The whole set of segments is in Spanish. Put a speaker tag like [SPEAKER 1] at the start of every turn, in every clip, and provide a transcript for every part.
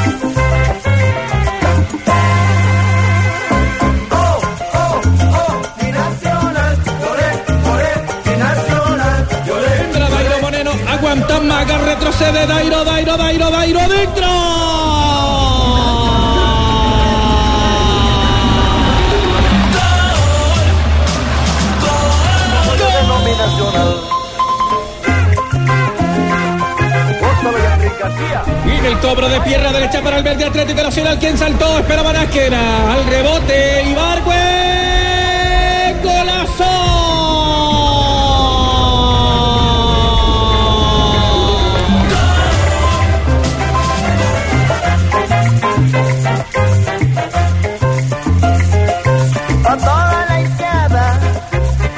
[SPEAKER 1] Oh,
[SPEAKER 2] Entra Dairo Moreno, aguanta Maga, retrocede Dairo, Dairo, Dairo, Dairo, dentro. Viene el cobro de pierna derecha para el verde Atlético Nacional, quien saltó, esperaba Nasquera, al rebote, Ibargüe, golazo.
[SPEAKER 3] A toda la izquierda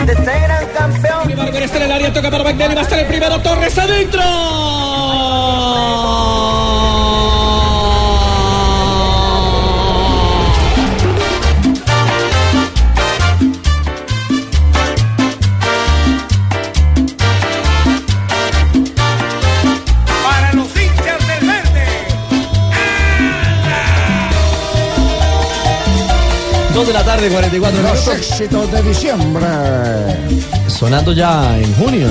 [SPEAKER 3] de este gran campeón.
[SPEAKER 2] Ibargüe está en el área, toca para Bagdad y va a estar el primero, Torres adentro.
[SPEAKER 4] para los hinchas del verde.
[SPEAKER 5] Dos de la tarde, 44
[SPEAKER 6] Los
[SPEAKER 5] minutos.
[SPEAKER 6] éxitos de diciembre.
[SPEAKER 5] Sonando ya en junio.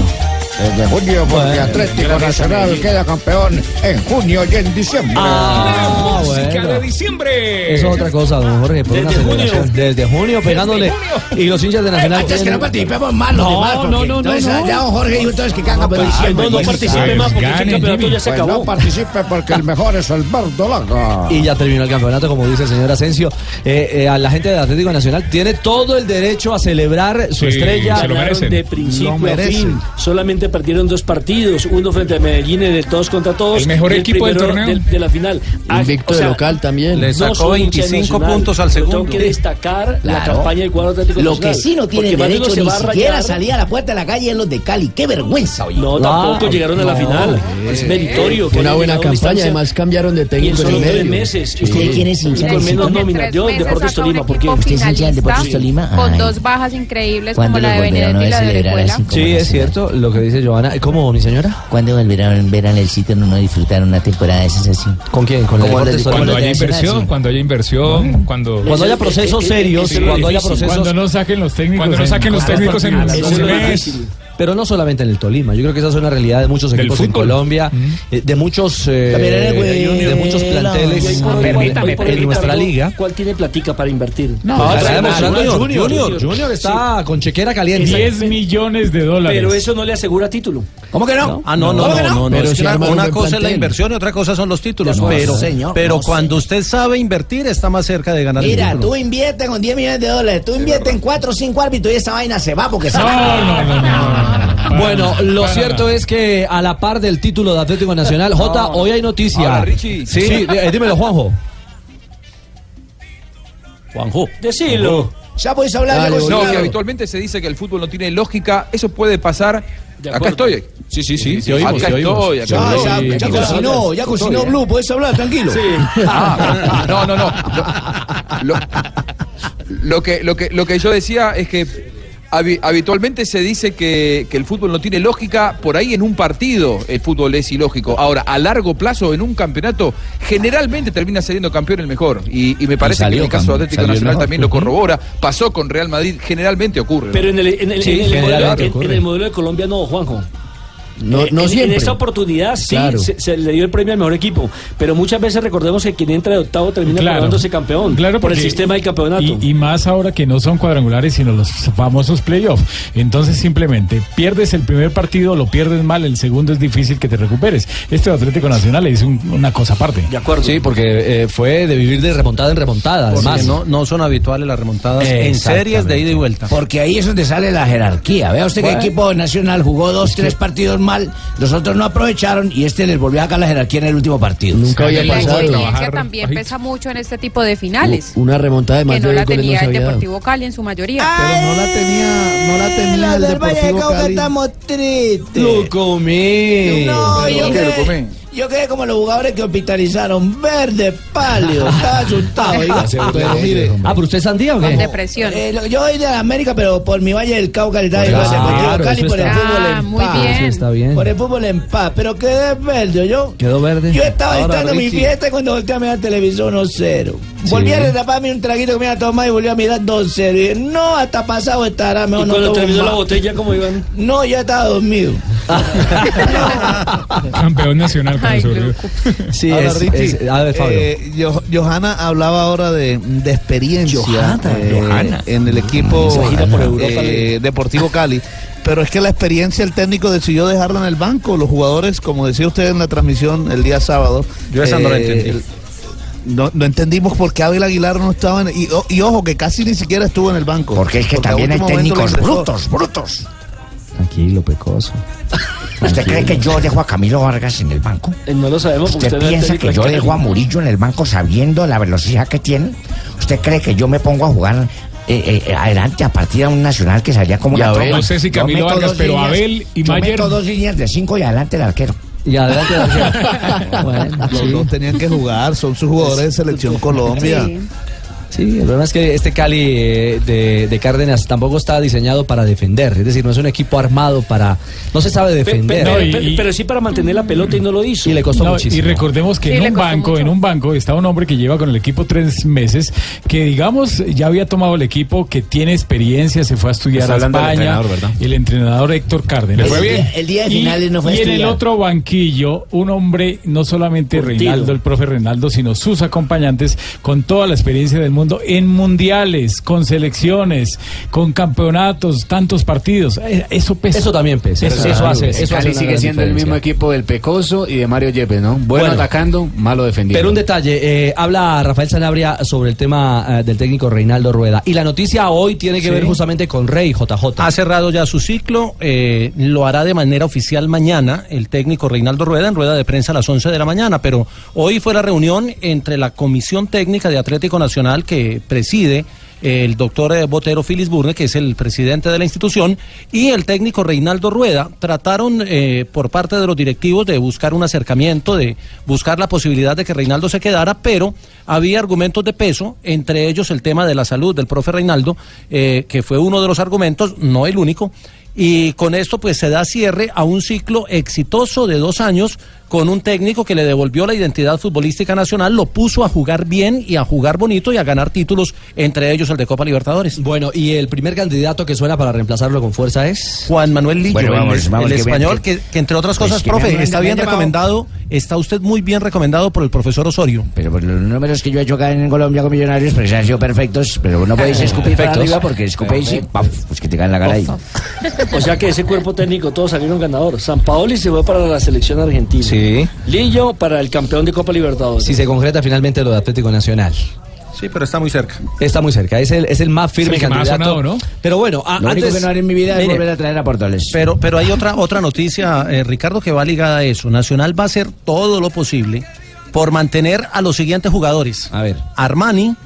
[SPEAKER 6] Desde junio, porque
[SPEAKER 5] Bueno,
[SPEAKER 6] Atlético Nacional queda campeón en junio y en diciembre.
[SPEAKER 5] Ah,
[SPEAKER 4] Música de
[SPEAKER 5] bueno.
[SPEAKER 4] diciembre.
[SPEAKER 5] Eso es otra cosa, don Jorge. Por una celebración. Desde junio pegándole. Y los hinchas de Nacional.
[SPEAKER 7] Antes que no
[SPEAKER 5] tienen-
[SPEAKER 7] participemos más los
[SPEAKER 5] No,
[SPEAKER 7] demás. porque
[SPEAKER 5] no, no,
[SPEAKER 7] entonces,
[SPEAKER 5] no, no.
[SPEAKER 7] Ya don Jorge dijo entonces que cagan por diciembre.
[SPEAKER 5] no, no participe este
[SPEAKER 7] más porque
[SPEAKER 4] ese campeonato ya
[SPEAKER 6] Pues no participe porque el mejor es
[SPEAKER 8] Este
[SPEAKER 6] el verdolaga.
[SPEAKER 5] Y ya terminó el campeonato, como dice el señor Asensio. Eh, eh, a la gente de Atlético Nacional tiene todo el derecho a celebrar su
[SPEAKER 4] Sí,
[SPEAKER 5] estrella.
[SPEAKER 4] se lo merecen.
[SPEAKER 8] de principio
[SPEAKER 5] Lo
[SPEAKER 8] a
[SPEAKER 5] merecen.
[SPEAKER 8] fin. Solamente partieron dos partidos, uno frente a Medellín en el todos contra todos.
[SPEAKER 4] El mejor
[SPEAKER 8] y
[SPEAKER 4] equipo del
[SPEAKER 8] primero
[SPEAKER 4] torneo.
[SPEAKER 8] De, la final. Ah,
[SPEAKER 7] Invicto
[SPEAKER 8] o sea,
[SPEAKER 7] de local también.
[SPEAKER 8] no soy hincha de Nacional, pero Tengo que destacar la
[SPEAKER 7] Claro.
[SPEAKER 8] campaña del cuadro Atlético
[SPEAKER 7] Lo
[SPEAKER 8] Nacional,
[SPEAKER 7] que sí no tienen
[SPEAKER 8] porque más de uno
[SPEAKER 7] derecho
[SPEAKER 8] se
[SPEAKER 7] ni
[SPEAKER 8] va a
[SPEAKER 7] siquiera
[SPEAKER 8] rayar.
[SPEAKER 7] salir a la puerta de la calle en los de Cali. ¡Qué vergüenza, oye!
[SPEAKER 8] No, tampoco llegaron a la final. Es
[SPEAKER 7] Eh,
[SPEAKER 8] meritorio. que hayan llegado a distancia
[SPEAKER 7] cambiaron de
[SPEAKER 8] Y en solo nueve meses.
[SPEAKER 7] ¿Usted quién es hincha
[SPEAKER 8] Y con
[SPEAKER 7] del
[SPEAKER 8] menos
[SPEAKER 7] Deportes
[SPEAKER 8] nómina. Yo, Deportes Tolima, porque
[SPEAKER 7] ¿Usted es hincha del Deportes Tolima? Con dos
[SPEAKER 3] bajas increíbles
[SPEAKER 7] ¿Cuándo lo volverán a ver celebrar así? como
[SPEAKER 5] Sí, es
[SPEAKER 7] nacional?
[SPEAKER 5] cierto lo que dice Joana. Eh, ¿Cómo, mi señora?
[SPEAKER 7] ¿Cuándo volverán a ver al sitio en uno disfrutar una temporada de esas así?
[SPEAKER 5] ¿Con quién? ¿Con el
[SPEAKER 7] Como
[SPEAKER 5] Deportes
[SPEAKER 7] los-
[SPEAKER 5] Tolima?
[SPEAKER 7] como
[SPEAKER 9] Cuando
[SPEAKER 7] los-
[SPEAKER 9] haya inversión, cuando haya inversión, cuando,
[SPEAKER 5] Cuando haya
[SPEAKER 10] Eh,
[SPEAKER 5] procesos serios,
[SPEAKER 9] Sí,
[SPEAKER 5] cuando haya
[SPEAKER 9] difícil.
[SPEAKER 5] procesos.
[SPEAKER 9] no saquen los técnicos. Cuando no saquen los técnicos en
[SPEAKER 8] Eso es lo
[SPEAKER 9] mes.
[SPEAKER 8] difícil.
[SPEAKER 5] Pero no solamente en el Tolima, yo creo que esa es una realidad de muchos
[SPEAKER 9] Del
[SPEAKER 5] equipos en
[SPEAKER 9] fútbol.
[SPEAKER 5] Colombia, eh, de muchos eh,
[SPEAKER 7] También en el Güey,
[SPEAKER 5] de muchos
[SPEAKER 8] Eh, Y hoy
[SPEAKER 5] planteles
[SPEAKER 8] por hoy,
[SPEAKER 5] en-
[SPEAKER 8] hoy por hoy,
[SPEAKER 5] en nuestra
[SPEAKER 8] Ricardo,
[SPEAKER 5] liga.
[SPEAKER 8] ¿Cuál tiene platica para invertir?
[SPEAKER 5] Pues está
[SPEAKER 8] Claro,
[SPEAKER 5] demostrando
[SPEAKER 8] claro,
[SPEAKER 5] Junior, Junior, Junior está con chequera caliente.
[SPEAKER 9] 10 millones de dólares.
[SPEAKER 8] Pero eso no le asegura título.
[SPEAKER 7] ¿Cómo que no?
[SPEAKER 5] Ah, no, no,
[SPEAKER 7] ¿Cómo
[SPEAKER 5] no,
[SPEAKER 7] que
[SPEAKER 5] no, no,
[SPEAKER 7] Pero
[SPEAKER 5] es
[SPEAKER 7] si
[SPEAKER 5] que la-
[SPEAKER 7] armaron un
[SPEAKER 5] una
[SPEAKER 7] buen
[SPEAKER 5] cosa es la
[SPEAKER 7] plantel.
[SPEAKER 5] inversión y otra cosa son los títulos,
[SPEAKER 7] No,
[SPEAKER 5] pero,
[SPEAKER 7] señor,
[SPEAKER 5] pero
[SPEAKER 7] no,
[SPEAKER 5] cuando usted sabe invertir está más cerca de ganar el
[SPEAKER 7] Mira,
[SPEAKER 5] título.
[SPEAKER 7] tú inviertes con 10 millones de dólares, tú inviertes en 4 o 5 árbitros y esa vaina se va porque se va.
[SPEAKER 9] No, no, no, no, no, no, no.
[SPEAKER 5] Bueno,
[SPEAKER 9] Ah, Para
[SPEAKER 5] lo
[SPEAKER 9] nada.
[SPEAKER 5] cierto es que a la par del título de Atlético Nacional, Jota, hoy hay noticia. sí, sí, eh, dímelo, Juanjo. Juanjo.
[SPEAKER 8] Decilo.
[SPEAKER 7] Ya podéis hablar de
[SPEAKER 5] No,
[SPEAKER 7] Bolsonaro.
[SPEAKER 5] que
[SPEAKER 9] Actualmente se dice que el fútbol no tiene lógica, eso puede pasar.
[SPEAKER 8] De acuerdo.
[SPEAKER 5] Sí, sí, sí, te oímos,
[SPEAKER 9] Acá
[SPEAKER 5] te oímos.
[SPEAKER 9] estoy, acá
[SPEAKER 7] Ya,
[SPEAKER 9] estoy.
[SPEAKER 7] ya, ya
[SPEAKER 8] Aquí
[SPEAKER 7] cocinó, ya cocinó Blue, podés hablar, tranquilo.
[SPEAKER 9] Ah, no, no, no. Lo, lo que, lo, que, lo que yo decía es que habi- habitualmente se dice que, que el fútbol no tiene lógica. Por ahí en un partido el fútbol es ilógico. Ahora, a largo plazo, en un campeonato, generalmente termina saliendo campeón el mejor. Y, y me parece
[SPEAKER 7] salió
[SPEAKER 9] que en el caso
[SPEAKER 7] campeón,
[SPEAKER 9] de Atlético
[SPEAKER 7] salió el
[SPEAKER 9] Nacional
[SPEAKER 7] mejor.
[SPEAKER 9] también lo corrobora. Pasó con Real Madrid, generalmente ocurre. ¿no?
[SPEAKER 8] Pero en el, en el-
[SPEAKER 5] Sí,
[SPEAKER 8] en el modelo,
[SPEAKER 5] generalmente
[SPEAKER 8] en-
[SPEAKER 5] ocurre.
[SPEAKER 8] en el modelo de Colombia no, Juanjo. No,
[SPEAKER 11] no
[SPEAKER 8] en,
[SPEAKER 11] siempre.
[SPEAKER 8] esta oportunidad sí
[SPEAKER 11] Claro.
[SPEAKER 8] se, se le dio el premio al mejor equipo, pero muchas veces recordemos que quien entra de octavo termina coronándose campeón
[SPEAKER 10] claro,
[SPEAKER 8] por el
[SPEAKER 10] porque-
[SPEAKER 8] sistema del campeonato.
[SPEAKER 10] Y, y más ahora que no son cuadrangulares, sino los famosos playoffs. Entonces, simplemente pierdes el primer partido, lo pierdes mal, el segundo es difícil que te recuperes. Este Atlético Nacional es un- una cosa aparte.
[SPEAKER 8] De acuerdo.
[SPEAKER 5] Sí, porque eh, fue de vivir de remontada en remontada.
[SPEAKER 10] Porque
[SPEAKER 5] además.
[SPEAKER 10] no-
[SPEAKER 5] son habituales las remontadas
[SPEAKER 10] en
[SPEAKER 7] series
[SPEAKER 5] de ida y vuelta.
[SPEAKER 7] Porque ahí es donde sale la jerarquía. Vea usted
[SPEAKER 5] Bueno.
[SPEAKER 7] que el equipo nacional jugó dos, tres partidos mal, los otros no aprovecharon y este les volvió a sacar la jerarquía en el último partido. Nunca
[SPEAKER 12] Y la experiencia también pesa mucho en este tipo de finales.
[SPEAKER 11] Una remontada de
[SPEAKER 12] Que
[SPEAKER 11] más
[SPEAKER 12] no
[SPEAKER 11] de
[SPEAKER 12] la
[SPEAKER 11] 10 goles no
[SPEAKER 12] tenía
[SPEAKER 11] se
[SPEAKER 12] el
[SPEAKER 11] había dado.
[SPEAKER 12] Deportivo Cali en su mayoría.
[SPEAKER 11] Pero no la tenía, no la tenía el Deportivo Cali.
[SPEAKER 7] tristes.
[SPEAKER 5] Lo comí.
[SPEAKER 7] No, yo
[SPEAKER 5] Pero-
[SPEAKER 7] quedé, yo quedé como los jugadores que hospitalizaron verde pálido. Estaba asustado. digo.
[SPEAKER 5] Pero mire- ah, pero usted es Sandía o qué?
[SPEAKER 7] depresión. Eh, yo soy de la América, pero por mi Valle del Cauca, le
[SPEAKER 5] Claro,
[SPEAKER 7] claro,
[SPEAKER 5] claro,
[SPEAKER 7] Cali,
[SPEAKER 5] eso
[SPEAKER 7] por el
[SPEAKER 5] está-
[SPEAKER 7] fútbol
[SPEAKER 5] Ah,
[SPEAKER 7] en
[SPEAKER 5] muy
[SPEAKER 7] paz.
[SPEAKER 5] bien. Eso está bien.
[SPEAKER 7] Por el fútbol en paz. Pero quedé verde, yo.
[SPEAKER 5] Quedó verde.
[SPEAKER 7] Yo estaba
[SPEAKER 5] Ahora,
[SPEAKER 7] estando en mi
[SPEAKER 5] Richie.
[SPEAKER 7] fiesta y cuando volteé a mirar el televisor 1-0. Volví a destaparme un traguito que me había tomado y volví a mirar 2-0. Y dije, no, hasta pasado estará
[SPEAKER 8] Y
[SPEAKER 7] mejor no
[SPEAKER 8] cuando
[SPEAKER 7] tomo
[SPEAKER 8] terminó la
[SPEAKER 7] más.
[SPEAKER 8] botella, ¿cómo iban?
[SPEAKER 7] No, yo estaba dormido.
[SPEAKER 10] Campeón nacional. con eso, Río.
[SPEAKER 11] Sí,
[SPEAKER 10] Ahora, Richie,
[SPEAKER 11] eh, Jo- Johanna hablaba ahora de, de experiencia
[SPEAKER 10] Johanna,
[SPEAKER 11] eh,
[SPEAKER 10] Johanna.
[SPEAKER 11] en el equipo
[SPEAKER 10] Esa gira por Europa,
[SPEAKER 11] eh, Deportivo Cali. Pero es que la experiencia el técnico decidió dejarla en el banco. Los jugadores, como decía usted en la transmisión el día sábado.
[SPEAKER 13] Yo esa no la entendí.
[SPEAKER 11] el- No, no entendimos por qué Ávila Aguilar no estaba en, y, o- y ojo que casi ni siquiera estuvo en el banco. Porque es que
[SPEAKER 14] también hay técnicos brutos, brutos.
[SPEAKER 5] Tranquilo, pecoso.
[SPEAKER 14] ¿Usted cree que yo dejo a Camilo Vargas en el banco?
[SPEAKER 8] Eh, No lo sabemos porque
[SPEAKER 14] ¿Usted
[SPEAKER 8] usted no es
[SPEAKER 14] piensa
[SPEAKER 8] técnico
[SPEAKER 14] que yo
[SPEAKER 8] del
[SPEAKER 14] dejo a
[SPEAKER 8] Cali.
[SPEAKER 14] Murillo en el banco sabiendo la velocidad que tiene? ¿Usted cree que yo me pongo a jugar eh, eh, adelante a partir de un nacional que salía como
[SPEAKER 10] Y
[SPEAKER 14] una
[SPEAKER 10] Abel.
[SPEAKER 14] tromba?
[SPEAKER 10] No sé si
[SPEAKER 14] Yo
[SPEAKER 10] Camilo
[SPEAKER 14] meto
[SPEAKER 10] Vargas,
[SPEAKER 14] dos
[SPEAKER 10] pero
[SPEAKER 14] líneas-
[SPEAKER 10] Abel y
[SPEAKER 14] yo
[SPEAKER 10] Mayer-
[SPEAKER 14] meto dos líneas de cinco y adelante el arquero.
[SPEAKER 5] Y adelante el arquero.
[SPEAKER 11] Los dos tenían que jugar, son sus jugadores de selección Colombia.
[SPEAKER 5] Sí, el problema es que este Cali eh, de, de Cárdenas tampoco está diseñado para defender. Es decir, no es un equipo armado para. No se sabe
[SPEAKER 8] Pe- pe-
[SPEAKER 5] defender.
[SPEAKER 8] pero, pe- pero sí para mantener la pelota y no lo hizo.
[SPEAKER 5] Y le costó
[SPEAKER 10] No,
[SPEAKER 5] muchísimo.
[SPEAKER 10] Y recordemos que
[SPEAKER 8] Sí,
[SPEAKER 10] en
[SPEAKER 8] le
[SPEAKER 10] un
[SPEAKER 8] costó
[SPEAKER 10] banco, en un banco está un hombre que lleva con el equipo tres meses, que digamos ya había tomado el equipo, que tiene experiencia, se fue a estudiar
[SPEAKER 4] Está
[SPEAKER 10] a
[SPEAKER 4] hablando del
[SPEAKER 10] España.
[SPEAKER 4] entrenador, ¿verdad?
[SPEAKER 10] El entrenador Héctor Cárdenas.
[SPEAKER 4] Le fue El bien. día- el día de
[SPEAKER 10] Y-
[SPEAKER 4] finales no fue a
[SPEAKER 10] Y en el
[SPEAKER 4] estudiar.
[SPEAKER 10] otro banquillo, un hombre, no solamente
[SPEAKER 4] Curtido.
[SPEAKER 10] Reinaldo, el profe Reinaldo, sino sus acompañantes, con toda la experiencia del mundo en mundiales, con selecciones, con campeonatos, tantos partidos. Eh, Eso pesa.
[SPEAKER 5] Eso también pesa. Eso- eso hace- eso hace
[SPEAKER 6] Cali
[SPEAKER 5] una
[SPEAKER 6] sigue
[SPEAKER 5] gran
[SPEAKER 6] siendo el
[SPEAKER 5] diferencia.
[SPEAKER 6] mismo equipo del Pecoso y de Mario Yepes, ¿no? Bueno,
[SPEAKER 5] Bueno.
[SPEAKER 6] atacando, malo defendiendo.
[SPEAKER 5] Pero un detalle, eh, habla Rafael Sanabria sobre el tema eh, del técnico Reinaldo Rueda. Y la noticia hoy tiene que
[SPEAKER 15] Sí.
[SPEAKER 5] ver justamente con Rey, JJ.
[SPEAKER 15] Ha cerrado ya su ciclo, eh, lo hará de manera oficial mañana el técnico Reinaldo Rueda en rueda de prensa a las 11 de la mañana, pero hoy fue la reunión entre la Comisión Técnica de Atlético Nacional que preside eh, el doctor eh, Botero Filisburne, que es el presidente de la institución, y el técnico Reinaldo Rueda trataron eh, por parte de los directivos de buscar un acercamiento, de buscar la posibilidad de que Reinaldo se quedara, pero había argumentos de peso, entre ellos el tema de la salud del profe Reinaldo, eh, que fue uno de los argumentos, no el único. Y con esto pues se da cierre a un ciclo exitoso de dos años con un técnico que le devolvió la identidad futbolística nacional, lo puso a jugar bien y a jugar bonito y a ganar títulos, entre ellos el de Copa Libertadores.
[SPEAKER 5] Bueno, y el primer candidato que suena para reemplazarlo con fuerza es
[SPEAKER 15] Juan Manuel Lillo,
[SPEAKER 5] Bueno, vamos,
[SPEAKER 15] el,
[SPEAKER 5] vamos,
[SPEAKER 15] el
[SPEAKER 5] que vean
[SPEAKER 15] español,
[SPEAKER 5] que-
[SPEAKER 15] que, que entre otras
[SPEAKER 5] pues
[SPEAKER 15] cosas,
[SPEAKER 5] que me
[SPEAKER 15] profe,
[SPEAKER 5] han-
[SPEAKER 15] está
[SPEAKER 5] me
[SPEAKER 15] bien
[SPEAKER 5] han llamado.
[SPEAKER 15] recomendado, está usted muy bien recomendado por el profesor Osorio.
[SPEAKER 7] Pero por los números que yo he hecho acá en Colombia con Millonarios, pues han sido perfectos, pero no podéis escupir para
[SPEAKER 8] Perfectos.
[SPEAKER 7] arriba porque escupéis y ¡paf! pues que te cae en la cara ahí.
[SPEAKER 8] O sea que ese cuerpo técnico todos salieron ganadores. San Paoli se fue para la selección argentina. Lillo para el campeón de Copa Libertadores.
[SPEAKER 5] si se concreta finalmente lo de Atlético Nacional.
[SPEAKER 13] Sí, pero está muy cerca.
[SPEAKER 5] Está muy cerca, es el, es el más firme
[SPEAKER 13] Es el que más
[SPEAKER 5] candidato.
[SPEAKER 13] ha sonado, ¿no?
[SPEAKER 5] Pero bueno, a-
[SPEAKER 15] Lo único
[SPEAKER 5] antes-
[SPEAKER 15] que no haré en mi vida es
[SPEAKER 5] Mire,
[SPEAKER 15] volver a
[SPEAKER 7] Traer a Portales.
[SPEAKER 15] Pero, pero hay otra, otra noticia, eh, Ricardo, que va ligada a eso. Nacional va a hacer todo lo posible por mantener a los siguientes jugadores. A ver. Armani,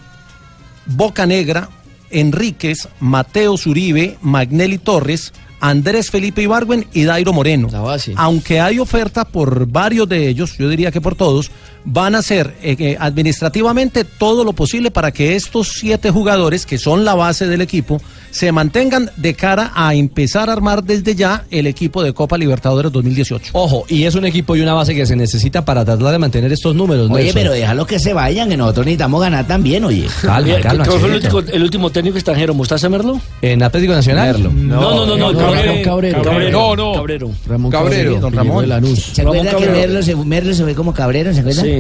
[SPEAKER 15] Boca Negra, Enríquez, Mateo Zuribe, Magnelli Torres, Andrés Felipe Ibargüen y Dairo Moreno. Aunque hay oferta por varios de ellos, yo diría que por todos, van a hacer eh, eh, administrativamente todo lo posible para que estos siete jugadores, que son la base del equipo, se mantengan de cara a empezar a armar desde ya el equipo de Copa Libertadores 2018.
[SPEAKER 5] Ojo, y es un equipo y una base que se necesita para tratar de mantener estos números.
[SPEAKER 15] Oye,
[SPEAKER 5] Nelson.
[SPEAKER 15] pero
[SPEAKER 7] déjalo que se vayan, que nosotros necesitamos ganar también, oye.
[SPEAKER 5] Calma,
[SPEAKER 8] Mira,
[SPEAKER 5] calma,
[SPEAKER 8] ¿Cuál fue el
[SPEAKER 5] Cheito.
[SPEAKER 8] último, el último técnico extranjero? ¿Mustafa Merlo?
[SPEAKER 5] ¿En Atlético Nacional?
[SPEAKER 8] No, no, no, no, el
[SPEAKER 9] Cabrero.
[SPEAKER 4] Cabrero.
[SPEAKER 9] No, no.
[SPEAKER 8] Cabrero.
[SPEAKER 4] Ramón
[SPEAKER 9] Cabrero.
[SPEAKER 4] Cabrero,
[SPEAKER 9] Don
[SPEAKER 4] que llegó
[SPEAKER 9] Ramón.
[SPEAKER 4] de Lanús.
[SPEAKER 14] ¿Se acuerda
[SPEAKER 8] Ramón
[SPEAKER 14] que
[SPEAKER 8] Cabrero.
[SPEAKER 14] Merlo se, Merlo se fue como cabrero, ¿se acuerda?
[SPEAKER 8] Sí.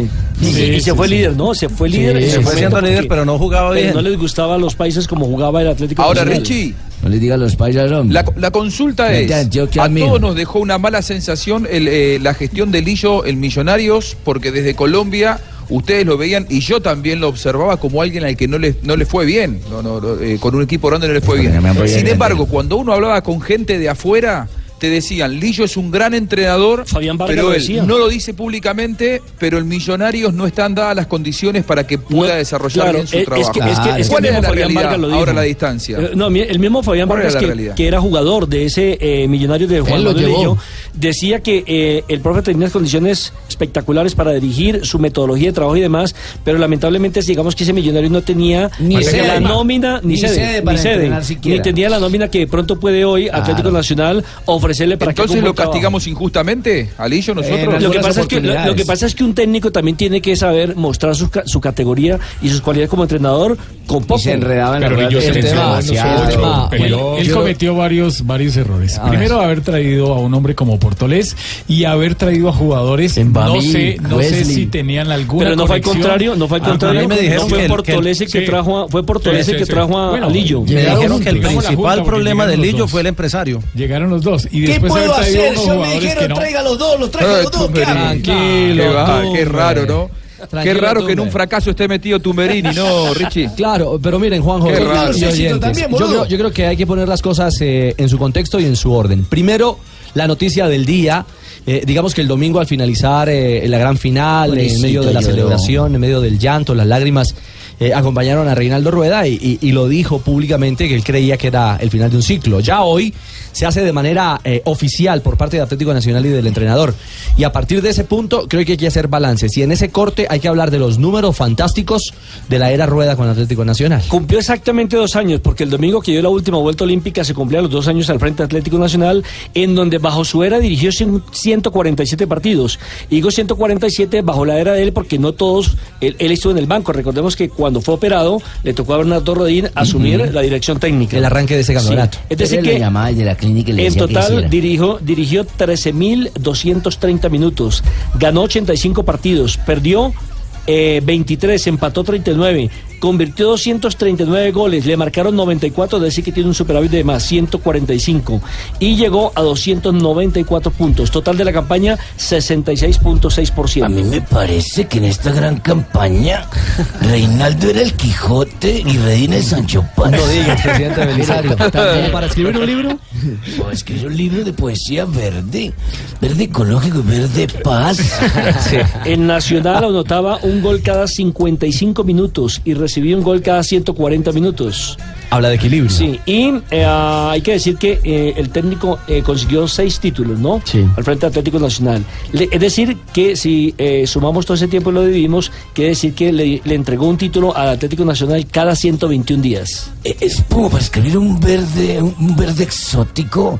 [SPEAKER 8] Y- y se fue líder, ¿no? Se fue líder.
[SPEAKER 14] Sí,
[SPEAKER 8] en su
[SPEAKER 14] se fue
[SPEAKER 8] momento
[SPEAKER 14] siendo
[SPEAKER 8] porque-
[SPEAKER 14] líder, pero no jugaba
[SPEAKER 8] pero
[SPEAKER 14] bien.
[SPEAKER 8] no les gustaba a los países como jugaba el Atlético
[SPEAKER 9] Ahora,
[SPEAKER 8] Nacional.
[SPEAKER 9] Richie.
[SPEAKER 14] No les diga a los paisas, hombre.
[SPEAKER 9] La, la consulta
[SPEAKER 14] Frente
[SPEAKER 9] es,
[SPEAKER 14] a Antioquia,
[SPEAKER 9] a
[SPEAKER 14] amigo.
[SPEAKER 9] todos nos dejó una mala sensación el, eh, la gestión de Lillo en Millonarios, porque desde Colombia ustedes lo veían y yo también lo observaba como alguien al que no le, no le fue bien, no, no, no, eh, con un equipo grande no le fue
[SPEAKER 14] me
[SPEAKER 9] bien.
[SPEAKER 14] voy a
[SPEAKER 9] Sin
[SPEAKER 14] entender.
[SPEAKER 9] embargo, cuando uno hablaba con gente de afuera, te decían, Lillo es un gran entrenador,
[SPEAKER 8] Vargas
[SPEAKER 9] pero
[SPEAKER 8] lo
[SPEAKER 9] él
[SPEAKER 8] decía.
[SPEAKER 9] no lo dice públicamente, pero en Millonarios no están dadas las condiciones para que pueda desarrollar
[SPEAKER 8] Claro, eh,
[SPEAKER 9] bien su
[SPEAKER 8] es- es
[SPEAKER 9] trabajo.
[SPEAKER 8] que- es que- es que
[SPEAKER 9] ¿Cuál
[SPEAKER 8] el mismo
[SPEAKER 9] era la
[SPEAKER 8] Fabián
[SPEAKER 9] realidad
[SPEAKER 8] Vargas lo dijo.
[SPEAKER 9] ahora a la distancia?
[SPEAKER 8] Eh, No, mi- el mismo Fabián
[SPEAKER 9] ¿Cuál
[SPEAKER 8] Vargas,
[SPEAKER 9] era la
[SPEAKER 8] que,
[SPEAKER 9] realidad?
[SPEAKER 8] que era jugador de ese eh, millonario de Juan
[SPEAKER 4] Él lo
[SPEAKER 8] Manuel
[SPEAKER 4] llevó.
[SPEAKER 8] Lillo, decía que eh, el profe tenía unas condiciones espectaculares para dirigir su metodología de trabajo y demás, pero lamentablemente digamos que ese millonario no tenía
[SPEAKER 4] Ni sede.
[SPEAKER 8] la nómina, ni,
[SPEAKER 4] Ni sede para
[SPEAKER 8] ni, sede,
[SPEAKER 4] entrenar siquiera.
[SPEAKER 8] ni tenía la nómina que de pronto puede hoy Atlético Nacional ofrecerle para que haga
[SPEAKER 9] Entonces
[SPEAKER 8] un buen
[SPEAKER 9] lo
[SPEAKER 8] trabajo.
[SPEAKER 9] castigamos injustamente, Alillo,
[SPEAKER 4] Eh,
[SPEAKER 9] nosotros.
[SPEAKER 8] Lo que, pasa es que, lo, lo que pasa es que un técnico también tiene que saber mostrar su, ca- su categoría y sus cualidades como entrenador con poco.
[SPEAKER 4] se enredaba
[SPEAKER 10] Pero Lillo se lesionó, no sé, ocho, peleó. Él cometió varios, varios errores.
[SPEAKER 4] A
[SPEAKER 10] Primero, haber traído a un hombre como Portolés y haber traído a jugadores, no
[SPEAKER 8] Bamil,
[SPEAKER 10] sé, no sé
[SPEAKER 8] Wesley.
[SPEAKER 10] si tenían alguna
[SPEAKER 8] Pero no fue al
[SPEAKER 10] conexión.
[SPEAKER 8] contrario, no fue al
[SPEAKER 10] Ah,
[SPEAKER 8] contrario.
[SPEAKER 10] a mí me dijeron
[SPEAKER 8] no fue
[SPEAKER 10] que el-
[SPEAKER 8] Portolés el que
[SPEAKER 10] sí.
[SPEAKER 8] trajo, a, fue Portolés
[SPEAKER 10] Sí,
[SPEAKER 8] el
[SPEAKER 10] sí,
[SPEAKER 8] que
[SPEAKER 10] sí.
[SPEAKER 8] trajo a,
[SPEAKER 10] Bueno,
[SPEAKER 8] a Lillo.
[SPEAKER 15] Me dijeron que el
[SPEAKER 10] Digamos la junta,
[SPEAKER 15] principal
[SPEAKER 10] porque
[SPEAKER 15] problema de
[SPEAKER 10] llegaron los
[SPEAKER 15] Lillo
[SPEAKER 10] dos.
[SPEAKER 15] fue el empresario.
[SPEAKER 10] Llegaron los dos. Y
[SPEAKER 15] ¿Qué
[SPEAKER 10] después
[SPEAKER 15] puedo
[SPEAKER 10] haber traído
[SPEAKER 15] hacer?
[SPEAKER 10] unos
[SPEAKER 15] Yo me
[SPEAKER 10] jugadores
[SPEAKER 15] dijeron,
[SPEAKER 10] que no.
[SPEAKER 15] "Traiga
[SPEAKER 7] los dos, los
[SPEAKER 9] traigo los dos, ¿qué hago?"
[SPEAKER 15] Tranquilo,
[SPEAKER 9] Qué, va,
[SPEAKER 15] tú,
[SPEAKER 9] qué
[SPEAKER 15] hombre.
[SPEAKER 9] raro, ¿no?
[SPEAKER 15] Tranquilo,
[SPEAKER 9] qué raro
[SPEAKER 15] tú,
[SPEAKER 9] que en un
[SPEAKER 15] hombre.
[SPEAKER 9] fracaso esté metido Tumerini, ¿no, Richie?
[SPEAKER 15] Claro, pero miren, Juanjo,
[SPEAKER 9] Qué
[SPEAKER 15] y
[SPEAKER 9] raro.
[SPEAKER 15] oyentes,
[SPEAKER 9] Éxito también,
[SPEAKER 15] yo,
[SPEAKER 9] boludo.
[SPEAKER 15] creo, yo creo que hay que poner las cosas eh, en su contexto y en su orden. Primero, la noticia del día. eh, digamos que el domingo al finalizar eh, la gran final,
[SPEAKER 14] Pobrecito
[SPEAKER 15] en medio de la
[SPEAKER 14] lloró.
[SPEAKER 15] celebración, en medio del llanto, las lágrimas, eh, acompañaron a Reinaldo Rueda y, y- y lo dijo públicamente que él creía que era el final de un ciclo. Ya hoy se hace de manera eh, oficial por parte de Atlético Nacional y del entrenador. Y a partir de ese punto creo que hay que hacer balances. Y en ese corte hay que hablar de los números fantásticos de la era Rueda con Atlético Nacional.
[SPEAKER 8] Cumplió exactamente dos años, porque el domingo que dio la última vuelta olímpica se cumplían los dos años al Frente Atlético Nacional, en donde bajo su era dirigió cien- 147 partidos. Y digo 147 bajo la era de él, porque no todos, él, él estuvo en el banco. Recordemos que cuando fue operado, le tocó a Bernardo Rodín asumir la dirección técnica.
[SPEAKER 15] El arranque de ese
[SPEAKER 8] Sí.
[SPEAKER 15] campeonato.
[SPEAKER 8] Es decir,
[SPEAKER 14] Él le
[SPEAKER 8] que
[SPEAKER 14] llamaba de la clínica y le
[SPEAKER 8] En
[SPEAKER 14] decía que
[SPEAKER 8] total
[SPEAKER 14] hiciera.
[SPEAKER 8] dirijo, dirigió 13.230 minutos, ganó 85 partidos, perdió eh, 23, empató 39, convirtió 239 goles, le marcaron 94, es decir que tiene un superávit de más 145 y llegó a 294 puntos. Total de la campaña 66.6%. A mí
[SPEAKER 4] me parece que en esta gran campaña Reinaldo era el Quijote y Redín el Sancho Panza.
[SPEAKER 15] No digas, presidente Belisario.
[SPEAKER 4] También.
[SPEAKER 15] ¿Para escribir un libro?
[SPEAKER 4] No, escribí Pues un libro de poesía verde, verde ecológico y verde paz.
[SPEAKER 8] El Nacional anotaba un gol cada 55 minutos y recibía un gol cada 140 minutos.
[SPEAKER 15] Habla de equilibrio.
[SPEAKER 8] Sí, y eh, ah, hay que decir que eh, el técnico eh, consiguió seis títulos, ¿no?
[SPEAKER 15] Sí.
[SPEAKER 8] Al Frente Atlético Nacional. Le- es decir, que si eh, sumamos todo ese tiempo y lo dividimos, quiere decir que le, le entregó un título al Atlético Nacional cada 121 días.
[SPEAKER 4] Eh, Es como para escribir un verde, un verde exótico,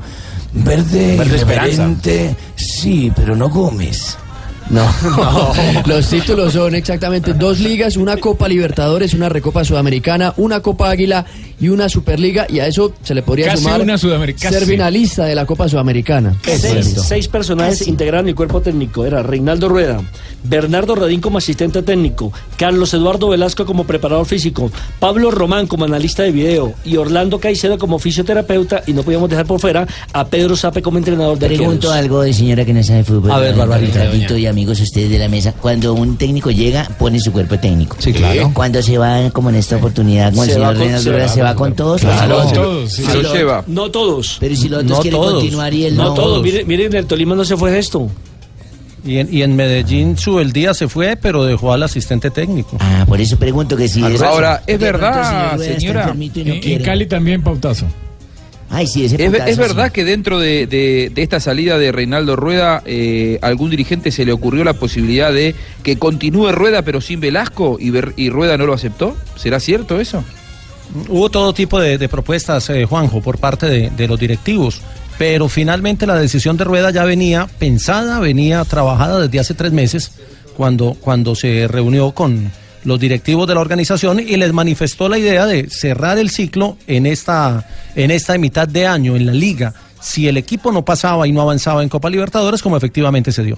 [SPEAKER 4] verde,
[SPEAKER 8] Verde esperanza.
[SPEAKER 4] irreverente. Sí, pero no Gómez.
[SPEAKER 16] No, los títulos son exactamente dos ligas, una Copa Libertadores, una Recopa Sudamericana, una Copa Águila y una Superliga y a eso se le podría
[SPEAKER 10] Casi
[SPEAKER 16] sumar
[SPEAKER 10] una Sudamericana,
[SPEAKER 16] ser
[SPEAKER 10] casi.
[SPEAKER 16] finalista de la Copa Sudamericana.
[SPEAKER 8] Seis, seis personajes integraron el cuerpo técnico. Era Reinaldo Rueda, Bernardo Radín como asistente técnico, Carlos Eduardo Velasco como preparador físico, Pablo Román como analista de video y Orlando Caicedo como fisioterapeuta. Y no podíamos dejar por fuera a Pedro Sape como entrenador de
[SPEAKER 14] Pregunto
[SPEAKER 8] arqueros.
[SPEAKER 14] algo de señora que no sabe fútbol.
[SPEAKER 8] A ver,
[SPEAKER 14] Don
[SPEAKER 8] Barbarita,
[SPEAKER 14] Ricardito
[SPEAKER 8] doña.
[SPEAKER 14] y amigos ustedes de la mesa. Cuando un técnico llega, pone su cuerpo técnico. Sí,
[SPEAKER 4] claro.
[SPEAKER 14] Cuando se va, como en esta oportunidad, con el
[SPEAKER 8] Se va
[SPEAKER 14] señor
[SPEAKER 8] con-
[SPEAKER 14] Reinaldo
[SPEAKER 8] se
[SPEAKER 14] Rueda,
[SPEAKER 8] va
[SPEAKER 14] se va
[SPEAKER 8] con-
[SPEAKER 14] con todos.
[SPEAKER 8] Claro,
[SPEAKER 14] Claro.
[SPEAKER 8] con todos, sí. Se lo lleva. No todos.
[SPEAKER 14] Pero si los otros
[SPEAKER 15] No
[SPEAKER 14] quieren
[SPEAKER 15] todos.
[SPEAKER 14] continuar y él
[SPEAKER 15] No
[SPEAKER 14] no.
[SPEAKER 15] todos.
[SPEAKER 8] Miren, miren, el Tolima no se fue de esto.
[SPEAKER 15] Y en, y en Medellín su el día se fue, pero dejó al asistente técnico.
[SPEAKER 14] Ah, por eso pregunto que si
[SPEAKER 9] Ahora, es
[SPEAKER 14] De
[SPEAKER 15] Ah,
[SPEAKER 14] pronto el
[SPEAKER 9] verdad,
[SPEAKER 14] señor Rueda está
[SPEAKER 9] señora.
[SPEAKER 14] enfermito y no
[SPEAKER 9] En- en
[SPEAKER 14] quiere.
[SPEAKER 10] Cali también pautazo.
[SPEAKER 14] Ay, sí, ese
[SPEAKER 9] Es, ve-
[SPEAKER 14] putazo,
[SPEAKER 9] es verdad
[SPEAKER 14] sí.
[SPEAKER 9] que dentro de, de- de esta salida de Reinaldo Rueda, eh, a algún dirigente se le ocurrió la posibilidad de que continúe Rueda pero sin Velasco y, Ver- y Rueda no lo aceptó. ¿Será cierto eso?
[SPEAKER 15] Hubo todo tipo de, de propuestas, eh, Juanjo, por parte de, de los directivos, pero finalmente la decisión de Rueda ya venía pensada, venía trabajada desde hace tres meses, cuando, cuando se reunió con los directivos de la organización y les manifestó la idea de cerrar el ciclo en esta, en esta mitad de año en la liga. si el equipo no pasaba y no avanzaba en Copa Libertadores, como efectivamente se dio.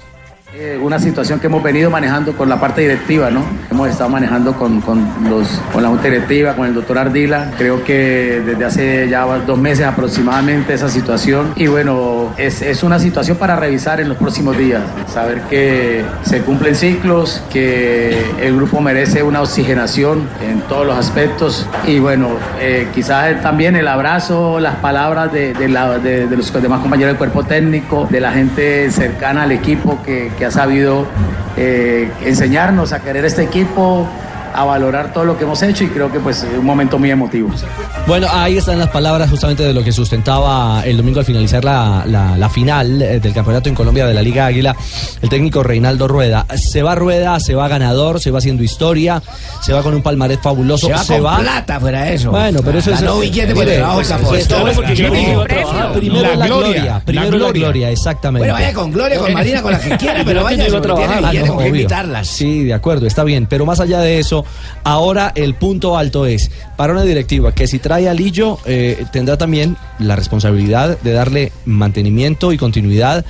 [SPEAKER 17] Eh, una situación que hemos venido manejando con la parte directiva, ¿no? Hemos estado manejando con, con los, con la Junta Directiva, con el doctor Ardila. Creo que desde hace ya dos meses aproximadamente esa situación. Y bueno, es, es una situación para revisar en los próximos días. Saber que se cumplen ciclos, que el grupo merece una oxigenación en todos los aspectos. Y bueno, eh, quizás también el abrazo, las palabras de, de la- de- de los demás compañeros del cuerpo técnico, de la gente cercana al equipo que, que ha sabido eh, enseñarnos a querer este equipo, a valorar todo lo que hemos hecho y creo que pues es un momento muy emotivo.
[SPEAKER 5] Bueno, ahí están las palabras justamente de lo que sustentaba el domingo al finalizar la, la- la final eh, del campeonato en Colombia de la Liga Águila, el técnico Reinaldo Rueda. Se va Rueda, se va ganador, se va haciendo historia, se va con un palmarés fabuloso,
[SPEAKER 18] Se va con plata, fuera de eso.
[SPEAKER 5] Bueno, pero eso
[SPEAKER 18] Ganó
[SPEAKER 5] es.
[SPEAKER 18] billete por
[SPEAKER 5] mire,
[SPEAKER 18] debajo del
[SPEAKER 5] pues,
[SPEAKER 18] capó.
[SPEAKER 5] pues,
[SPEAKER 18] Esto
[SPEAKER 5] todo
[SPEAKER 18] es
[SPEAKER 5] porque yo
[SPEAKER 18] premio.
[SPEAKER 5] digo, trabajar. Primero
[SPEAKER 18] La
[SPEAKER 5] es la gloria,
[SPEAKER 18] gloria,
[SPEAKER 5] primero
[SPEAKER 18] la
[SPEAKER 5] es la
[SPEAKER 18] gloria.
[SPEAKER 5] gloria, exactamente.
[SPEAKER 18] Bueno, vaya con gloria, con Marina, con la que quiera, pero vaya,
[SPEAKER 5] Primero
[SPEAKER 18] solo tiene
[SPEAKER 5] trabajar.
[SPEAKER 18] billete
[SPEAKER 5] Ah, no,
[SPEAKER 18] con que
[SPEAKER 5] obvio.
[SPEAKER 18] invitarlas.
[SPEAKER 5] Sí, de acuerdo, está bien, pero más allá de eso, ahora el punto alto es para una directiva que si trae a Lillo eh, tendrá también la responsabilidad de darle mantenimiento y continuidad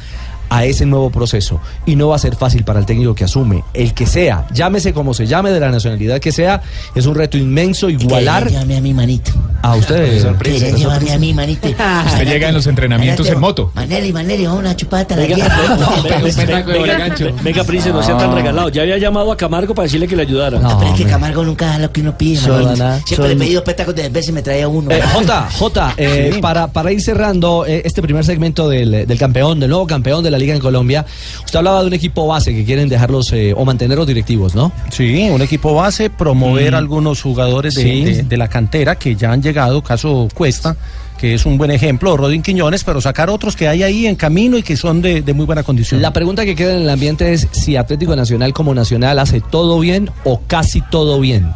[SPEAKER 5] a ese nuevo proceso y no va a ser fácil para el técnico que asume, el que sea, llámese como se llame de la nacionalidad que sea, es un reto inmenso igualar
[SPEAKER 19] Llame a mi manito.
[SPEAKER 5] a ustedes.
[SPEAKER 15] Pues
[SPEAKER 19] Quería llevarme a mi manito.
[SPEAKER 10] Usted llega en los entrenamientos en moto.
[SPEAKER 19] Maneli, Maneli, vamos a una chupada a la
[SPEAKER 8] Venga,
[SPEAKER 19] guerra.
[SPEAKER 8] venga, venga, venga, Prince, no sea tan
[SPEAKER 19] No.
[SPEAKER 8] regalado. Ya había llamado a Camargo para decirle que le ayudara.
[SPEAKER 19] Pero es que Camargo nunca da lo que uno pide,
[SPEAKER 8] Son-
[SPEAKER 19] Manolito.
[SPEAKER 8] son-
[SPEAKER 19] Siempre le he pedido petacos de vez y me traía uno.
[SPEAKER 5] Eh, Jota, Jota, eh, para, para ir cerrando eh, este primer segmento del, del campeón, del nuevo campeón de la Liga en Colombia, usted hablaba de un equipo base que quieren dejarlos eh, o mantener los directivos, ¿no?
[SPEAKER 15] Sí, un equipo base, promover
[SPEAKER 5] Mm.
[SPEAKER 15] algunos jugadores de,
[SPEAKER 5] Sí.
[SPEAKER 15] de- de la cantera que ya han llegado, caso Cuesta, que es un buen ejemplo, o Rodin Quiñones, pero sacar otros que hay ahí en camino y que son de, de muy buena condición.
[SPEAKER 5] La pregunta que queda en el ambiente es si Atlético Nacional como Nacional hace todo bien o casi todo bien.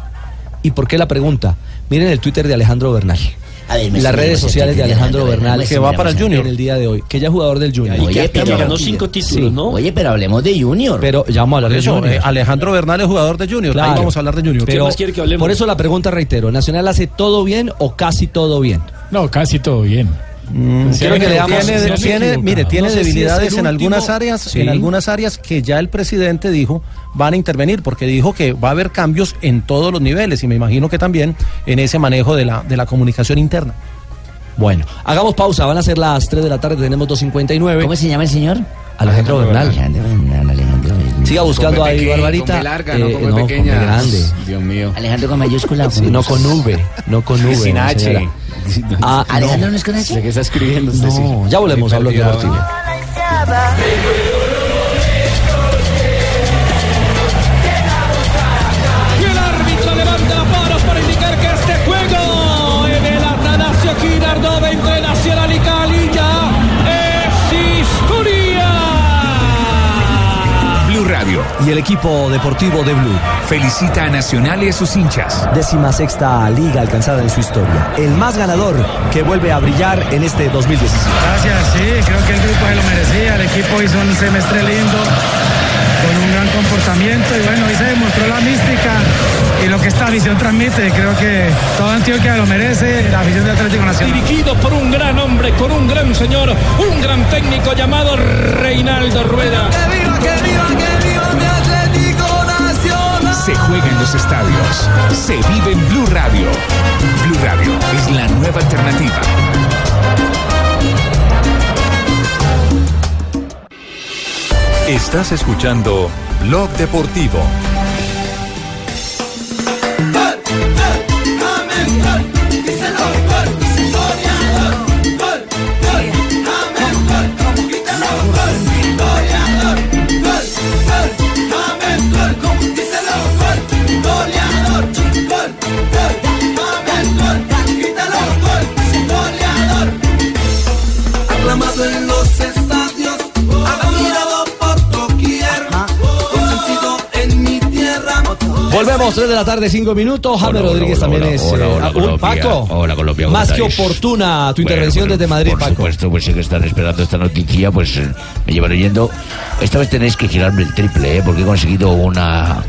[SPEAKER 5] ¿Y por qué la pregunta? Miren el Twitter de Alejandro Bernal.
[SPEAKER 19] A ver, me
[SPEAKER 5] Las
[SPEAKER 19] sirve,
[SPEAKER 5] redes
[SPEAKER 19] pues, el
[SPEAKER 5] sociales de
[SPEAKER 19] Twitter de
[SPEAKER 5] Alejandro
[SPEAKER 19] Alejandro
[SPEAKER 5] Bernal
[SPEAKER 19] Bernal, me sirve, me sirve.
[SPEAKER 5] en el día de hoy, que ya es jugador del Junior.
[SPEAKER 19] Oye, pero- Sí. Oye, pero hablemos de Junior.
[SPEAKER 5] Pero ya vamos a hablar
[SPEAKER 15] Por
[SPEAKER 5] de
[SPEAKER 15] eso,
[SPEAKER 5] Junior.
[SPEAKER 15] eh, Alejandro Bernal es jugador de Junior, ahí
[SPEAKER 5] Claro.
[SPEAKER 15] vamos a hablar de Junior.
[SPEAKER 5] Pero Por eso la pregunta reitero, ¿Nacional hace todo bien o casi todo bien?
[SPEAKER 10] No, casi todo bien.
[SPEAKER 15] Mm, Creo que le damos- tiene, tiene- mire, tiene debilidades en algunas
[SPEAKER 10] áreas
[SPEAKER 15] áreas,
[SPEAKER 10] Sí.
[SPEAKER 15] en algunas áreas que ya el presidente dijo van a intervenir, porque dijo que va a haber cambios en todos los niveles y me imagino que también en ese manejo de la, de la comunicación interna.
[SPEAKER 5] Bueno, hagamos pausa, van a ser las 3 de la tarde, tenemos 2.59. ¿Cómo
[SPEAKER 19] se llama el señor?
[SPEAKER 5] Alejandro Bernal.
[SPEAKER 14] pues,
[SPEAKER 5] Siga buscando
[SPEAKER 19] Con P
[SPEAKER 5] ahí,
[SPEAKER 19] peque-
[SPEAKER 5] Barbarita.
[SPEAKER 19] con P
[SPEAKER 6] eh,
[SPEAKER 19] larga, no con P
[SPEAKER 5] con P
[SPEAKER 19] pequeña.
[SPEAKER 5] grande.
[SPEAKER 19] Dios mío. Alejandro con mayúscula.
[SPEAKER 5] Sí, no con V, no con V.
[SPEAKER 19] Sin
[SPEAKER 5] no,
[SPEAKER 19] H.
[SPEAKER 5] señora. Ah,
[SPEAKER 19] Alejandro no es con H.
[SPEAKER 5] ¿De qué está escribiendo?
[SPEAKER 15] este
[SPEAKER 5] No, ya volvemos a hablar de Martínez.
[SPEAKER 2] Y el árbitro levanta paros para indicar que este juego en el Atanasio Girardot entre Nacional y Cali ya es historia.
[SPEAKER 6] Blue Radio
[SPEAKER 5] y el equipo deportivo de Blue
[SPEAKER 6] felicita a Nacional y a sus hinchas.
[SPEAKER 5] Décima sexta liga alcanzada en su historia. El más ganador que vuelve a brillar en este 2017.
[SPEAKER 20] Gracias, sí, creo que el grupo se lo merecía, el equipo hizo un semestre lindo, con un gran comportamiento y bueno, hoy se demostró la mística y lo que esta visión transmite, creo que toda Antioquia lo merece, la visión del Atlético Nacional.
[SPEAKER 2] Dirigido por un gran hombre, con un gran señor, un gran técnico llamado Reinaldo Rueda. ¡Que viva, que viva, que viva mi Atlético Nacional!
[SPEAKER 6] Se juega en los estadios. Se vive en Blue Radio. Blue Radio es la nueva alternativa.
[SPEAKER 21] Estás escuchando Blog Deportivo.
[SPEAKER 1] Aclamado en los estadios, admirado por doquier, consentido en mi tierra.
[SPEAKER 5] Volvemos, 3 de la tarde, 5 minutos. James Rodríguez también es. eh, ah, un Paco.
[SPEAKER 7] Hola, Colombia. ¿cómo
[SPEAKER 5] Más que
[SPEAKER 7] estáis?
[SPEAKER 5] oportuna tu intervención
[SPEAKER 7] Bueno,
[SPEAKER 5] desde Madrid,
[SPEAKER 7] por
[SPEAKER 5] Paco.
[SPEAKER 7] supuesto, pues sé que están esperando esta noticia, pues eh, me llevan oyendo. Esta vez tenéis que girarme el triple, ¿eh? porque he conseguido una...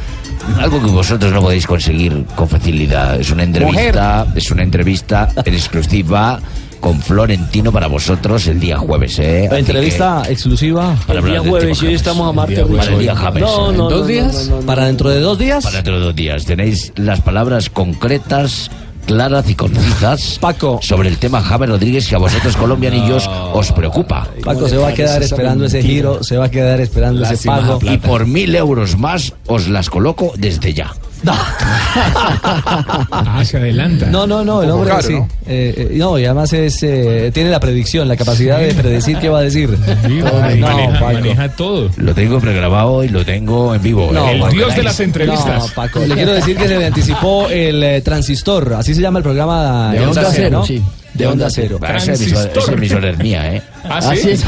[SPEAKER 7] Algo que vosotros no podéis conseguir con facilidad. Es una entrevista, es una entrevista en exclusiva
[SPEAKER 22] con Florentino para vosotros el día jueves. ¿eh? Así
[SPEAKER 5] Entrevista exclusiva.
[SPEAKER 22] Para El día hablar del
[SPEAKER 5] este
[SPEAKER 22] jueves, tema y hoy James. estamos a El martes, día Luis. jueves. Para el día James. No, no, ¿En dos no, no, días? no, no, no.
[SPEAKER 5] Para dentro de dos
[SPEAKER 22] que
[SPEAKER 5] días.
[SPEAKER 22] para dentro de dos días tenéis las palabras concretas. Claras y concisas Paco. sobre el tema James Rodríguez que a vosotros colombianillos os preocupa.
[SPEAKER 5] Paco se va a quedar esperando ese giro, se va a quedar esperando ese pago.
[SPEAKER 22] Y por mil euros más os las coloco desde ya.
[SPEAKER 10] Ah, se adelanta.
[SPEAKER 5] No, no, no,
[SPEAKER 10] Un
[SPEAKER 5] el
[SPEAKER 10] poco
[SPEAKER 5] hombre
[SPEAKER 10] caro,
[SPEAKER 5] sí.
[SPEAKER 10] ¿no?
[SPEAKER 5] Eh, eh, no, y además es, eh, tiene la predicción, la capacidad de predecir qué va a decir.
[SPEAKER 10] Ay,
[SPEAKER 5] no,
[SPEAKER 10] maneja,
[SPEAKER 5] Paco.
[SPEAKER 10] maneja todo.
[SPEAKER 22] Lo tengo pregrabado y lo tengo en vivo.
[SPEAKER 5] No,
[SPEAKER 22] ¿eh?
[SPEAKER 5] Paco, No,
[SPEAKER 22] entrevistas.
[SPEAKER 5] Paco, le quiero decir que se le anticipó el eh, transistor, así se llama el programa
[SPEAKER 22] De Onda Cero,
[SPEAKER 5] ¿no?
[SPEAKER 22] sí.
[SPEAKER 5] De Onda Cero.
[SPEAKER 22] Ah, Esa emisora- esa emisora es mía, ¿eh?
[SPEAKER 5] Así es.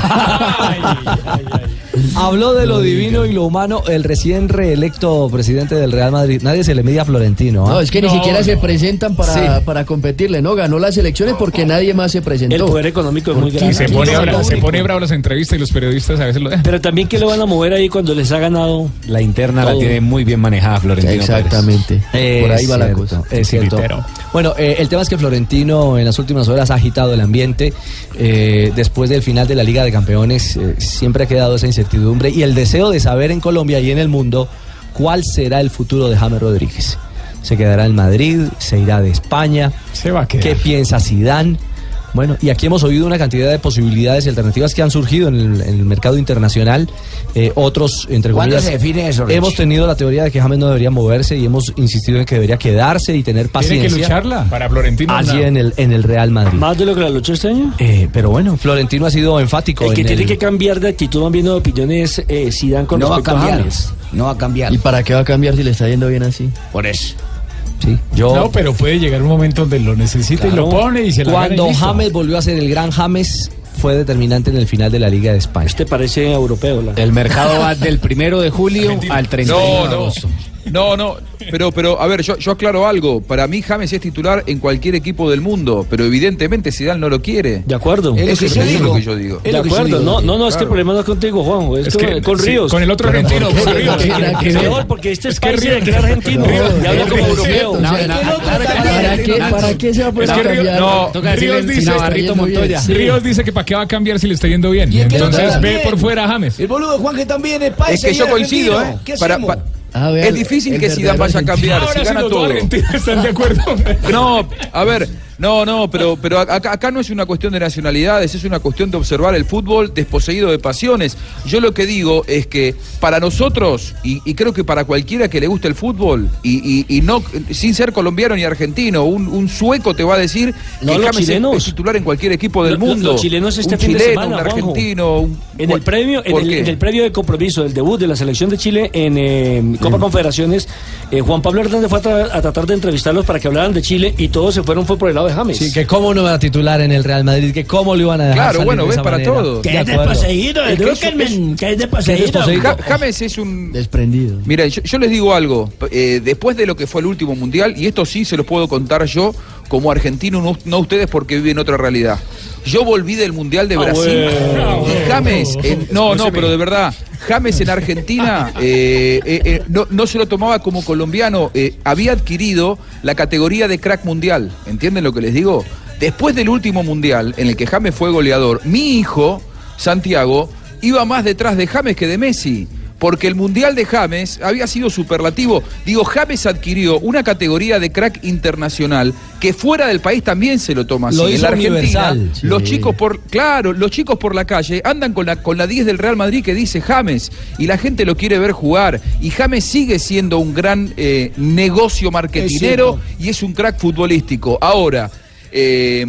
[SPEAKER 5] Habló de lo divino y lo humano el recién reelecto presidente del Real Madrid. Nadie se le mide a Florentino. ¿ah?
[SPEAKER 16] No, es que ni siquiera se presentan para, para competirle, ¿no? Ganó las elecciones porque nadie más se presentó.
[SPEAKER 8] El poder económico es muy
[SPEAKER 16] Porque
[SPEAKER 8] grande.
[SPEAKER 16] se pone
[SPEAKER 8] Sí,
[SPEAKER 16] ahora-
[SPEAKER 8] sí,
[SPEAKER 16] se
[SPEAKER 8] sí.
[SPEAKER 10] Pone bravo las entrevistas y los periodistas a veces lo dejan.
[SPEAKER 8] Pero también que lo van a mover ahí cuando les ha ganado.
[SPEAKER 6] La interna
[SPEAKER 8] Todo.
[SPEAKER 6] la tiene muy bien manejada Florentino Pérez.
[SPEAKER 8] Exactamente.
[SPEAKER 6] Por ahí
[SPEAKER 5] Es
[SPEAKER 6] va la
[SPEAKER 5] cierto,
[SPEAKER 6] cosa.
[SPEAKER 5] Es cierto.
[SPEAKER 6] Tiritero.
[SPEAKER 5] Bueno, eh, el tema es que Florentino en las últimas horas ha agitado el ambiente. eh, después del final de la Liga de Campeones eh, siempre ha quedado esa incertidumbre y el deseo de saber en Colombia y en el mundo cuál será el futuro de James Rodríguez. ¿Se quedará en Madrid? ¿Se irá de España?
[SPEAKER 10] Se va a quedar.
[SPEAKER 5] ¿Qué piensa Zidane? Bueno, y aquí hemos oído una cantidad de posibilidades y alternativas que han surgido en el, en el mercado internacional. eh, otros, entre
[SPEAKER 14] ¿Cuándo
[SPEAKER 5] comillas,
[SPEAKER 14] se define eso, Richie?
[SPEAKER 5] hemos tenido la teoría de que James no debería moverse y hemos insistido en que debería quedarse y tener paciencia.
[SPEAKER 10] Para Florentino.
[SPEAKER 5] Allí en el, en el Real Madrid. ¿Más de lo que la luchó este año? pero bueno, Florentino ha sido enfático.
[SPEAKER 8] El que
[SPEAKER 5] en
[SPEAKER 8] tiene
[SPEAKER 5] el-
[SPEAKER 8] que cambiar de actitud, más bien de opinión, es eh, Zidane con
[SPEAKER 5] No va a
[SPEAKER 8] respecto
[SPEAKER 5] cambiar.
[SPEAKER 8] James.
[SPEAKER 22] No va a cambiar.
[SPEAKER 16] ¿Y para qué va a cambiar si le está yendo bien así?
[SPEAKER 22] Por eso.
[SPEAKER 5] Sí, yo.
[SPEAKER 10] No, pero puede llegar un momento donde lo necesita y lo
[SPEAKER 5] Claro.
[SPEAKER 10] pone y se la gana
[SPEAKER 5] Cuando
[SPEAKER 10] y listo.
[SPEAKER 5] James volvió a ser el gran James, fue determinante en el final de la Liga de España. Este
[SPEAKER 8] parece europeo.
[SPEAKER 6] El mercado va del primero de julio al 31
[SPEAKER 9] No,
[SPEAKER 6] de
[SPEAKER 9] no.
[SPEAKER 6] agosto.
[SPEAKER 9] No, no, pero, pero a ver, yo, yo aclaro algo. Para mí James es titular en cualquier equipo del mundo, pero evidentemente Zidane no lo quiere.
[SPEAKER 8] De acuerdo.
[SPEAKER 9] Eso es lo que yo digo.
[SPEAKER 8] De acuerdo, no, no, no, es que el problema no es contigo, Juanjo, es,
[SPEAKER 9] Es
[SPEAKER 8] con,
[SPEAKER 9] que-
[SPEAKER 8] con
[SPEAKER 9] sí,
[SPEAKER 8] Ríos.
[SPEAKER 9] con el otro
[SPEAKER 8] Pero
[SPEAKER 9] argentino,
[SPEAKER 8] ¿por qué?
[SPEAKER 9] con Ríos.
[SPEAKER 8] Que- que- que-
[SPEAKER 9] Sí.
[SPEAKER 8] Peor, porque este es
[SPEAKER 9] Es que
[SPEAKER 8] país
[SPEAKER 9] Ríos-
[SPEAKER 8] de que era argentino,
[SPEAKER 9] Ríos-
[SPEAKER 8] y habla como
[SPEAKER 9] Ríos-
[SPEAKER 8] europeo.
[SPEAKER 9] No, no, no,
[SPEAKER 16] ¿Para qué, ¿Para qué se va a poner
[SPEAKER 10] Es
[SPEAKER 16] a
[SPEAKER 10] que Ríos,
[SPEAKER 16] cambiar?
[SPEAKER 10] no, Ríos dice, Ríos dice que para qué va a cambiar si le está yendo bien.
[SPEAKER 16] que no
[SPEAKER 10] Entonces
[SPEAKER 16] está
[SPEAKER 10] ve
[SPEAKER 16] bien.
[SPEAKER 10] por fuera a James.
[SPEAKER 7] El boludo de Juan que también es paisa
[SPEAKER 9] Es que
[SPEAKER 7] y
[SPEAKER 9] yo
[SPEAKER 7] argentino.
[SPEAKER 9] coincido, ¿eh?
[SPEAKER 7] ¿Qué
[SPEAKER 9] Para-
[SPEAKER 7] hacemos?
[SPEAKER 9] pa-
[SPEAKER 16] A ver,
[SPEAKER 9] es difícil
[SPEAKER 16] el
[SPEAKER 9] que Zidane
[SPEAKER 16] verdadero
[SPEAKER 9] vaya a cambiar,
[SPEAKER 10] Ahora
[SPEAKER 9] si
[SPEAKER 10] sí
[SPEAKER 9] gana
[SPEAKER 10] los dos
[SPEAKER 9] todo.
[SPEAKER 10] argentinos están de acuerdo.
[SPEAKER 9] No, a ver, no, no, pero, pero acá, acá no es una cuestión de nacionalidades, es una cuestión de observar el fútbol desposeído de pasiones. Yo lo que digo es que para nosotros, y, y creo que para cualquiera que le guste el fútbol, y, y- y no sin ser colombiano ni argentino, un, un sueco te va a decir
[SPEAKER 8] No,
[SPEAKER 9] que
[SPEAKER 8] los
[SPEAKER 9] James es-
[SPEAKER 8] chilenos.
[SPEAKER 9] es titular en cualquier equipo del
[SPEAKER 8] Lo- lo-
[SPEAKER 9] mundo.
[SPEAKER 8] Los chilenos este
[SPEAKER 9] un
[SPEAKER 8] fin
[SPEAKER 9] chileno,
[SPEAKER 8] de semana,
[SPEAKER 9] un
[SPEAKER 8] Juanjo.
[SPEAKER 9] argentino, un-
[SPEAKER 8] en el previo, en
[SPEAKER 9] ¿Por
[SPEAKER 8] el,
[SPEAKER 9] qué?
[SPEAKER 8] en el previo de compromiso del debut de la selección de Chile en eh, Copa Confederaciones, eh, Juan Pablo Hernández fue a, tra- a tratar de entrevistarlos para que hablaran de Chile y todos se fueron fue por el lado de James.
[SPEAKER 5] Sí, que cómo no va a titular en el Real Madrid, que cómo lo iban a dejar.
[SPEAKER 9] Claro,
[SPEAKER 5] salir
[SPEAKER 9] bueno,
[SPEAKER 5] de
[SPEAKER 9] ve
[SPEAKER 5] esa
[SPEAKER 9] para
[SPEAKER 5] manera.
[SPEAKER 9] todo.
[SPEAKER 5] De
[SPEAKER 9] Que es
[SPEAKER 5] acuerdo.
[SPEAKER 9] desposeído, el
[SPEAKER 5] Es que
[SPEAKER 9] Druckerman,
[SPEAKER 5] eso es-
[SPEAKER 9] que es
[SPEAKER 5] que es desposeído.
[SPEAKER 9] Pues Ja- James es un
[SPEAKER 16] Desprendido.
[SPEAKER 9] Mira, yo, yo les digo algo. eh, después de lo que fue el último mundial, y esto sí se los puedo contar yo como argentino, no, no ustedes porque viven otra realidad. Yo volví del mundial de
[SPEAKER 8] Ah,
[SPEAKER 9] Brasil.
[SPEAKER 8] bueno.
[SPEAKER 9] y James, en- no, no,
[SPEAKER 8] Escúcheme.
[SPEAKER 9] pero de verdad, James en Argentina eh, eh, eh, no, no se lo tomaba como colombiano. eh, había adquirido la categoría de crack mundial. ¿Entienden lo que les digo? Después del último mundial, en el que James fue goleador, mi hijo, Santiago, iba más detrás de James que de Messi. Porque el Mundial de James había sido superlativo. Digo, James adquirió una categoría de crack internacional que fuera del país también se lo toma así.
[SPEAKER 5] Lo
[SPEAKER 9] en
[SPEAKER 5] hizo
[SPEAKER 9] la Argentina,
[SPEAKER 5] universal.
[SPEAKER 9] los
[SPEAKER 5] Sí.
[SPEAKER 9] chicos por, claro, los chicos por la calle andan con la, con la 10 del Real Madrid que dice James y la gente lo quiere ver jugar. Y James sigue siendo un gran eh, negocio marketinero y es un crack futbolístico. Ahora, eh,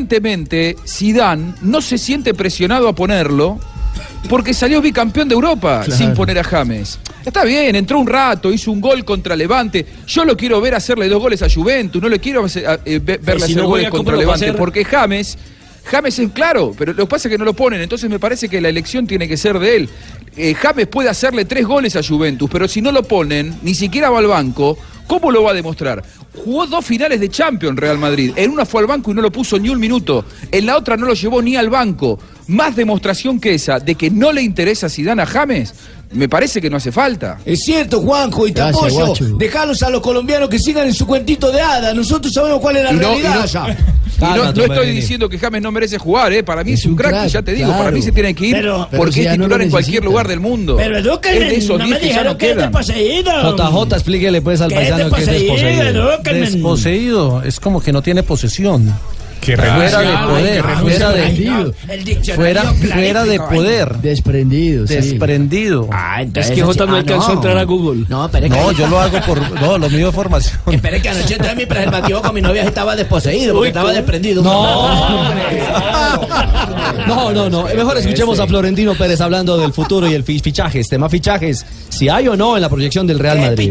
[SPEAKER 9] evidentemente, Zidane no se siente presionado a ponerlo porque salió bicampeón de Europa
[SPEAKER 23] Claro.
[SPEAKER 9] sin poner a James. Está bien, entró un rato, hizo un gol contra Levante. Yo lo quiero ver hacerle dos goles a Juventus, no lo quiero hacer- a- eh, ve- verle
[SPEAKER 8] si
[SPEAKER 9] hacer
[SPEAKER 8] no
[SPEAKER 9] goles
[SPEAKER 8] juega, ¿cómo
[SPEAKER 9] contra
[SPEAKER 8] lo va a
[SPEAKER 9] Levante,
[SPEAKER 8] hacer?
[SPEAKER 9] porque James, James es claro, pero lo que pasa es que no lo ponen, entonces me parece que la elección tiene que ser de él. Eh, James puede hacerle tres goles a Juventus, pero si no lo ponen, ni siquiera va al banco, ¿Cómo lo va a demostrar? Jugó dos finales de Champions Real Madrid. En una fue al banco y no lo puso ni un minuto. En la otra no lo llevó ni al banco. Más demostración que esa de que no le interesa Zidane a James, me parece que no hace falta.
[SPEAKER 7] Es cierto, Juanjo, y te
[SPEAKER 9] Gracias,
[SPEAKER 7] apoyo.
[SPEAKER 9] guacho.
[SPEAKER 7] Dejalos a los colombianos que sigan en su cuentito de hada. Nosotros sabemos cuál es la
[SPEAKER 9] Y no- y
[SPEAKER 7] realidad.
[SPEAKER 9] no-
[SPEAKER 7] allá.
[SPEAKER 9] Y no- no,
[SPEAKER 7] Cálmate,
[SPEAKER 9] estoy
[SPEAKER 7] Marini.
[SPEAKER 9] diciendo que James no merece jugar, ¿eh? para mí es, un crack, y ya te digo, para
[SPEAKER 7] claro.
[SPEAKER 9] mí se tiene que ir
[SPEAKER 7] Pero- pero
[SPEAKER 9] porque
[SPEAKER 7] si
[SPEAKER 9] es
[SPEAKER 7] ya no lo
[SPEAKER 9] titular en cualquier
[SPEAKER 7] necesita.
[SPEAKER 9] lugar del mundo.
[SPEAKER 7] Pero
[SPEAKER 9] es
[SPEAKER 7] Educa,
[SPEAKER 9] de esos
[SPEAKER 7] no me
[SPEAKER 9] 10 que ya
[SPEAKER 7] dijeron
[SPEAKER 9] no
[SPEAKER 7] que este es
[SPEAKER 9] quedan.
[SPEAKER 7] desposeído.
[SPEAKER 5] JJ, explíquele pues al
[SPEAKER 7] ¿Qué es
[SPEAKER 5] paisano que es
[SPEAKER 7] desposeído,
[SPEAKER 5] desposeído.
[SPEAKER 7] no, Carmen?
[SPEAKER 15] Desposeído, es como que no tiene posesión.
[SPEAKER 1] Que
[SPEAKER 15] fuera
[SPEAKER 16] renuncia,
[SPEAKER 15] de
[SPEAKER 16] ay,
[SPEAKER 15] poder,
[SPEAKER 16] que
[SPEAKER 15] fuera de,
[SPEAKER 16] renuncia.
[SPEAKER 7] El
[SPEAKER 15] fuera, fuera de poder.
[SPEAKER 16] Desprendido, sí.
[SPEAKER 9] Ah,
[SPEAKER 15] Desprendido.
[SPEAKER 16] entonces Es que Jota sí. no Ah, alcanzó no. a entrar a
[SPEAKER 15] Google.
[SPEAKER 7] No, pero
[SPEAKER 16] es que-
[SPEAKER 15] No, yo lo hago por. No, lo mío es formación.
[SPEAKER 7] Espera que anoche entré a mi preservativo con mi novia y estaba desposeído,
[SPEAKER 15] Uy,
[SPEAKER 7] porque estaba desprendido.
[SPEAKER 5] No. No, no, no. Mejor escuchemos a Florentino Pérez hablando del futuro y el fi- fichajes, tema fichajes. Si hay o no en la proyección del Real Madrid.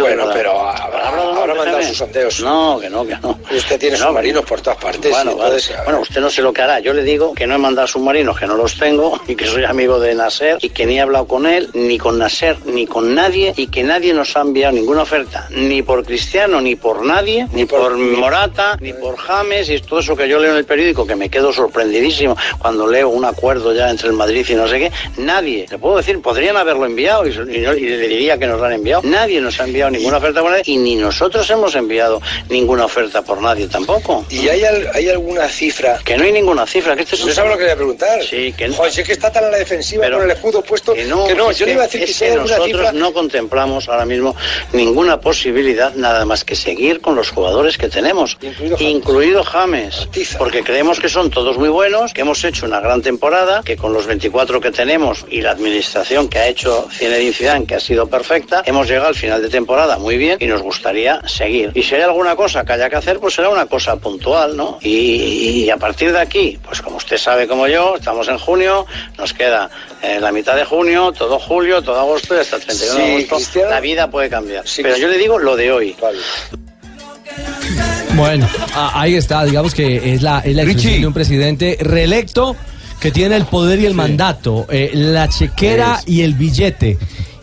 [SPEAKER 6] bueno, pero ahora, ahora mandan sus sondeos. No, que no, que no. Usted tiene submarinos por todas partes.
[SPEAKER 23] Bueno,
[SPEAKER 6] entonces,
[SPEAKER 23] vale. Bueno, usted no se lo que hará. Yo le digo que no he mandado submarinos, que no los tengo y que soy amigo de Nasser y que ni he hablado con él, ni con Nasser, ni con nadie y que nadie nos ha enviado ninguna oferta, ni por Cristiano, ni por nadie, ni por, Morata, ni por James y todo eso que yo leo en el periódico, que me quedo sorprendidísimo cuando leo un acuerdo ya entre el Madrid y no sé qué. Nadie, le puedo decir, podrían haberlo enviado y, y yo- y le diría que nos lo han enviado. Nadie nos ha enviado ninguna oferta por nadie y ni nosotros hemos enviado ninguna oferta por nadie tampoco.
[SPEAKER 6] ¿Y hay, al- hay alguna cifra?
[SPEAKER 23] Que no hay ninguna cifra, que este es un-
[SPEAKER 6] ¿No sabe lo que le voy a preguntar?
[SPEAKER 23] Sí, que no.
[SPEAKER 6] Joder, si es que está tan a la defensiva
[SPEAKER 23] Pero-
[SPEAKER 6] con el escudo puesto que no,
[SPEAKER 23] es
[SPEAKER 6] yo le iba a decir que
[SPEAKER 23] es
[SPEAKER 6] si hay alguna
[SPEAKER 23] nosotros
[SPEAKER 6] cifra...
[SPEAKER 23] no contemplamos ahora mismo ninguna posibilidad nada más que seguir con los jugadores que tenemos, incluido James, porque creemos que son todos muy buenos, que hemos hecho una gran temporada, que con los 24 que tenemos y la administración que ha hecho Zinedine Zidane que ha sido perfecta, hemos llegado al final de temporada muy bien y nos gustaría seguir. Y si hay alguna cosa que haya que hacer, pues será una cosa puntual, ¿no? Y, y a partir de aquí, pues como usted sabe como yo, estamos en junio, nos queda eh, la mitad de junio, todo julio, todo agosto y hasta el 31 de
[SPEAKER 6] Sí,
[SPEAKER 23] agosto.
[SPEAKER 6] Cristiano.
[SPEAKER 23] La vida puede cambiar.
[SPEAKER 6] Sí,
[SPEAKER 23] Pero yo le digo lo de hoy.
[SPEAKER 5] Bueno, a- ahí está, digamos que es la, es la expresión de un presidente reelecto que tiene el poder y el mandato, eh, la chequera y el billete.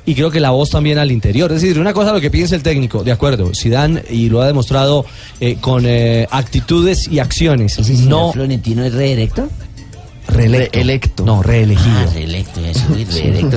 [SPEAKER 5] Y creo que la voz también al interior. Es decir, una cosa lo que piensa el técnico, de acuerdo, Zidane, y lo ha demostrado eh, con eh, actitudes y acciones. no,
[SPEAKER 23] ¿Florentino es reelecto? Ah,
[SPEAKER 5] Reelecto. No, reelegido.
[SPEAKER 23] reelecto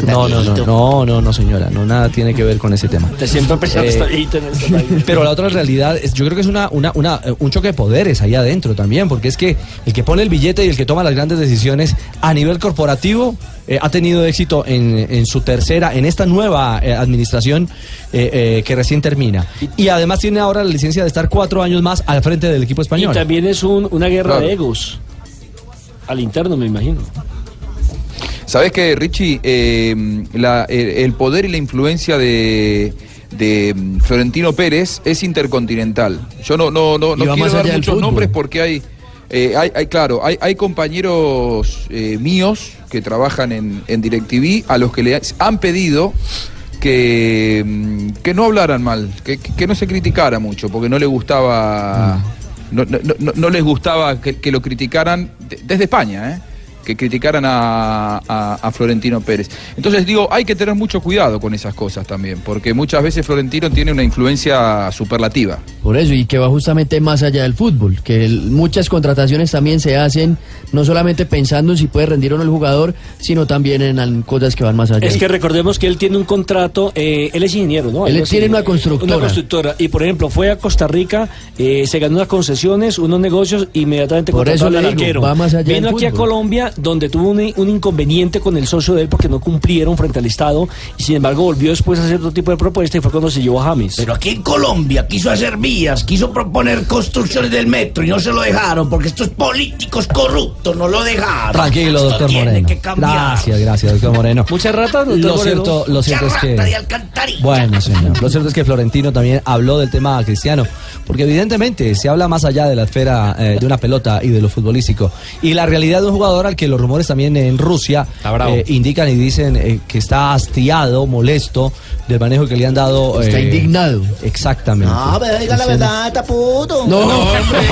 [SPEAKER 5] no, no, no,
[SPEAKER 23] viejito.
[SPEAKER 5] no, no, no, señora, no, nada tiene que ver con ese tema.
[SPEAKER 8] Te siento pensando
[SPEAKER 5] Eh,
[SPEAKER 8] está viejito en este esta vaina.
[SPEAKER 5] Pero la otra realidad, es, yo creo que es una, una, una, eh, un choque de poderes ahí adentro también, porque es que el que pone el billete y el que toma las grandes decisiones a nivel corporativo eh, ha tenido éxito en, en su tercera, en esta nueva eh, administración eh, eh, que recién termina. Y además tiene ahora la licencia de estar cuatro años más al frente del
[SPEAKER 8] Y
[SPEAKER 5] equipo español.
[SPEAKER 8] también es un- una guerra
[SPEAKER 5] Claro.
[SPEAKER 8] de egos. Al interno, me imagino.
[SPEAKER 9] ¿Sabés qué, Richie? Eh, la- el, el poder y la influencia de, de, mm, Florentino Pérez es intercontinental. Yo no, no, no,
[SPEAKER 6] Y
[SPEAKER 9] no
[SPEAKER 6] va
[SPEAKER 9] quiero
[SPEAKER 6] más allá
[SPEAKER 9] dar
[SPEAKER 6] del
[SPEAKER 9] muchos
[SPEAKER 6] fútbol.
[SPEAKER 9] nombres porque hay, eh, hay, hay- claro, hay, hay compañeros eh, míos que trabajan en, en DirecTV a los que le han pedido que, mm, que no hablaran mal, que, que- que no se criticara mucho, porque no le gustaba. No, no- no- no les gustaba que, que lo criticaran de- desde España, ¿eh? que criticaran a, a- a Florentino Pérez. Entonces digo, hay que tener mucho cuidado con esas cosas también, porque muchas veces Florentino tiene una influencia superlativa.
[SPEAKER 16] Por eso, y que va justamente más allá del fútbol, que el- muchas contrataciones también se hacen, no solamente pensando en si puede rendir o no el jugador, sino también en al- cosas que van más allá.
[SPEAKER 8] Es que recordemos que él tiene un contrato, eh, él es ingeniero, ¿no?
[SPEAKER 16] Él
[SPEAKER 8] Algo así.
[SPEAKER 16] tiene una constructora.
[SPEAKER 8] Una constructora. Y por ejemplo, fue a Costa Rica, eh, se ganó unas concesiones, unos negocios, e inmediatamente
[SPEAKER 16] Por eso
[SPEAKER 8] contrataron
[SPEAKER 16] le
[SPEAKER 8] al
[SPEAKER 16] digo,
[SPEAKER 8] arquero.
[SPEAKER 16] va más allá
[SPEAKER 8] Vino
[SPEAKER 16] del
[SPEAKER 8] aquí a
[SPEAKER 16] fútbol.
[SPEAKER 8] Colombia, donde tuvo un, un inconveniente con el socio de él porque no cumplieron frente al Estado, y sin embargo volvió después a hacer otro tipo de propuesta y fue cuando se llevó a James.
[SPEAKER 23] Pero
[SPEAKER 8] aquí
[SPEAKER 23] en Colombia quiso hacer vías, quiso proponer construcciones del metro y no se lo dejaron porque estos políticos corruptos no lo dejaron.
[SPEAKER 5] Tranquilo,
[SPEAKER 23] Ah, Esto
[SPEAKER 5] doctor
[SPEAKER 23] tiene
[SPEAKER 5] Moreno.
[SPEAKER 23] que cambiar.
[SPEAKER 5] Gracias, gracias, doctor Moreno. Muchas ratas,
[SPEAKER 23] doctor
[SPEAKER 5] lo
[SPEAKER 23] Moreno.
[SPEAKER 5] cierto, lo
[SPEAKER 23] Mucha
[SPEAKER 5] cierto es que.
[SPEAKER 23] rata de
[SPEAKER 5] Bueno, señor. Lo cierto es que Florentino también habló del tema cristiano. Porque evidentemente se habla más allá de la esfera eh, de una pelota y de lo futbolístico. Y la realidad de un jugador al que los rumores también en Rusia
[SPEAKER 24] bravo.
[SPEAKER 5] eh, indican y dicen eh, que está hastiado, molesto del manejo que le han dado.
[SPEAKER 16] Está
[SPEAKER 5] indignado. Exactamente.
[SPEAKER 7] No, pero Ah, diga la
[SPEAKER 5] Cristiano.
[SPEAKER 7] verdad, está puto.
[SPEAKER 5] No,
[SPEAKER 7] hombre.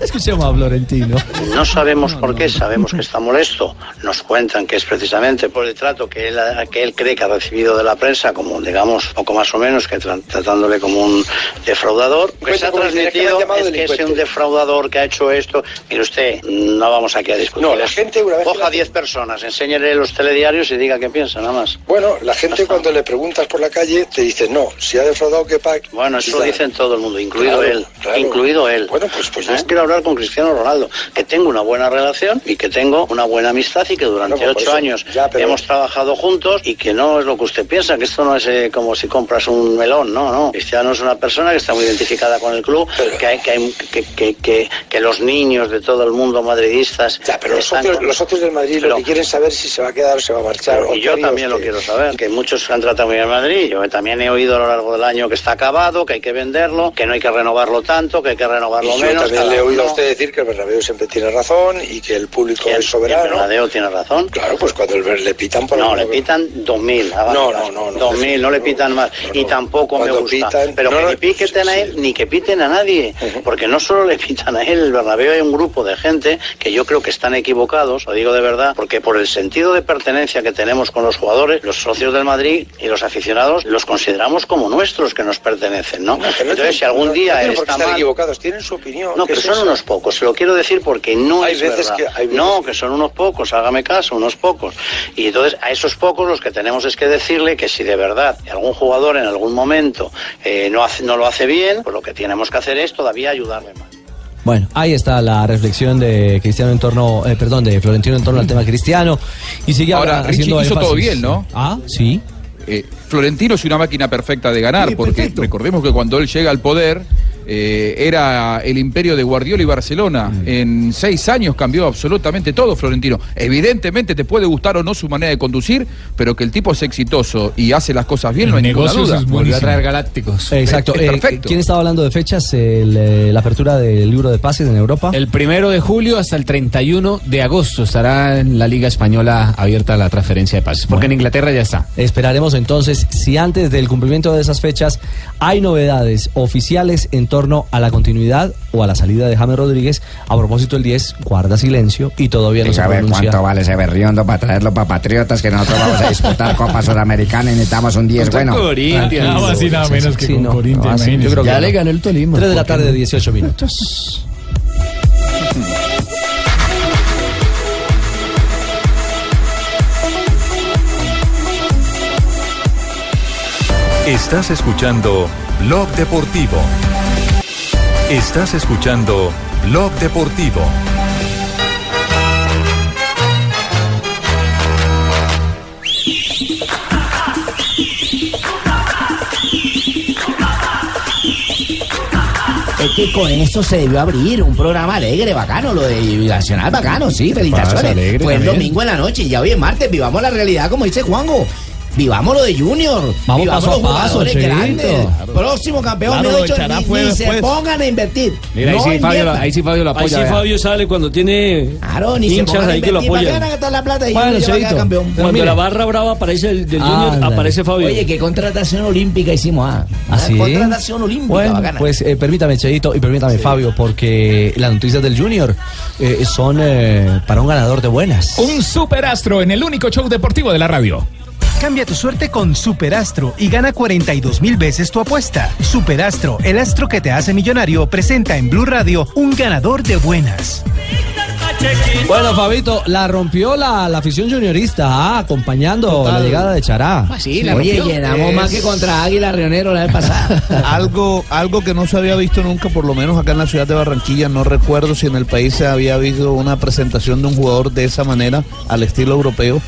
[SPEAKER 5] Escuchemos a Florentino.
[SPEAKER 23] No sabemos por qué, sabemos que está molesto. Nos cuentan que es precisamente por el trato que él, que él cree que ha recibido de la prensa, como digamos, poco más o menos, que tra- tratándole como un defraudador. Lo que se ha
[SPEAKER 15] Cuenta como si le hubieran
[SPEAKER 23] transmitido
[SPEAKER 15] llamado
[SPEAKER 23] es que es
[SPEAKER 15] delincuente.
[SPEAKER 23] un defraudador que ha hecho esto. Mire usted, no vamos aquí a discutir.
[SPEAKER 15] No, la
[SPEAKER 23] eso.
[SPEAKER 15] gente una vez que
[SPEAKER 23] Coja 10 personas, enséñele los telediarios y diga qué piensa, nada más.
[SPEAKER 15] Bueno, la gente cuando le preguntas por la calle te dice, no, si ha defraudado, que pague.
[SPEAKER 23] Bueno, eso lo
[SPEAKER 15] Quizá.
[SPEAKER 23] dicen todo el mundo, incluido
[SPEAKER 15] Claro,
[SPEAKER 23] él.
[SPEAKER 15] claro.
[SPEAKER 23] Incluido él. Bueno, pues, pues Quiero hablar con Cristiano Ronaldo, que tengo una buena relación y que tengo una buena amistad y que durante
[SPEAKER 15] No, pues, por
[SPEAKER 23] ocho
[SPEAKER 15] eso,
[SPEAKER 23] años
[SPEAKER 15] ya, pero-
[SPEAKER 23] hemos trabajado juntos y que no es lo que usted piensa, que esto no es eh, como si compras un melón, no, no. Cristiano es una persona que está muy identificada con el club, que, hay- que, hay- que, que- que- que los niños de todo el mundo madridistas.
[SPEAKER 15] Pero los
[SPEAKER 23] están
[SPEAKER 15] socios,
[SPEAKER 23] con-
[SPEAKER 15] los socios del Madrid
[SPEAKER 23] Pero-
[SPEAKER 15] lo que quieren saber es si se va a quedar o se va a marchar.
[SPEAKER 23] y yo también lo quiero saber, que muchos se han tratado muy bien en Madrid. Yo también he oído a lo largo del año que está acabado, que hay que venderlo, que no hay que renovarlo tanto, que hay que
[SPEAKER 15] Y
[SPEAKER 23] renovarlo
[SPEAKER 15] yo
[SPEAKER 23] menos.
[SPEAKER 15] también
[SPEAKER 23] cada
[SPEAKER 15] le he oído a
[SPEAKER 23] uno.
[SPEAKER 15] usted decir que el Bernabéu siempre tiene razón y que el público es
[SPEAKER 23] Y El
[SPEAKER 15] soberano.
[SPEAKER 23] Bernabéu tiene razón.
[SPEAKER 15] Claro, pues cuando el Ber- le pitan por
[SPEAKER 23] No,
[SPEAKER 15] alguna
[SPEAKER 23] le pitan 2.000. ah,
[SPEAKER 15] No,
[SPEAKER 23] vale,
[SPEAKER 15] no, no, no,
[SPEAKER 23] 2.000, no le pitan más. y tampoco me
[SPEAKER 15] Cuando
[SPEAKER 23] gusta.
[SPEAKER 15] pitan-
[SPEAKER 23] pero
[SPEAKER 15] no,
[SPEAKER 23] que
[SPEAKER 15] no,
[SPEAKER 23] le piquen a él, ni que piten a nadie. Porque no solo le pitan a él, el Bernabéu hay un grupo de gente que yo creo que están equivocados, lo digo de verdad, porque por el sentido de pertenencia que tenemos con los jugadores, los socios del Madrid y los aficionados los consideramos como nuestros, que nos pertenecen, ¿no?
[SPEAKER 15] que no
[SPEAKER 23] Entonces,
[SPEAKER 15] tienen-
[SPEAKER 23] si algún
[SPEAKER 15] no- no
[SPEAKER 23] día él
[SPEAKER 15] tienen por qué
[SPEAKER 23] está
[SPEAKER 15] estar
[SPEAKER 23] mal...
[SPEAKER 15] equivocados, tienen su opinión.
[SPEAKER 23] No,
[SPEAKER 15] ¿qué
[SPEAKER 23] pero
[SPEAKER 15] es
[SPEAKER 23] son
[SPEAKER 15] eso?
[SPEAKER 23] unos pocos. Se lo quiero decir porque no
[SPEAKER 15] Hay
[SPEAKER 23] es
[SPEAKER 15] veces
[SPEAKER 23] verdad.
[SPEAKER 15] que- hay veces
[SPEAKER 23] No, que son unos pocos. Hágame caso, unos pocos. Y entonces a esos pocos los que tenemos es que decirle que si de verdad algún jugador en algún momento eh, no hace- no lo hace bien, pues lo que tenemos que hacer es todavía ayudarle más.
[SPEAKER 5] Bueno, ahí está la reflexión de Cristiano en torno, eh, perdón, de Florentino en torno al tema cristiano. Y sigue
[SPEAKER 9] Ahora,
[SPEAKER 5] ahora
[SPEAKER 9] Richie
[SPEAKER 5] haciendo
[SPEAKER 9] hizo todo
[SPEAKER 5] énfasis.
[SPEAKER 9] bien, ¿no? Eh,
[SPEAKER 5] Ah, sí.
[SPEAKER 9] Florentino es una máquina perfecta de ganar, porque recordemos que cuando él llega al poder eh, era el imperio de Guardiola y Barcelona.
[SPEAKER 5] Mm.
[SPEAKER 9] En seis años cambió absolutamente todo, Florentino. Evidentemente te puede gustar o no su manera de conducir, pero que el tipo es exitoso y hace las cosas bien, no hay ninguna duda.
[SPEAKER 19] galácticos.
[SPEAKER 5] Exacto.
[SPEAKER 9] Es
[SPEAKER 5] Eh,
[SPEAKER 9] perfecto.
[SPEAKER 5] ¿Quién estaba hablando de fechas? El, eh, la apertura del libro de pases en Europa.
[SPEAKER 19] El primero de julio hasta el 31 de agosto estará en la Liga Española abierta la transferencia de pases, porque en Inglaterra ya está.
[SPEAKER 5] Esperaremos entonces si antes del cumplimiento de esas fechas hay novedades oficiales en torno a la continuidad o a la salida de James Rodríguez. A propósito, el 10 guarda silencio y todavía no
[SPEAKER 7] Y
[SPEAKER 5] se
[SPEAKER 7] saber
[SPEAKER 5] pronuncia.
[SPEAKER 7] cuánto vale ese berriondo para traerlo para Patriotas, que nosotros vamos a disputar Copa Sudamericana y necesitamos un 10 bueno.
[SPEAKER 25] Nada más y nada Ah, menos que
[SPEAKER 7] Sí,
[SPEAKER 25] con
[SPEAKER 7] no.
[SPEAKER 25] Corinthians.
[SPEAKER 7] No, así-
[SPEAKER 25] imagínese.
[SPEAKER 7] yo creo que Ya no. le ganó
[SPEAKER 5] el Tolima. 3 de la tarde, 18 minutos.
[SPEAKER 21] Estás escuchando Blog Deportivo. Estás escuchando Blog Deportivo.
[SPEAKER 7] Es que con esto se debió abrir un programa alegre, bacano, lo de Nacional bacano, sí,
[SPEAKER 19] Pasa,
[SPEAKER 7] felicitaciones.
[SPEAKER 19] alegre
[SPEAKER 7] Fue el
[SPEAKER 19] también.
[SPEAKER 7] domingo en la noche y ya hoy es martes, vivamos la realidad como dice Juanjo. Vivamos lo de Junior,
[SPEAKER 5] Vamos
[SPEAKER 7] vivamos
[SPEAKER 5] paso a
[SPEAKER 7] los
[SPEAKER 5] paso,
[SPEAKER 7] jugadores
[SPEAKER 5] Cheito.
[SPEAKER 7] grandes. Próximo campeón,
[SPEAKER 5] Claro,
[SPEAKER 7] mejor dicho,
[SPEAKER 5] lo echará
[SPEAKER 7] ni,
[SPEAKER 5] fue
[SPEAKER 7] ni se
[SPEAKER 5] después.
[SPEAKER 7] pongan a invertir.
[SPEAKER 19] Mira, ahí
[SPEAKER 7] No
[SPEAKER 19] sí, Fabio,
[SPEAKER 7] inviertan.
[SPEAKER 19] ahí sí Fabio lo
[SPEAKER 8] Ahí
[SPEAKER 19] apoya.
[SPEAKER 8] sí
[SPEAKER 19] vea.
[SPEAKER 8] Fabio sale cuando tiene
[SPEAKER 7] Claro, ni se
[SPEAKER 8] hinchas
[SPEAKER 7] pongan a
[SPEAKER 8] ahí que lo
[SPEAKER 7] invertir, ¿para qué van a
[SPEAKER 8] apoyan.
[SPEAKER 7] gastar la plata? Y
[SPEAKER 8] Bueno,
[SPEAKER 7] Junior va a quedar
[SPEAKER 8] Cheito,
[SPEAKER 7] campeón.
[SPEAKER 8] Cuando la barra brava aparece del, del Junior,
[SPEAKER 5] Ándale.
[SPEAKER 8] aparece Fabio.
[SPEAKER 7] Oye, qué contratación olímpica hicimos. Ah, Una
[SPEAKER 5] ¿Ah, sí?
[SPEAKER 7] contratación olímpica
[SPEAKER 5] Bueno,
[SPEAKER 7] bacana.
[SPEAKER 5] pues eh, permítame, Cheito, y permítame, Fabio, porque eh, las noticias del Junior eh, son eh, para un ganador de buenas.
[SPEAKER 26] Un superastro en el único show deportivo de la radio.
[SPEAKER 6] Cambia tu suerte con Superastro y gana 42 mil veces tu apuesta. Superastro, el astro que te hace millonario, presenta en Blue Radio un ganador de buenas.
[SPEAKER 5] Bueno, Fabito, la rompió la, la afición juniorista, ah, acompañando la llegada de Chará.
[SPEAKER 7] Ah, Pues Sí, Oye, llenamos más que contra Águila Rionero la vez pasada.
[SPEAKER 27] algo, algo que no se había visto nunca, por lo menos acá en la ciudad de Barranquilla, no recuerdo si en el país se había visto una presentación de un jugador de esa manera, al estilo europeo,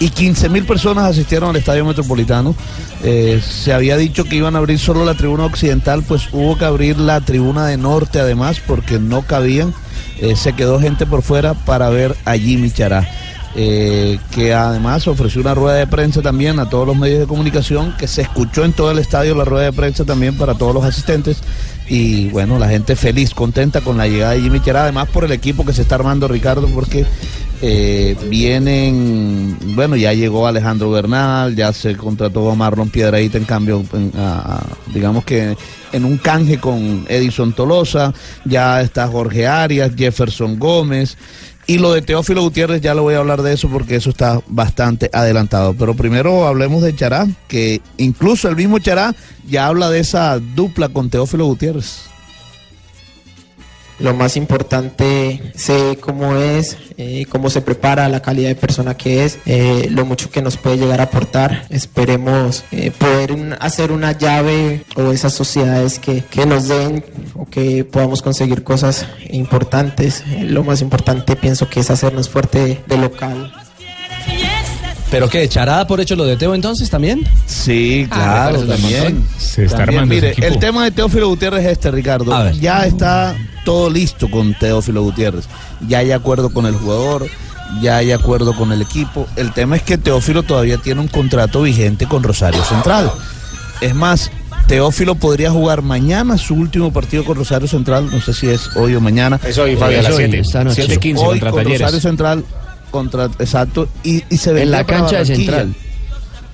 [SPEAKER 27] y 15 mil personas asistieron al estadio metropolitano. Eh, se había dicho que iban a abrir solo la tribuna occidental, pues hubo que abrir la tribuna de norte además, porque no cabían. Eh, se quedó gente por fuera para ver a Jimmy Chará eh, que además ofreció una rueda de prensa también a todos los medios de comunicación, que se escuchó en todo el estadio la rueda de prensa también para todos los asistentes. Y bueno, la gente feliz, contenta con la llegada de Jimmy Chará, además por el equipo que se está armando Ricardo, porque eh, vienen, bueno, ya llegó Alejandro Bernal, ya se contrató a Marlon Piedradita, en cambio, en- a- a- digamos que en un canje con Edison Tolosa, ya está Jorge Arias, Jefferson Gómez. Y lo de Teófilo Gutiérrez ya lo voy a hablar de eso porque eso está bastante adelantado. Pero primero hablemos de Chará, que incluso el mismo Chará ya habla de esa dupla con Teófilo Gutiérrez.
[SPEAKER 11] Lo más importante, sé cómo es, eh, cómo se prepara, la calidad de persona que es, eh, lo mucho que nos puede llegar a aportar. Esperemos eh, poder un- hacer una llave o esas sociedades que, que nos den o que podamos conseguir cosas importantes. Eh, lo más importante pienso que es hacernos fuerte de local.
[SPEAKER 5] ¿Pero qué? ¿Charada por hecho lo de Teo entonces también?
[SPEAKER 27] Sí,
[SPEAKER 5] claro,
[SPEAKER 27] también.
[SPEAKER 5] Se
[SPEAKER 27] También, mire, el tema de Teófilo Gutiérrez es este, Ricardo. Ya está todo listo con Teófilo Gutiérrez. Ya hay acuerdo con el jugador, ya hay acuerdo con el equipo. El tema es que Teófilo todavía tiene un contrato vigente con Rosario Central. Es más, Teófilo podría jugar mañana su último partido con Rosario Central. No sé si es hoy o mañana.
[SPEAKER 6] Es hoy, Fabio, a las
[SPEAKER 27] Es hoy,
[SPEAKER 6] siete.
[SPEAKER 27] esta noche.
[SPEAKER 6] 7:15
[SPEAKER 27] Hoy
[SPEAKER 6] contra
[SPEAKER 27] con
[SPEAKER 6] Talleres.
[SPEAKER 27] Rosario Central, contra, exacto. Y, y se
[SPEAKER 16] En
[SPEAKER 27] vendría
[SPEAKER 16] la
[SPEAKER 27] para
[SPEAKER 16] cancha de
[SPEAKER 27] Barranquilla.
[SPEAKER 16] Central.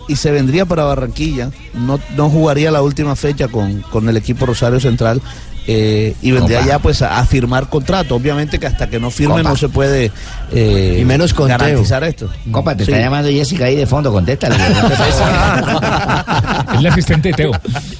[SPEAKER 27] Y se vendría para Barranquilla. No, no jugaría la última fecha con, con el equipo Rosario Central. eh, y vendría
[SPEAKER 16] Copa.
[SPEAKER 27] ya pues a, a firmar contrato. Obviamente que hasta que no firme
[SPEAKER 14] Copa.
[SPEAKER 27] no se puede eh,
[SPEAKER 14] Y menos con Teo.
[SPEAKER 27] garantizar esto.
[SPEAKER 14] Copa, te
[SPEAKER 27] Sí.
[SPEAKER 14] está llamando Jessica ahí de fondo, contéstale.
[SPEAKER 10] Es la asistente de Teo.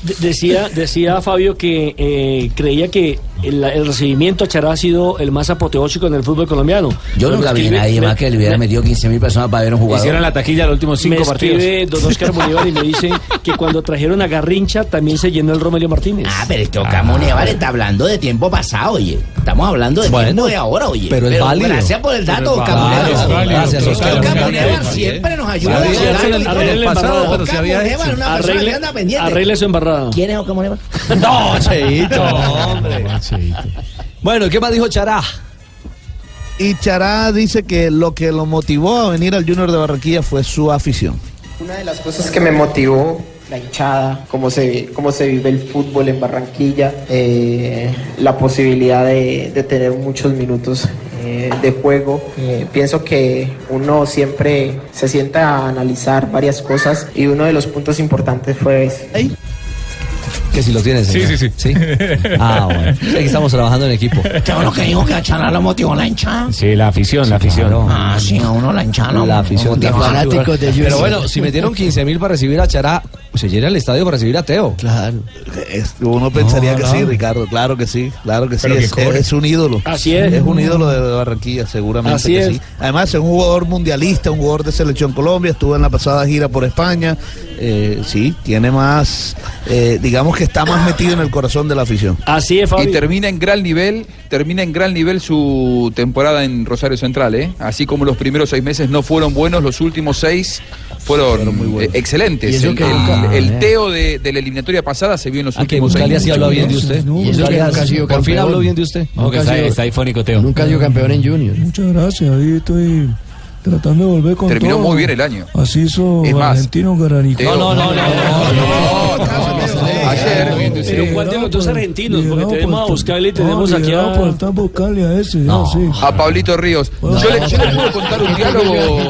[SPEAKER 8] De- Decía, decía Fabio que eh, creía que el, el recibimiento a Chará ha sido el más apoteósico en el fútbol colombiano.
[SPEAKER 22] Yo
[SPEAKER 8] Pero
[SPEAKER 22] nunca
[SPEAKER 8] me
[SPEAKER 22] vi a
[SPEAKER 8] escribe-
[SPEAKER 22] nadie
[SPEAKER 8] me-
[SPEAKER 22] más que le hubiera
[SPEAKER 8] me-
[SPEAKER 22] metido 15 mil personas para ver a un jugador.
[SPEAKER 6] Hicieron la taquilla los últimos cinco
[SPEAKER 8] me
[SPEAKER 6] partidos.
[SPEAKER 8] escribe don Oscar Bolívar y me dice que cuando trajeron a Garrincha también se llenó el Romelio Martínez. Ah,
[SPEAKER 22] pero esto Camoneval está hablando de tiempo pasado, oye. Estamos hablando de
[SPEAKER 8] Bueno,
[SPEAKER 22] tiempo de ahora, oye.
[SPEAKER 8] pero es válido.
[SPEAKER 22] Gracias por el dato,
[SPEAKER 8] Pero es
[SPEAKER 22] Camoneval.
[SPEAKER 8] válido, es válido.
[SPEAKER 22] Gracias,
[SPEAKER 8] Pero
[SPEAKER 22] Oscar.
[SPEAKER 8] Oscar
[SPEAKER 22] Camoneval
[SPEAKER 8] Camoneval,
[SPEAKER 22] siempre
[SPEAKER 8] sí.
[SPEAKER 22] nos ayuda.
[SPEAKER 8] Había
[SPEAKER 22] Arregle-
[SPEAKER 8] hecho en el-
[SPEAKER 22] arregle-
[SPEAKER 8] en Ah, el
[SPEAKER 22] Oscar
[SPEAKER 8] pasado, pero se había
[SPEAKER 22] Camoneval,
[SPEAKER 8] hecho.
[SPEAKER 22] una persona que
[SPEAKER 8] Arregle-
[SPEAKER 22] anda pendiente.
[SPEAKER 8] arregle su embarrada.
[SPEAKER 22] ¿Quién es Oscar Camoneval?
[SPEAKER 5] No, Cheito, hombre. Bueno, ¿qué más dijo Chará?
[SPEAKER 27] Y Chará dice que lo que lo motivó a venir al Junior de Barranquilla fue su afición.
[SPEAKER 11] Una de las cosas que me motivó la hinchada, cómo se, cómo se vive el fútbol en Barranquilla, eh, la posibilidad de, de tener muchos minutos eh, de juego. Eh, pienso que uno siempre se sienta a analizar varias cosas y uno de los puntos importantes fue ese.
[SPEAKER 5] Que si lo tienes.
[SPEAKER 11] Sí,
[SPEAKER 5] sí, sí. Ah, bueno. Es que estamos trabajando en equipo.
[SPEAKER 22] Yo lo que digo que a Chará lo motivó la hinchada.
[SPEAKER 6] Sí, la afición, la afición.
[SPEAKER 22] Ah, sí, a uno la hinchada. lo-
[SPEAKER 5] La afición
[SPEAKER 22] lo
[SPEAKER 5] de
[SPEAKER 22] motivó.
[SPEAKER 5] fanáticos de Pero bueno, si metieron 15 mil para recibir a Chará, pues se llena el estadio para recibir a Teo.
[SPEAKER 27] Claro. uno pensaría que sí, Ricardo, claro que sí, claro que sí,
[SPEAKER 5] Pero que
[SPEAKER 27] es,
[SPEAKER 5] corre.
[SPEAKER 27] es un ídolo.
[SPEAKER 5] Así es.
[SPEAKER 27] Es un ídolo de Barranquilla, seguramente
[SPEAKER 5] Así
[SPEAKER 27] que
[SPEAKER 5] es.
[SPEAKER 27] sí. Además, es un jugador mundialista, un jugador de Selección Colombia, estuvo en la pasada gira por España. Eh, sí, tiene más, eh, digamos que está más metido en el corazón de la afición.
[SPEAKER 8] Así es,
[SPEAKER 9] Y termina en gran nivel, termina en gran nivel su temporada en Rosario Central, ¿eh? Así como los primeros seis meses no fueron buenos, los últimos seis fueron, eh,
[SPEAKER 22] Y
[SPEAKER 9] excelentes.
[SPEAKER 22] eso
[SPEAKER 9] El,
[SPEAKER 22] que
[SPEAKER 9] el-
[SPEAKER 22] nunca-
[SPEAKER 9] el
[SPEAKER 22] Ah,
[SPEAKER 9] teo de, de la eliminatoria pasada se vio en los
[SPEAKER 5] Ah, que
[SPEAKER 9] últimos seis
[SPEAKER 5] Buscalia sí habló bien de usted.
[SPEAKER 9] No,
[SPEAKER 5] Y eso que
[SPEAKER 9] Buscalia-
[SPEAKER 5] nunca ha sido
[SPEAKER 9] por fin
[SPEAKER 5] campeón.
[SPEAKER 9] habló bien
[SPEAKER 6] de usted.
[SPEAKER 5] No, que está- está
[SPEAKER 6] ifónico, Teo.
[SPEAKER 16] Nunca ha sido campeón en Junior.
[SPEAKER 12] Muchas gracias, ahí estoy tratando de volver con
[SPEAKER 9] Terminó
[SPEAKER 12] todo.
[SPEAKER 9] muy bien el año.
[SPEAKER 12] Así hizo
[SPEAKER 9] Es más,
[SPEAKER 12] Valentino Garanito.
[SPEAKER 9] Teo-
[SPEAKER 8] Pero ¿cuál de los dos argentinos? Porque tenemos a Buscalia y tenemos aquí
[SPEAKER 12] Por
[SPEAKER 8] a...
[SPEAKER 12] estar buscarle a ese.
[SPEAKER 9] No.
[SPEAKER 12] ah, sí.
[SPEAKER 9] A Pablito Ríos. Yo le, yo le puedo contar un diálogo.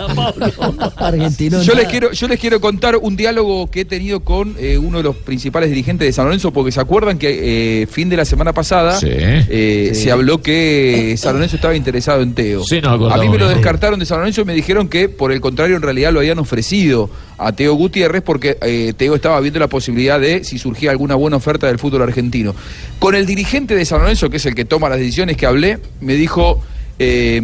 [SPEAKER 16] Argentino.
[SPEAKER 9] Yo les, quiero, yo les quiero contar un diálogo que he tenido con eh, uno de los principales dirigentes de San Lorenzo, porque se acuerdan que eh, fin de la semana pasada
[SPEAKER 13] Sí.
[SPEAKER 9] eh,
[SPEAKER 13] Sí.
[SPEAKER 9] se habló que San Lorenzo estaba interesado en Teo.
[SPEAKER 13] Sí, nos acordamos,
[SPEAKER 9] a mí me lo
[SPEAKER 13] sí.
[SPEAKER 9] descartaron de San Lorenzo y me dijeron que, por el contrario, en realidad lo habían ofrecido a Teo Gutiérrez porque eh, Teo estaba viendo la posibilidad de si surgía alguna buena oferta del fútbol argentino. Con el dirigente de San Lorenzo, que es el que toma las decisiones que hablé, me dijo... eh,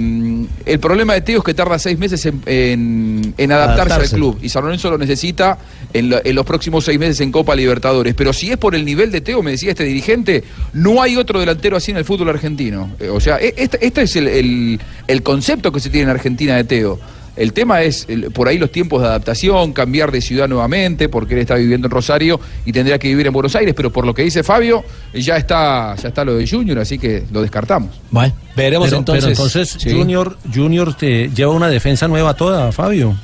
[SPEAKER 9] el problema de Teo es que tarda seis meses en, en- en adaptarse,
[SPEAKER 27] Adaptarse.
[SPEAKER 9] al club y San Lorenzo lo necesita en, la- en los próximos seis meses en Copa Libertadores. Pero si es por el nivel de Teo, me decía este dirigente, no hay otro delantero así en el fútbol argentino. Eh, o sea, e- este, este es el, el- el concepto que se tiene en Argentina de Teo. El tema es el- por ahí los tiempos de adaptación, cambiar de ciudad nuevamente, porque él está viviendo en Rosario y tendría que vivir en Buenos Aires, pero por lo que dice Fabio, ya está, ya está lo de Junior, así que lo descartamos.
[SPEAKER 5] Bueno, veremos
[SPEAKER 15] Pero-
[SPEAKER 5] entonces.
[SPEAKER 15] Pero entonces
[SPEAKER 5] Sí.
[SPEAKER 15] Junior, Junior te lleva una defensa nueva toda, Fabio.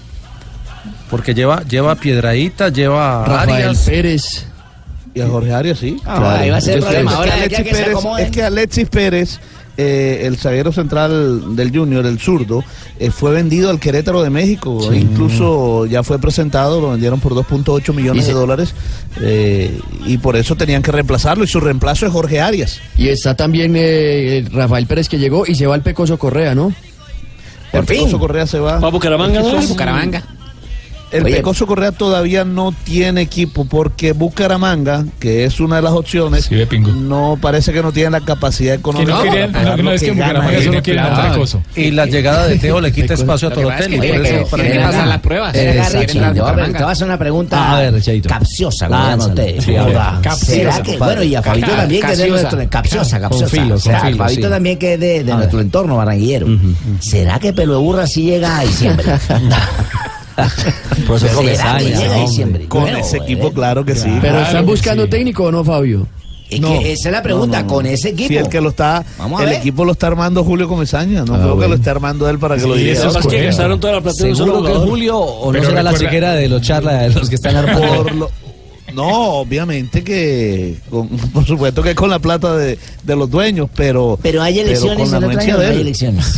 [SPEAKER 15] Porque lleva, lleva a Piedradita, lleva a
[SPEAKER 27] Rafael
[SPEAKER 15] Arias.
[SPEAKER 16] Pérez.
[SPEAKER 27] Y a Jorge Arias, sí.
[SPEAKER 15] Ah, ahí va a ser el
[SPEAKER 27] Entonces,
[SPEAKER 15] problema. Ahora,
[SPEAKER 27] es, que
[SPEAKER 15] ya que se
[SPEAKER 27] Alexis Pérez,
[SPEAKER 15] acomoden.
[SPEAKER 27] es que Alexis Pérez eh, el zaguero central del Junior, el zurdo, eh, fue vendido al Querétaro de México.
[SPEAKER 6] Sí.
[SPEAKER 27] Incluso ya fue presentado, lo vendieron por 2.8 millones
[SPEAKER 6] Y se-
[SPEAKER 27] de dólares eh, y por eso tenían que reemplazarlo y su reemplazo es Jorge Arias.
[SPEAKER 16] Y está también eh, Rafael Pérez que llegó y se va al Pecoso Correa, ¿no?
[SPEAKER 27] El Pecoso Correa se va.
[SPEAKER 16] Va a Bucaramanga, ¿no?
[SPEAKER 27] Son-
[SPEAKER 16] Bucaramanga.
[SPEAKER 27] El
[SPEAKER 16] Oye.
[SPEAKER 27] Pecoso Correa todavía no tiene equipo porque Bucaramanga, que es una de las opciones, no parece que no tiene la capacidad económica.
[SPEAKER 5] no
[SPEAKER 27] para
[SPEAKER 5] querían-
[SPEAKER 27] pagar
[SPEAKER 5] no, no,
[SPEAKER 27] lo
[SPEAKER 5] es que
[SPEAKER 27] gana
[SPEAKER 5] Bucaramanga
[SPEAKER 27] el
[SPEAKER 5] solo
[SPEAKER 27] equipo.
[SPEAKER 5] quiere otra cosa. Y la llegada de Teo le quita espacio a
[SPEAKER 7] Lo que pasa
[SPEAKER 5] Torotel,
[SPEAKER 7] es que
[SPEAKER 5] por
[SPEAKER 7] tiene
[SPEAKER 5] eso
[SPEAKER 7] que-
[SPEAKER 5] para
[SPEAKER 7] tiene
[SPEAKER 5] mí
[SPEAKER 7] que
[SPEAKER 5] pasa
[SPEAKER 7] ganar.
[SPEAKER 5] las pruebas.
[SPEAKER 7] Mira,
[SPEAKER 5] Tiene que
[SPEAKER 7] Richie,
[SPEAKER 5] ganar
[SPEAKER 7] no, pero
[SPEAKER 5] Bucaramanga.
[SPEAKER 7] te voy a hacer una pregunta
[SPEAKER 5] A ver, Cheito.
[SPEAKER 7] capciosa. como
[SPEAKER 5] Lánzala.
[SPEAKER 7] llaman ustedes.
[SPEAKER 5] Sí, a ver.
[SPEAKER 7] ¿Será
[SPEAKER 5] Capciosa,
[SPEAKER 7] que,
[SPEAKER 5] compadre.
[SPEAKER 7] bueno, y a Fabito
[SPEAKER 5] Ca-
[SPEAKER 7] también que es de
[SPEAKER 5] capciosa.
[SPEAKER 7] nuestro... Capciosa,
[SPEAKER 5] Con
[SPEAKER 7] capciosa.
[SPEAKER 5] filo, con
[SPEAKER 7] Será,
[SPEAKER 5] filo,
[SPEAKER 7] Fabito
[SPEAKER 5] sí.
[SPEAKER 7] también que es de, de nuestro entorno barranquillero. ¿Será que Pelueburra sí llega a diciembre?
[SPEAKER 27] Pues es
[SPEAKER 7] ¿Será
[SPEAKER 27] Comesaña,
[SPEAKER 7] que llega a
[SPEAKER 27] hombre.
[SPEAKER 7] diciembre?
[SPEAKER 27] Con
[SPEAKER 7] Bueno,
[SPEAKER 27] ese equipo, claro que sí.
[SPEAKER 16] Pero están buscando técnico o no, Fabio.
[SPEAKER 7] Es que esa es la pregunta, con ese equipo.
[SPEAKER 27] Si el que lo está,
[SPEAKER 7] Vamos a
[SPEAKER 27] el
[SPEAKER 7] ver.
[SPEAKER 27] equipo lo está armando Julio Comesaña. No creo que lo esté armando él para que
[SPEAKER 5] Sí,
[SPEAKER 27] lo diga.
[SPEAKER 5] eso es
[SPEAKER 27] ahora.
[SPEAKER 5] Además que correcto. Pues, gastaron toda la plata en un solo Seguro que jugador. Julio, o no Pero será la recuerda- ceguera de los charlas de los que están armando.
[SPEAKER 27] Por lo- no, obviamente que, con- por supuesto que es con la plata de, de los dueños, pero.
[SPEAKER 7] Pero hay elecciones
[SPEAKER 27] con la
[SPEAKER 7] el otro
[SPEAKER 27] anuencia
[SPEAKER 7] año,
[SPEAKER 27] de
[SPEAKER 7] no hay
[SPEAKER 27] él.
[SPEAKER 7] elecciones.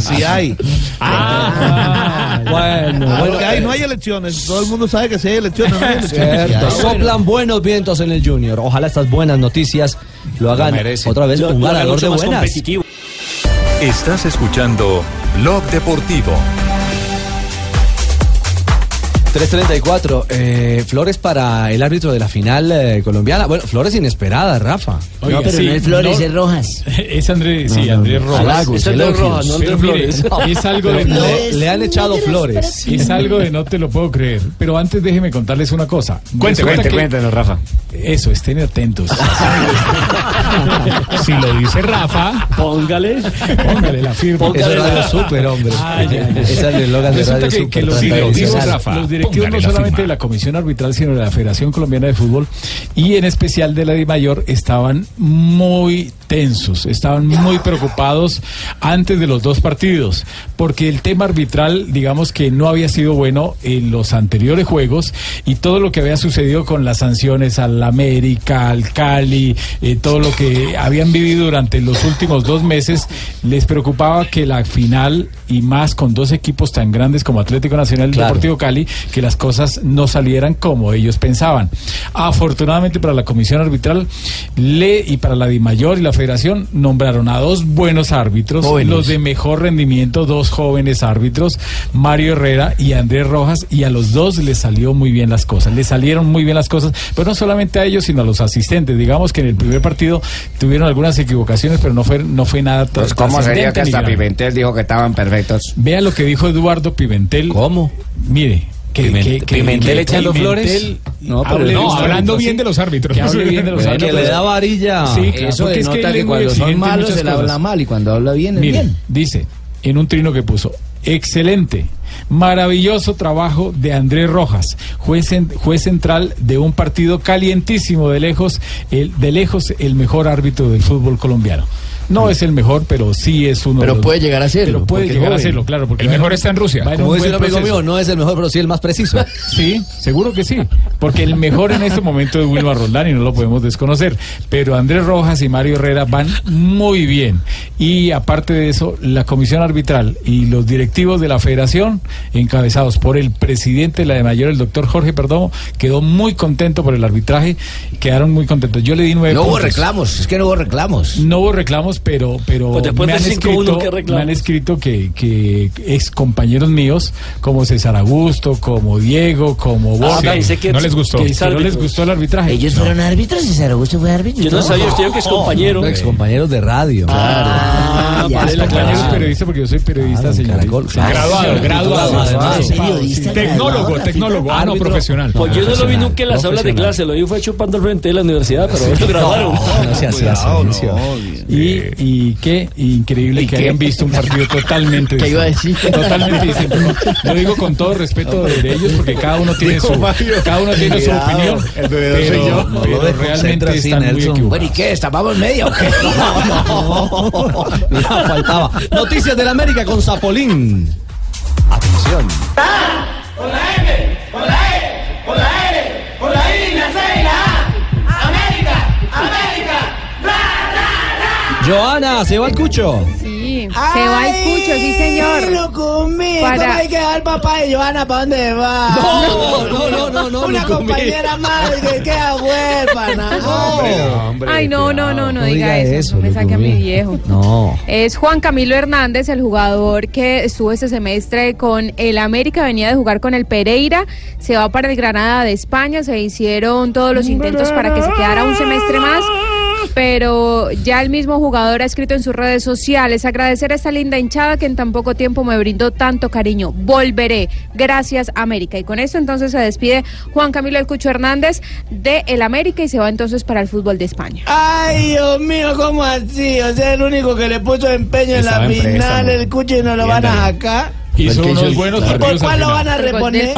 [SPEAKER 27] Sí hay.
[SPEAKER 20] Ah,
[SPEAKER 5] Bueno,
[SPEAKER 27] Ah,
[SPEAKER 5] bueno, eh,
[SPEAKER 27] porque hay, no hay elecciones. Todo el mundo sabe que si hay elecciones, no hay elecciones.
[SPEAKER 5] Cierto. Soplan buenos vientos en el Junior. Ojalá estas buenas noticias lo hagan otra vez un ganador de buenas.
[SPEAKER 21] Estás escuchando Blog Deportivo.
[SPEAKER 5] 334. eh, Flores para el árbitro de la final eh, colombiana. Bueno, Flores inesperada, Rafa.
[SPEAKER 10] Oiga, sí, no- Es Andrés, sí,
[SPEAKER 5] No, no,
[SPEAKER 10] Andrés
[SPEAKER 5] no.
[SPEAKER 10] Rojas.
[SPEAKER 5] Halagos,
[SPEAKER 10] es Andrés
[SPEAKER 5] elogios.
[SPEAKER 10] Rojas, no Andrés
[SPEAKER 5] Pero mire,
[SPEAKER 10] Flores. Es algo de...
[SPEAKER 5] Pero le- le han echado flores.
[SPEAKER 10] Es algo de no te lo puedo creer. Pero antes déjeme contarles una cosa.
[SPEAKER 28] Cuente,
[SPEAKER 10] Resulta
[SPEAKER 28] cuente,
[SPEAKER 10] que-
[SPEAKER 28] cuéntenos, Rafa.
[SPEAKER 10] Eso, estén atentos. si lo dice Rafa, póngale, póngale la firma.
[SPEAKER 5] Eso es Radio Super, hombre. Esa es el eslogan de
[SPEAKER 10] Resulta
[SPEAKER 5] Radio
[SPEAKER 10] que,
[SPEAKER 5] Super,
[SPEAKER 10] que los
[SPEAKER 5] tanta
[SPEAKER 10] directivos,
[SPEAKER 5] velocidad. Rafa,
[SPEAKER 10] los directivos no
[SPEAKER 5] póngale la
[SPEAKER 10] solamente
[SPEAKER 5] firma.
[SPEAKER 10] de la Comisión Arbitral, sino de la Federación Colombiana de Fútbol y en especial de la DIMAYOR estaban muy tensos, estaban muy preocupados antes de los dos partidos, porque el tema arbitral, digamos que no había sido bueno en los anteriores juegos y todo lo que había sucedido con las sanciones al América, al Cali, eh, todo lo que habían vivido durante los últimos dos meses, les preocupaba que la final y más con dos equipos tan grandes como Atlético Nacional y
[SPEAKER 5] Claro.
[SPEAKER 10] Deportivo Cali, que las cosas no salieran como ellos pensaban. Afortunadamente para la comisión arbitral, le y para la DIMAYOR y la federación nombraron a dos buenos árbitros,
[SPEAKER 28] Jóvenes.
[SPEAKER 10] los de mejor rendimiento, dos jóvenes árbitros, Mario Herrera y Andrés Rojas, y a los dos les salió muy bien las cosas, les salieron muy bien las cosas, pero no solamente a ellos, sino a los asistentes. Digamos que en el primer partido tuvieron algunas equivocaciones, pero no fue, no fue nada tra-
[SPEAKER 6] Pues cómo
[SPEAKER 10] trascendente
[SPEAKER 6] sería que
[SPEAKER 10] ni
[SPEAKER 6] hasta
[SPEAKER 10] grave.
[SPEAKER 6] Pimentel dijo que estaban perfectos.
[SPEAKER 10] Vea lo que dijo Eduardo Pimentel. ¿Cómo? Mire. Que,
[SPEAKER 6] Pimen-
[SPEAKER 10] que- que-
[SPEAKER 6] Pimentel
[SPEAKER 10] que
[SPEAKER 6] echando
[SPEAKER 10] Pimentel
[SPEAKER 6] flores.
[SPEAKER 10] No,
[SPEAKER 6] pero
[SPEAKER 10] hable
[SPEAKER 6] no,
[SPEAKER 10] de los
[SPEAKER 6] hablando
[SPEAKER 10] árbitros,
[SPEAKER 6] bien
[SPEAKER 10] sí.
[SPEAKER 6] de los árbitros.
[SPEAKER 10] Que hable bien de los
[SPEAKER 6] Bueno,
[SPEAKER 10] árbitros.
[SPEAKER 6] que le da varilla.
[SPEAKER 10] Sí, claro,
[SPEAKER 6] Eso
[SPEAKER 10] porque es que
[SPEAKER 6] denota
[SPEAKER 10] él
[SPEAKER 6] que
[SPEAKER 10] es muy
[SPEAKER 6] cuando son
[SPEAKER 10] exigente en
[SPEAKER 6] malos,
[SPEAKER 10] muchas
[SPEAKER 6] él habla
[SPEAKER 10] cosas.
[SPEAKER 6] mal, y cuando habla bien, es
[SPEAKER 10] Mire,
[SPEAKER 6] bien.
[SPEAKER 10] Dice, en un trino que puso, excelente, maravilloso trabajo de Andrés Rojas, juez, en- juez central de un partido calientísimo de lejos, el, de lejos el mejor árbitro del fútbol colombiano.
[SPEAKER 6] Mm.
[SPEAKER 10] No es el mejor, pero sí es uno de
[SPEAKER 5] Pero
[SPEAKER 10] los-
[SPEAKER 5] puede llegar a serlo,
[SPEAKER 10] Pero puede
[SPEAKER 5] porque es
[SPEAKER 10] llegar a
[SPEAKER 5] joven.
[SPEAKER 10] serlo, claro. Porque
[SPEAKER 5] El
[SPEAKER 10] va en
[SPEAKER 5] mejor
[SPEAKER 10] un-
[SPEAKER 5] está en Rusia.
[SPEAKER 10] va
[SPEAKER 5] Como
[SPEAKER 10] un
[SPEAKER 5] dice
[SPEAKER 10] buen
[SPEAKER 5] un amigo
[SPEAKER 10] proceso.
[SPEAKER 5] mío, no es el mejor, pero sí el más preciso.
[SPEAKER 10] Sí, seguro que sí, porque el mejor en este momento es Wilmar Roldán y no lo podemos desconocer. Pero Andrés Rojas y Mario Herrera van muy bien. Y aparte de eso, la comisión arbitral y los directivos de la federación, encabezados por el presidente de la de mayor, el doctor Jorge Perdomo, quedó muy contento por el arbitraje, quedaron muy contentos. Yo le di nueve
[SPEAKER 7] No hubo
[SPEAKER 10] puntos.
[SPEAKER 7] reclamos, es que no hubo reclamos.
[SPEAKER 10] No hubo reclamos, pero, pero
[SPEAKER 7] Pues después
[SPEAKER 10] me,
[SPEAKER 7] del
[SPEAKER 10] han
[SPEAKER 7] 5-1,
[SPEAKER 10] escrito,
[SPEAKER 7] ¿qué reclamos?
[SPEAKER 10] me han escrito que, que ex compañeros míos, como César Augusto, como Diego, como
[SPEAKER 7] Ah,
[SPEAKER 10] Borja,
[SPEAKER 7] pensé
[SPEAKER 10] Que,
[SPEAKER 7] que ex- ex
[SPEAKER 10] que no les
[SPEAKER 7] árbitros.
[SPEAKER 10] gustó el arbitraje.
[SPEAKER 7] Ellos
[SPEAKER 10] No.
[SPEAKER 7] fueron árbitros y César Augusto fue árbitro.
[SPEAKER 10] Yo no sabía, yo creo que es compañero.
[SPEAKER 5] Ex compañeros de radio.
[SPEAKER 7] Ah, ya,
[SPEAKER 10] Los
[SPEAKER 7] está
[SPEAKER 10] compañeros
[SPEAKER 7] claro.
[SPEAKER 10] periodistas, porque yo soy periodista, señor.
[SPEAKER 7] claro. Graduado,
[SPEAKER 10] Sí, graduado,
[SPEAKER 7] graduado, sí,
[SPEAKER 10] graduado,
[SPEAKER 7] periodista,
[SPEAKER 10] sí.
[SPEAKER 8] graduado,
[SPEAKER 10] Tecnólogo,
[SPEAKER 8] Rafita.
[SPEAKER 10] tecnólogo, ah, no,
[SPEAKER 8] Árbitro.
[SPEAKER 10] profesional.
[SPEAKER 8] Pues yo no lo vi
[SPEAKER 10] Profesional.
[SPEAKER 8] nunca en las aulas de
[SPEAKER 10] Profesional.
[SPEAKER 8] clase, lo vi fue chupando al frente de la universidad, pero ahora lo grabaron.
[SPEAKER 10] No se hacía silencio. Y, y qué increíble que
[SPEAKER 8] qué?
[SPEAKER 10] hayan visto un partido totalmente
[SPEAKER 8] ¿Qué iba a
[SPEAKER 10] distinto.
[SPEAKER 8] decir?
[SPEAKER 10] Totalmente distinto. Lo digo con todo respeto de ellos porque cada uno tiene
[SPEAKER 7] Dijo
[SPEAKER 10] su,
[SPEAKER 7] Mario.
[SPEAKER 10] cada uno tiene su
[SPEAKER 7] Cuidado,
[SPEAKER 10] opinión.
[SPEAKER 7] el bebedor soy yo.
[SPEAKER 10] Pero,
[SPEAKER 7] No lo
[SPEAKER 10] pero realmente están muy equivocados.
[SPEAKER 7] Bueno, ¿y qué? ¿Estapamos media o qué?
[SPEAKER 5] Ya faltaba. Noticias del América con Zapolín. Atención.
[SPEAKER 1] Con la I, la C y la A. América, América,
[SPEAKER 5] Joana, se va al cucho.
[SPEAKER 3] Sí, se va el cucho, sí, señor.
[SPEAKER 7] Lo comí.
[SPEAKER 3] Para-
[SPEAKER 7] ¿Cómo hay que dar papá de Joana? ¿Para dónde va?
[SPEAKER 3] No, no, no, no, no,
[SPEAKER 7] Una
[SPEAKER 3] lo comí.
[SPEAKER 7] compañera más que queda huérfana.
[SPEAKER 3] No. Ay, no, no, no, no,
[SPEAKER 5] No
[SPEAKER 3] diga,
[SPEAKER 5] diga
[SPEAKER 3] eso,
[SPEAKER 5] eso,
[SPEAKER 3] no me saque a mi
[SPEAKER 5] Lucumí.
[SPEAKER 3] viejo.
[SPEAKER 5] No.
[SPEAKER 3] Es Juan Camilo Hernández, el jugador que estuvo este semestre con el América, venía de jugar con el Pereira, se va para el Granada de España, se hicieron todos los intentos para que se quedara un semestre más. Pero ya el mismo jugador ha escrito en sus redes sociales, agradecer a esta linda hinchada que en tan poco tiempo me brindó tanto cariño. Volveré. Gracias América. Y con esto entonces se despide Juan Camilo El Cucho Hernández de el América y se va entonces para el fútbol de España.
[SPEAKER 7] Ay, Dios mío, ¿cómo así? O sea, el único que le puso empeño en
[SPEAKER 3] Estaba
[SPEAKER 7] la
[SPEAKER 3] en
[SPEAKER 7] final,
[SPEAKER 3] préstamo.
[SPEAKER 7] el cucho y no lo van a sacar.
[SPEAKER 10] Hizo unos buenos
[SPEAKER 7] ¿Por
[SPEAKER 10] partidos.
[SPEAKER 7] cuál
[SPEAKER 10] al
[SPEAKER 7] lo
[SPEAKER 10] final.
[SPEAKER 7] van a reponer?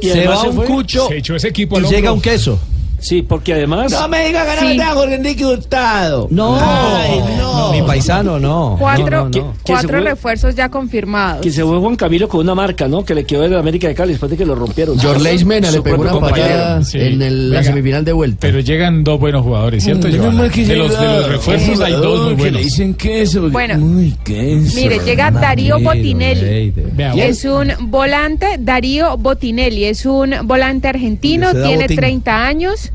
[SPEAKER 10] Se va
[SPEAKER 8] un cucho.
[SPEAKER 10] Se echó ese equipo al
[SPEAKER 8] y
[SPEAKER 10] hombro.
[SPEAKER 8] llega un
[SPEAKER 5] queso.
[SPEAKER 8] Sí, porque además.
[SPEAKER 7] No me digas que no me tenga Ah. Jorge Enrique Hurtado.
[SPEAKER 5] No.
[SPEAKER 7] Ay,
[SPEAKER 5] No, Mi paisano, no.
[SPEAKER 3] Cuatro,
[SPEAKER 8] No, no, no.
[SPEAKER 3] cu- cuatro
[SPEAKER 8] Que se-
[SPEAKER 3] refuerzos ya confirmados.
[SPEAKER 8] Que se fue Juan Camilo con una marca, ¿no? Que le quedó de la América de Cali después de que lo rompieron.
[SPEAKER 10] Jorleis
[SPEAKER 8] Mena
[SPEAKER 10] Su propio compañero. Sí. Venga,
[SPEAKER 8] de vuelta.
[SPEAKER 10] Pero llegan dos buenos jugadores, ¿cierto,
[SPEAKER 8] Menos
[SPEAKER 10] Joana?
[SPEAKER 8] mal que
[SPEAKER 10] De los, de los
[SPEAKER 8] llega
[SPEAKER 10] refuerzos hay dos muy buenos.
[SPEAKER 1] dicen queso.
[SPEAKER 3] Bueno,
[SPEAKER 1] Uy, queso.
[SPEAKER 3] Mire, llega Darío Botinelli.
[SPEAKER 1] eh. Vea,
[SPEAKER 3] Es un volante, Darío Botinelli, es un volante argentino,
[SPEAKER 1] Se da
[SPEAKER 3] tiene
[SPEAKER 1] botín.
[SPEAKER 3] 30 años,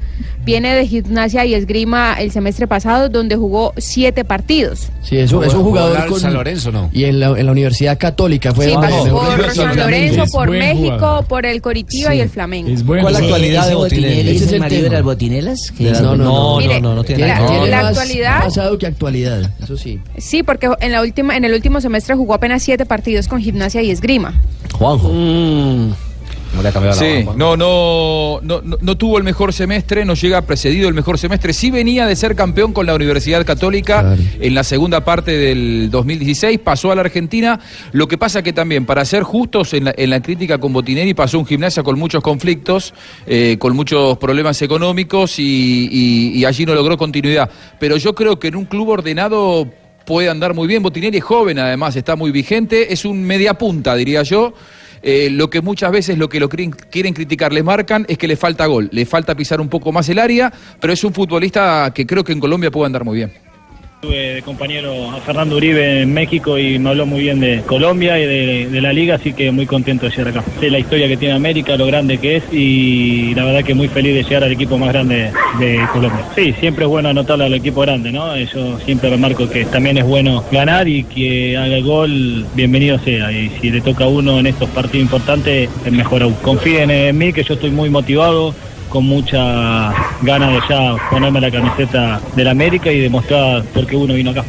[SPEAKER 3] viene de gimnasia y esgrima el semestre pasado, donde jugó siete partidos.
[SPEAKER 16] Sí, es un,
[SPEAKER 6] Jugó-
[SPEAKER 16] es un
[SPEAKER 6] jugó
[SPEAKER 16] jugador
[SPEAKER 6] al
[SPEAKER 16] con
[SPEAKER 6] San Lorenzo, ¿no?
[SPEAKER 16] Y en la, en la Universidad Católica fue
[SPEAKER 3] Sí,
[SPEAKER 16] donde-
[SPEAKER 3] pasó por San Lorenzo,
[SPEAKER 16] Es
[SPEAKER 3] por
[SPEAKER 16] buen
[SPEAKER 3] México,
[SPEAKER 16] jugador.
[SPEAKER 3] por el Coritiba
[SPEAKER 16] Sí.
[SPEAKER 3] y el Flamengo.
[SPEAKER 16] ¿Cuál la
[SPEAKER 29] Ese-
[SPEAKER 16] actualidad
[SPEAKER 29] ese
[SPEAKER 16] de Botinelli?
[SPEAKER 29] ¿Ese es el marido
[SPEAKER 16] tema.
[SPEAKER 29] de las botinelas?
[SPEAKER 16] De las- No, no, no,
[SPEAKER 3] Mire,
[SPEAKER 16] no, no, no tiene nada
[SPEAKER 3] la-
[SPEAKER 16] que ver.
[SPEAKER 3] la
[SPEAKER 16] Tiene más
[SPEAKER 3] actualidad-
[SPEAKER 16] pasado que actualidad, eso sí.
[SPEAKER 3] Sí, porque en la última, en el último semestre jugó apenas siete partidos con gimnasia y esgrima.
[SPEAKER 5] Juanjo.
[SPEAKER 10] Mm.
[SPEAKER 5] No le ha cambiado la
[SPEAKER 9] Sí, no, no, no, no- no tuvo el mejor semestre, no llega precedido el mejor semestre. Sí venía de ser campeón con la Universidad Católica en la segunda parte del 2016, pasó a la Argentina. Lo que pasa que también, para ser justos en la, en la crítica con Botinelli, pasó un gimnasia con muchos conflictos, eh, con muchos problemas económicos y- y- y allí no logró continuidad. Pero yo creo que en un club ordenado puede andar muy bien. Botinelli es joven, además, está muy vigente. Es un media punta, diría yo. Eh, lo que muchas veces lo que lo crin- quieren criticar, les marcan, es que le falta gol, le falta pisar un poco más el área, pero es un futbolista que creo que en Colombia puede andar muy bien.
[SPEAKER 30] Tuve de compañero a Fernando Uribe en México y me habló muy bien de Colombia y de, de la liga, así que muy contento de llegar acá. Sé la historia que tiene América, lo grande que es y la verdad que muy feliz de llegar al equipo más grande de Colombia. Sí, siempre es bueno anotarle al equipo grande, ¿no? Eh, Yo siempre remarco que también es bueno ganar y que haga el gol, bienvenido sea. Y si le toca a uno en estos partidos importantes, es mejor aún. Confíen en mí, que yo estoy muy motivado con mucha ganas de ya ponerme la camiseta del América y demostrar por qué uno vino acá.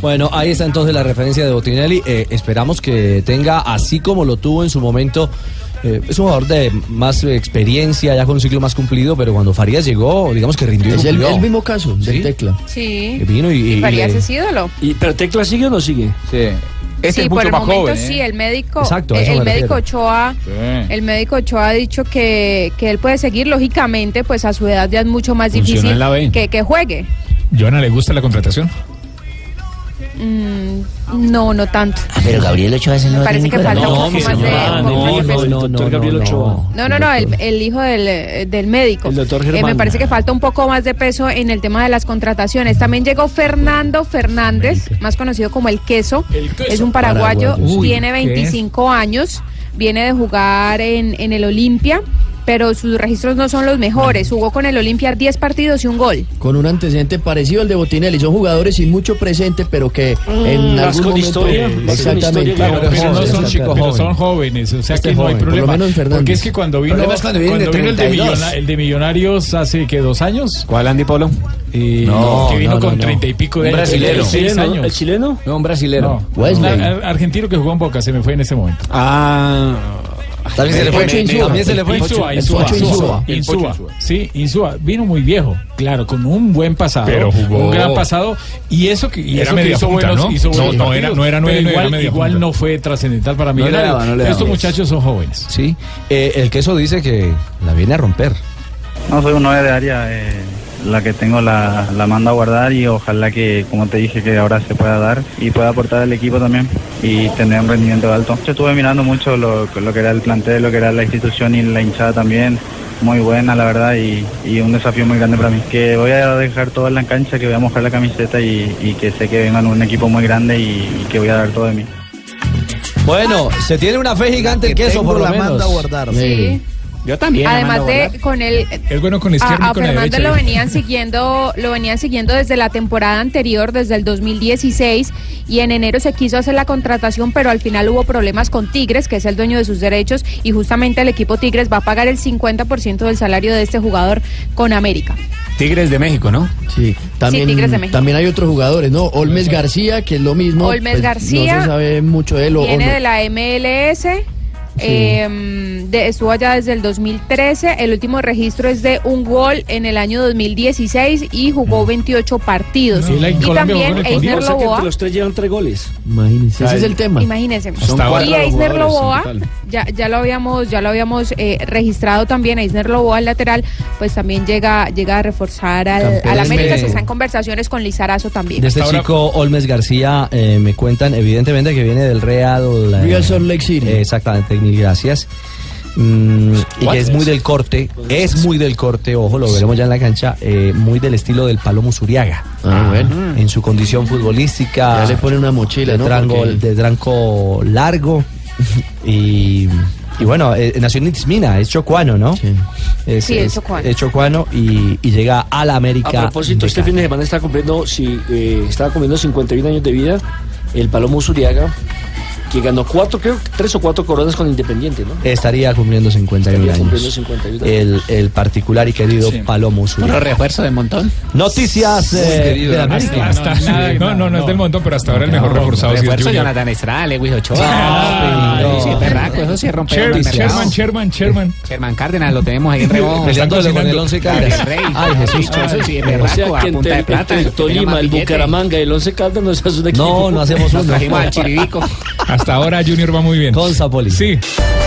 [SPEAKER 5] Bueno, ahí está entonces la referencia de Botinelli. Eh, esperamos que tenga, así como lo tuvo en su momento, eh, es un jugador de más eh, experiencia, ya con un ciclo más cumplido, pero cuando Farías llegó, digamos que rindió. y
[SPEAKER 16] el,
[SPEAKER 5] cumplió.
[SPEAKER 16] el mismo caso del Tecla.
[SPEAKER 3] Sí.
[SPEAKER 5] Vino y- y-
[SPEAKER 3] Farías
[SPEAKER 5] y-
[SPEAKER 3] es ídolo.
[SPEAKER 8] ¿Y, ¿Pero Tecla sigue o no sigue?
[SPEAKER 9] Sí.
[SPEAKER 10] Este
[SPEAKER 3] sí, Este por el momento sí, el médico,
[SPEAKER 8] Exacto, a
[SPEAKER 3] eh,
[SPEAKER 8] eso
[SPEAKER 3] el
[SPEAKER 8] me
[SPEAKER 3] médico Ochoa,
[SPEAKER 8] Sí.
[SPEAKER 3] el médico Ochoa ha dicho que, que él puede seguir, lógicamente, pues a su edad ya es mucho más
[SPEAKER 10] Funcionó
[SPEAKER 3] difícil
[SPEAKER 10] en la B.
[SPEAKER 3] que, que juegue.
[SPEAKER 10] ¿Joana le gusta la contratación?
[SPEAKER 3] Mm, no, no tanto.
[SPEAKER 29] Ah, Pero Gabriel Ochoa es el
[SPEAKER 3] Me
[SPEAKER 29] nuevo
[SPEAKER 3] parece que
[SPEAKER 29] técnico de
[SPEAKER 3] falta
[SPEAKER 29] la
[SPEAKER 3] un
[SPEAKER 29] América.
[SPEAKER 3] poco más de-
[SPEAKER 29] Ah,
[SPEAKER 3] un poco más de
[SPEAKER 29] no,
[SPEAKER 3] peso.
[SPEAKER 29] no, no, no.
[SPEAKER 3] No, no, no, el, el hijo del, eh, del médico.
[SPEAKER 29] El doctor Germán.
[SPEAKER 3] me parece que falta un poco más de peso en el tema de las contrataciones. También llegó Fernando Fernández, más conocido como El Queso. Es un paraguayo,
[SPEAKER 20] Paraguayo, sí.
[SPEAKER 3] tiene
[SPEAKER 20] Uy, ¿qué?
[SPEAKER 3] 25 años, viene de jugar en, en el Olimpia, pero sus registros no son los mejores. Jugó con el Olimpia 10 partidos y un gol.
[SPEAKER 16] Con un antecedente parecido al de Botinelli. Son jugadores sin mucho presente, pero que
[SPEAKER 3] Mm.
[SPEAKER 16] en
[SPEAKER 8] vas
[SPEAKER 16] algún
[SPEAKER 8] con
[SPEAKER 16] momento...
[SPEAKER 8] historia, vas con
[SPEAKER 16] Exactamente.
[SPEAKER 8] historia, claro,
[SPEAKER 10] Pero,
[SPEAKER 8] Pero
[SPEAKER 10] no
[SPEAKER 8] jóvenes,
[SPEAKER 10] son
[SPEAKER 8] este
[SPEAKER 10] chicos,
[SPEAKER 8] joven.
[SPEAKER 10] pero son jóvenes, o sea
[SPEAKER 8] Este
[SPEAKER 10] que no hay
[SPEAKER 8] joven, por lo
[SPEAKER 10] problema.
[SPEAKER 8] menos Fernández.
[SPEAKER 10] porque es que cuando vino,
[SPEAKER 8] Problema es cuando vienen de
[SPEAKER 10] vino el, de
[SPEAKER 8] 32.
[SPEAKER 10] Millona- el de Millonarios hace que dos años.
[SPEAKER 6] ¿Cuál Andy Polo?
[SPEAKER 10] No, que vino con treinta y pico de
[SPEAKER 6] Un
[SPEAKER 10] años.
[SPEAKER 6] brasilero.
[SPEAKER 10] 36 años.
[SPEAKER 6] ¿El
[SPEAKER 8] chileno?
[SPEAKER 6] No, un brasilero.
[SPEAKER 10] No, un ar- argentino que jugó en Boca, se me fue en ese momento.
[SPEAKER 6] Ah.
[SPEAKER 10] También se le fue. También se le fue.
[SPEAKER 6] Insúa,
[SPEAKER 10] Insúa,
[SPEAKER 6] Insúa,
[SPEAKER 10] Insúa.
[SPEAKER 6] Insúa.
[SPEAKER 10] Insúa. Sí, Insúa. Vino muy viejo, claro, con un buen pasado.
[SPEAKER 6] Pero jugó.
[SPEAKER 10] Un gran pasado. Y eso que, y
[SPEAKER 6] Era
[SPEAKER 10] eso que
[SPEAKER 6] media
[SPEAKER 10] hizo
[SPEAKER 6] punta,
[SPEAKER 10] buenos,
[SPEAKER 6] ¿no?
[SPEAKER 10] hizo
[SPEAKER 6] No,
[SPEAKER 10] buenos
[SPEAKER 6] no
[SPEAKER 10] partidos,
[SPEAKER 6] era- no era
[SPEAKER 10] pero
[SPEAKER 6] nueve, no era
[SPEAKER 10] igual,
[SPEAKER 6] media
[SPEAKER 10] igual
[SPEAKER 6] punta.
[SPEAKER 10] no fue trascendental para mí.
[SPEAKER 6] No le daba, no le daba.
[SPEAKER 10] Estos muchachos son jóvenes.
[SPEAKER 5] Sí. Eh, el queso dice que la viene a romper.
[SPEAKER 20] No soy un 9 de área, eh, la que tengo la, la mando a guardar y ojalá que, como te dije, que ahora se pueda dar y pueda aportar al equipo también y tener un rendimiento alto. Yo estuve mirando mucho lo, lo que era el plantel, lo que era la institución y la hinchada también.
[SPEAKER 17] muy buena, la verdad, y, y un desafío muy grande para mí. Que voy a dejar todo en la cancha, que voy a mojar la camiseta y, y que sé que vengan un equipo muy grande y, y que voy a dar todo de mí.
[SPEAKER 5] Bueno, se tiene una fe gigante el
[SPEAKER 17] que
[SPEAKER 5] queso,
[SPEAKER 17] tengo
[SPEAKER 5] por lo
[SPEAKER 17] la
[SPEAKER 5] menos.
[SPEAKER 17] mando a guardar.
[SPEAKER 3] Sí.
[SPEAKER 6] Yo
[SPEAKER 3] Además de con el
[SPEAKER 10] Es bueno con la
[SPEAKER 3] a,
[SPEAKER 10] izquierda
[SPEAKER 3] Ah, a
[SPEAKER 10] y con la
[SPEAKER 3] Fernando
[SPEAKER 10] derecha.
[SPEAKER 3] lo venían siguiendo, lo venían siguiendo desde la temporada anterior, desde el 2016, y en enero se quiso hacer la contratación, pero al final hubo problemas con Tigres, que es el dueño de sus derechos, y justamente el equipo Tigres va a pagar el 50% del salario de este jugador con América.
[SPEAKER 6] Tigres de México, ¿no?
[SPEAKER 16] Sí, también,
[SPEAKER 3] Tigres de México.
[SPEAKER 16] también hay otros jugadores, ¿no? Olmes García, que es lo mismo. pues,
[SPEAKER 3] Olmes García
[SPEAKER 16] No se sabe mucho de él. o- o
[SPEAKER 3] Viene
[SPEAKER 16] no.
[SPEAKER 3] de la MLS. em, de- estuvo allá desde el 2013, el último registro es de un gol en el año 2016 y
[SPEAKER 10] Mm.
[SPEAKER 3] jugó 28 partidos.
[SPEAKER 8] Sí, la- en
[SPEAKER 3] y
[SPEAKER 8] Colombia
[SPEAKER 3] también
[SPEAKER 8] jugó con el Colombia.
[SPEAKER 3] Eisner
[SPEAKER 8] O sea que
[SPEAKER 3] Loboa,
[SPEAKER 8] entre los tres llevan tres goles.
[SPEAKER 16] Imagínense, ese es el tema.
[SPEAKER 3] imagínense.
[SPEAKER 8] Son cuatro
[SPEAKER 3] Y Eisner
[SPEAKER 8] jugadores en
[SPEAKER 3] Loboa,
[SPEAKER 8] total.
[SPEAKER 3] ya, ya lo habíamos, ya lo habíamos eh, registrado también, Eisner Loboa, el lateral, pues también llega, llega a reforzar al,
[SPEAKER 5] Campeón
[SPEAKER 3] al
[SPEAKER 5] de-
[SPEAKER 3] América, se están conversaciones con Lizarazo también.
[SPEAKER 5] De este chico Olmes García eh, me cuentan evidentemente que viene del Real eh,
[SPEAKER 16] Real Salt Lake City.
[SPEAKER 5] eh, exactamente, mil gracias. Mm, y que es muy del corte, es muy del corte, ojo, lo veremos ya en la cancha, eh, muy del estilo del Palomo Zuriaga.
[SPEAKER 16] Ah, bueno.
[SPEAKER 5] En su condición futbolística.
[SPEAKER 16] Ya le pone una mochila,
[SPEAKER 5] de
[SPEAKER 16] ¿no?
[SPEAKER 5] tranco-
[SPEAKER 16] Porque-
[SPEAKER 5] de tranco largo. Y, y bueno, eh, nació en Itzmina, es chocuano, ¿no?
[SPEAKER 8] Sí, es chocuano.
[SPEAKER 5] es chocuano y, y llega a la América.
[SPEAKER 8] A propósito,
[SPEAKER 5] de
[SPEAKER 8] este fin de semana está cumpliendo, si, eh, estaba cumpliendo 51 años de vida el Palomo Zuriaga, que ganó cuatro, creo, tres o cuatro coronas con Independiente, ¿no?
[SPEAKER 5] Estaría cumpliendo 51
[SPEAKER 8] Estaría cumpliendo
[SPEAKER 5] años.
[SPEAKER 8] 51
[SPEAKER 5] El, el particular y querido Palomo Zuriaga.
[SPEAKER 6] Bueno, refuerzo de montón.
[SPEAKER 5] Noticias
[SPEAKER 6] Muy
[SPEAKER 5] eh,
[SPEAKER 6] querido,
[SPEAKER 5] de la
[SPEAKER 6] ¿no?
[SPEAKER 5] América.
[SPEAKER 6] Hasta- hasta nada,
[SPEAKER 10] No, no, no es del montón, pero hasta ahora el mejor reforzado sí es
[SPEAKER 6] Refuerzo
[SPEAKER 10] Junior. Ah,
[SPEAKER 6] Jonathan Estrada, Lewis Ochoa. Ay, sí, perraco, eso sí rompe
[SPEAKER 10] Sherman,
[SPEAKER 6] el mercado.
[SPEAKER 10] Sherman, Sherman, Sherman.
[SPEAKER 6] Sherman Cárdenas lo tenemos ahí en reojo.
[SPEAKER 10] Peleándole con el Once Caldas.
[SPEAKER 8] Ay, Jesús.
[SPEAKER 6] Eso sí, es
[SPEAKER 8] O sea,
[SPEAKER 6] perraco, a
[SPEAKER 8] que
[SPEAKER 6] punta
[SPEAKER 8] entre,
[SPEAKER 6] de plata. el
[SPEAKER 8] entre
[SPEAKER 6] que
[SPEAKER 8] el
[SPEAKER 6] tenga
[SPEAKER 8] Tolima,
[SPEAKER 6] más
[SPEAKER 8] el
[SPEAKER 6] billete.
[SPEAKER 8] Bucaramanga y el Once Caldas no se hace un equipo.
[SPEAKER 6] Nos trajimos al Chiribico.
[SPEAKER 10] Hasta ahora Junior va muy bien.
[SPEAKER 5] Con Zapoli.
[SPEAKER 10] Sí.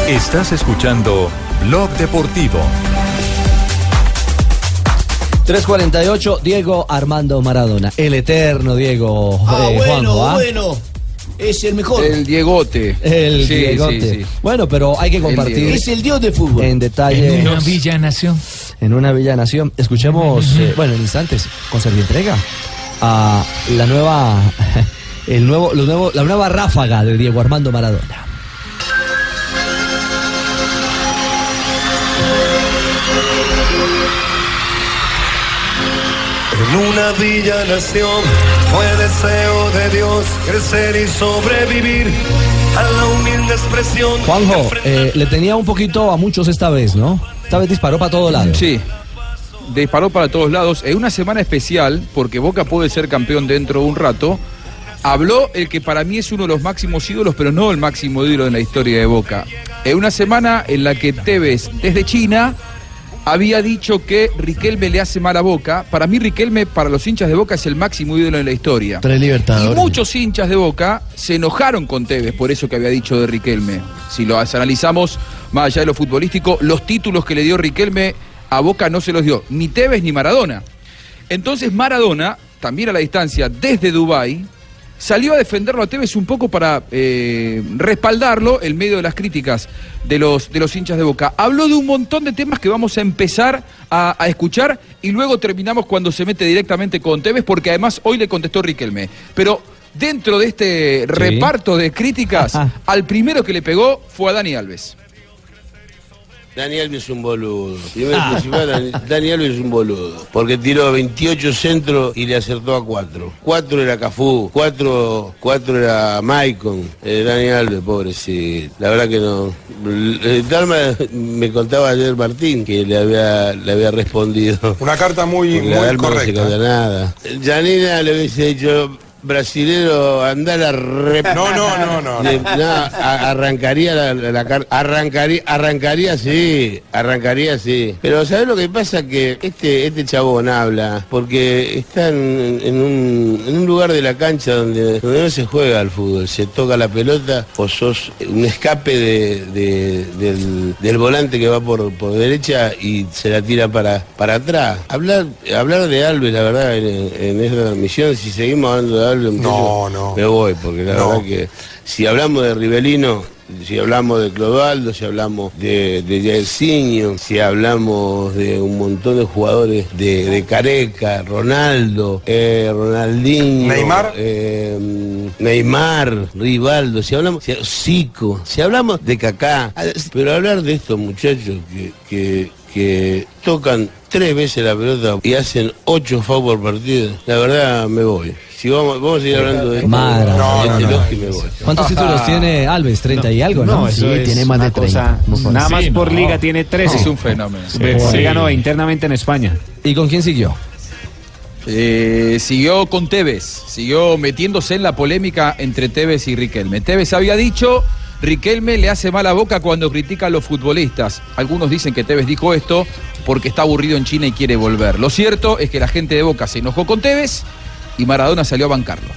[SPEAKER 21] Estás escuchando Blog Deportivo.
[SPEAKER 5] 348, Diego Armando Maradona. El eterno Diego
[SPEAKER 11] Ah,
[SPEAKER 5] eh,
[SPEAKER 11] bueno,
[SPEAKER 5] Juanjo, ¿ah?
[SPEAKER 11] bueno. Es el mejor.
[SPEAKER 9] El Diegote.
[SPEAKER 5] El
[SPEAKER 9] Sí,
[SPEAKER 5] Diegote.
[SPEAKER 9] sí, sí.
[SPEAKER 5] Bueno, pero hay que
[SPEAKER 9] El
[SPEAKER 5] compartir.
[SPEAKER 9] Diego. Es el dios de fútbol.
[SPEAKER 5] En detalle.
[SPEAKER 9] En una
[SPEAKER 5] villa nación. En una villa nación. Escuchemos, eh, bueno, en instantes, con Servientrega, a la nueva. El nuevo, lo nuevo, la nueva ráfaga de Diego Armando Maradona.
[SPEAKER 23] En una villa nación fue deseo de Dios crecer y sobrevivir a la humilde expresión.
[SPEAKER 5] Juanjo, eh, le tenía un poquito a muchos esta vez, ¿no? Esta vez disparó para todo lado.
[SPEAKER 9] Sí. Disparó para todos lados. Es una semana especial porque Boca puede ser campeón dentro de un rato. Habló el que para mí es uno de los máximos ídolos, pero no el máximo ídolo en la historia de Boca. Es una semana en la que Tevez, desde China, había dicho que Riquelme le hace mal a Boca. Para mí, Riquelme, para los hinchas de Boca, es el máximo ídolo en la historia.
[SPEAKER 16] Tres
[SPEAKER 9] Y
[SPEAKER 16] libertadores.
[SPEAKER 9] muchos hinchas de Boca se enojaron con Tevez por eso que había dicho de Riquelme. Si lo analizamos más allá de lo futbolístico, los títulos que le dio Riquelme a Boca no se los dio ni Tevez ni Maradona. Entonces Maradona, también a la distancia, desde Dubái, salió a defenderlo a Tevez un poco para eh, respaldarlo en medio de las críticas de los, de los hinchas de Boca. Habló de un montón de temas que vamos a empezar a, a escuchar y luego terminamos cuando se mete directamente con Tevez, porque además hoy le contestó Riquelme. Pero dentro de este reparto de críticas, al primero que le pegó fue a Dani Alves.
[SPEAKER 31] Daniel Alves es un boludo. Ah. Primero y principal, Dan- Dani Alves es un boludo. Porque tiró 28 centros y le acertó a 4. 4 era Cafú, 4, era Maicon. Eh, Dani Alves, pobre, sí. La verdad que no. L- eh, Dalma me contaba ayer Martín que le había, le había respondido. Una carta muy,
[SPEAKER 2] muy
[SPEAKER 31] No
[SPEAKER 2] correcta.
[SPEAKER 31] se condena nada. Janina le hubiese dicho... Brasilero, andá a la rep...
[SPEAKER 2] No, no, no, no.
[SPEAKER 31] Le- a- arrancaría la, la- la car- Arrancaría, arrancaría sí, arrancaría sí. Pero ¿sabes lo que pasa? Que este, este chabón habla porque está en, en un, en un lugar de la cancha donde, donde no se juega al fútbol. Se toca la pelota o sos un escape de- de- del, del volante que va por, por derecha y se la tira para, para atrás. Hablar, hablar de Alves, la verdad, en, en esta transmisión, si seguimos hablando de Alves, muchachos,
[SPEAKER 2] no.
[SPEAKER 31] me voy porque la
[SPEAKER 2] No.
[SPEAKER 31] verdad que si hablamos de Rivelino, Si hablamos de Clodoaldo, si hablamos de, de Jairzinho, si hablamos de un montón de jugadores de, de Careca, Ronaldo, eh, Ronaldinho,
[SPEAKER 20] Neymar.
[SPEAKER 31] eh, Neymar, Rivaldo, si hablamos, si, Zico, si hablamos de Kaká, ah, pero hablar de estos muchachos que, que, que tocan tres veces la pelota y hacen ocho fouls por partido, la verdad me voy. Si vamos, vamos a seguir hablando de esto,
[SPEAKER 5] Madre.
[SPEAKER 31] de
[SPEAKER 5] No,
[SPEAKER 31] este
[SPEAKER 5] no, no.
[SPEAKER 31] Loki, me voy.
[SPEAKER 5] ¿Cuántos títulos tiene Alves? 30 y algo, ¿no?
[SPEAKER 2] eso es una cosa- nada más por liga tiene 13.
[SPEAKER 9] Es un fenómeno.
[SPEAKER 2] Por
[SPEAKER 9] Sí.
[SPEAKER 2] liga no, internamente en España.
[SPEAKER 5] ¿Y con quién siguió?
[SPEAKER 9] Eh, siguió con Tevez, siguió metiéndose en la polémica entre Tevez y Riquelme. Tevez había dicho, Riquelme le hace mala boca cuando critica a los futbolistas. Algunos dicen que Tevez dijo esto porque está aburrido en China y quiere volver. Lo cierto es que la gente de Boca se enojó con Tevez y Maradona salió a bancarlo.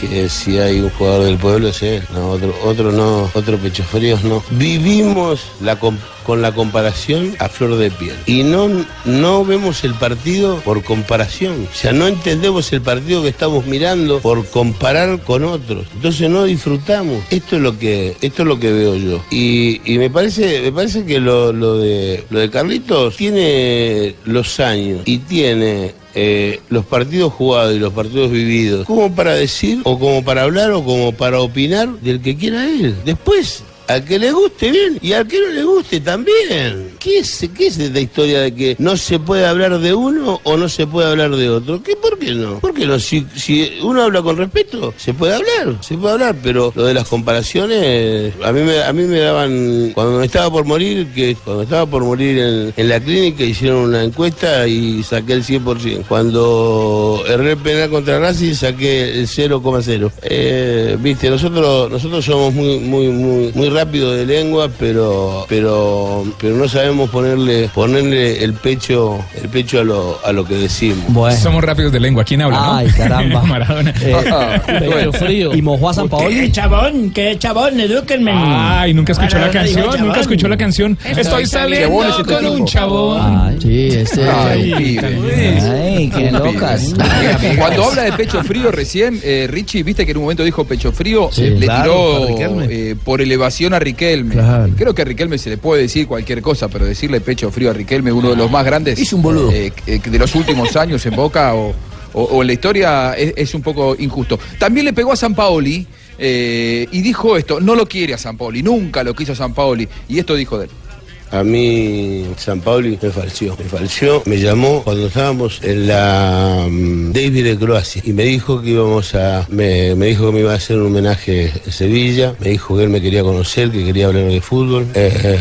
[SPEAKER 31] que si hay un jugador del pueblo, sí, no, otro, otro no, otro pecho frío no. Vivimos la com- con la comparación a flor de piel. Y no, no vemos el partido por comparación. O sea, no entendemos el partido que estamos mirando por comparar con otros. Entonces no disfrutamos. Esto es lo que, esto es lo que veo yo. Y, y me parece, me parece que lo, lo de lo de Carlitos tiene los años y tiene eh, los partidos jugados y los partidos vividos, como para decir, o como para hablar, o como para opinar del que quiera él. Después, al que le guste bien y al que no le guste también. ¿Qué es, ¿Qué es esta historia de que no se puede hablar de uno o no se puede hablar de otro? ¿Qué, ¿Por qué no? ¿Por qué no? Si, si uno habla con respeto, se puede hablar, se puede hablar, pero lo de las comparaciones, a mí me, a mí me daban, cuando me estaba por morir, que cuando estaba por morir en, en la clínica hicieron una encuesta y saqué el 100%. Cuando erré el penal contra Racing saqué el 0,0. Eh, Viste, nosotros nosotros somos muy muy muy muy rápido de lengua, pero pero pero no sabemos ponerle ponerle el pecho el pecho a lo a lo que decimos.
[SPEAKER 20] Somos rápidos de lengua. ¿Quién habla? no?
[SPEAKER 31] Ay, caramba.
[SPEAKER 20] Maradona.
[SPEAKER 5] Eh,
[SPEAKER 7] Ah,
[SPEAKER 5] ¿Y mojó a San Paoli?
[SPEAKER 7] ¡Qué chabón! ¡Qué chabón! ¡Edúquenme!
[SPEAKER 20] Ay, nunca escuchó la
[SPEAKER 7] Maradona dijo
[SPEAKER 20] canción, nunca
[SPEAKER 7] chabón.
[SPEAKER 20] escuchó la canción. Estoy saliendo
[SPEAKER 7] Chabón es este
[SPEAKER 20] con un
[SPEAKER 7] tipo.
[SPEAKER 20] chabón.
[SPEAKER 5] Ay, sí, este.
[SPEAKER 9] Ay, pibe.
[SPEAKER 5] Ay, qué locas.
[SPEAKER 9] Cuando habla de pecho frío recién, eh, Richie, viste que en un momento dijo pecho frío,
[SPEAKER 5] Sí,
[SPEAKER 9] eh, le
[SPEAKER 5] claro, a
[SPEAKER 9] tiró
[SPEAKER 5] Riquelme.
[SPEAKER 9] eh, por elevación a Riquelme.
[SPEAKER 5] Claro.
[SPEAKER 9] Creo que a Riquelme se le puede decir cualquier cosa, pero decirle pecho frío a Riquelme, uno de los más grandes eh, eh, de los últimos años en Boca o, o- o en la historia, es, es un poco injusto. También le pegó a San Paoli eh, y dijo esto, no lo quiere a San Paoli, nunca lo quiso a San Paoli, y esto dijo de él.
[SPEAKER 31] A mí San Pauli me falció, me falció, me llamó cuando estábamos en la mm, Davis de Croacia y me dijo que íbamos a, me, me dijo que me iba a hacer un homenaje en Sevilla, me dijo que él me quería conocer, que quería hablar de fútbol. Eh, eh,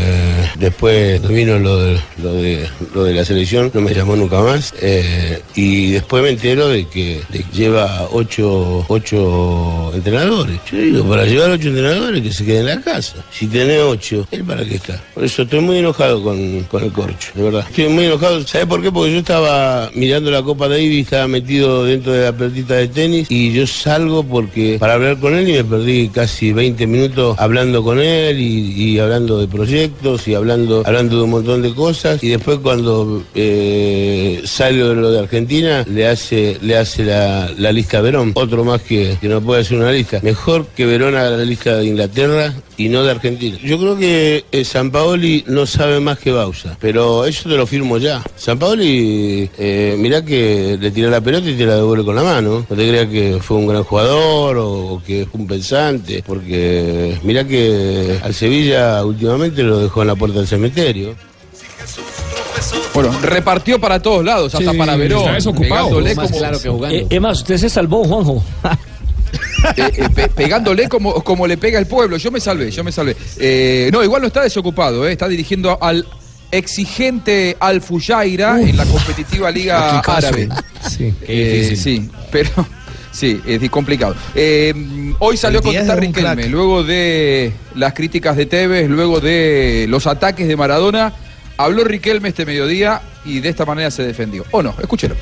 [SPEAKER 31] después vino lo de, lo, de, lo de la selección, no me llamó nunca más eh, y después me entero de que, de que lleva ocho, ocho entrenadores. Yo digo, para llevar ocho entrenadores que se queden en la casa, si tenés ocho, ¿él para qué está? Por eso estoy muy enojado con, con el corcho, de verdad. Estoy muy enojado. ¿Sabes por qué? Porque yo estaba mirando la Copa Davis, estaba metido dentro de la pelotita de tenis y yo salgo porque para hablar con él y me perdí casi 20 minutos hablando con él y, y hablando de proyectos y hablando, hablando de un montón de cosas. Y después cuando eh, salgo de lo de Argentina, le hace, le hace la, la lista a Verón. Otro más que, que no puede hacer una lista. Mejor que Verón haga la lista de Inglaterra y no de Argentina. Yo creo que eh, San Paoli no sabe más que Bausa, pero eso te lo firmo ya. San Paoli, eh, mirá que le tiró la pelota y te la devuelve con la mano. No te creas que fue un gran jugador o, o que fue un pensante, porque mirá que al Sevilla últimamente lo dejó en la puerta del cementerio.
[SPEAKER 9] Bueno, repartió para todos lados, hasta para Verón. pegándole como-
[SPEAKER 8] Eh, es más, usted se salvó, Juanjo.
[SPEAKER 9] eh, eh, pe- pegándole como, como le pega el pueblo. Yo me salvé, yo me salvé. Eh, no, igual no está desocupado, eh, está dirigiendo al exigente Al Fujaira en la competitiva Liga
[SPEAKER 5] qué caso.
[SPEAKER 9] Árabe.
[SPEAKER 5] Sí.
[SPEAKER 9] Eh, sí, pero sí, es di- complicado. Eh, hoy salió a
[SPEAKER 5] El 10
[SPEAKER 9] contestar
[SPEAKER 5] es un
[SPEAKER 9] Riquelme,
[SPEAKER 5] crack.
[SPEAKER 9] luego de las críticas de Tevez, luego de los ataques de Maradona. Habló Riquelme este mediodía y de esta manera se defendió. ¿O no? Escúchelo.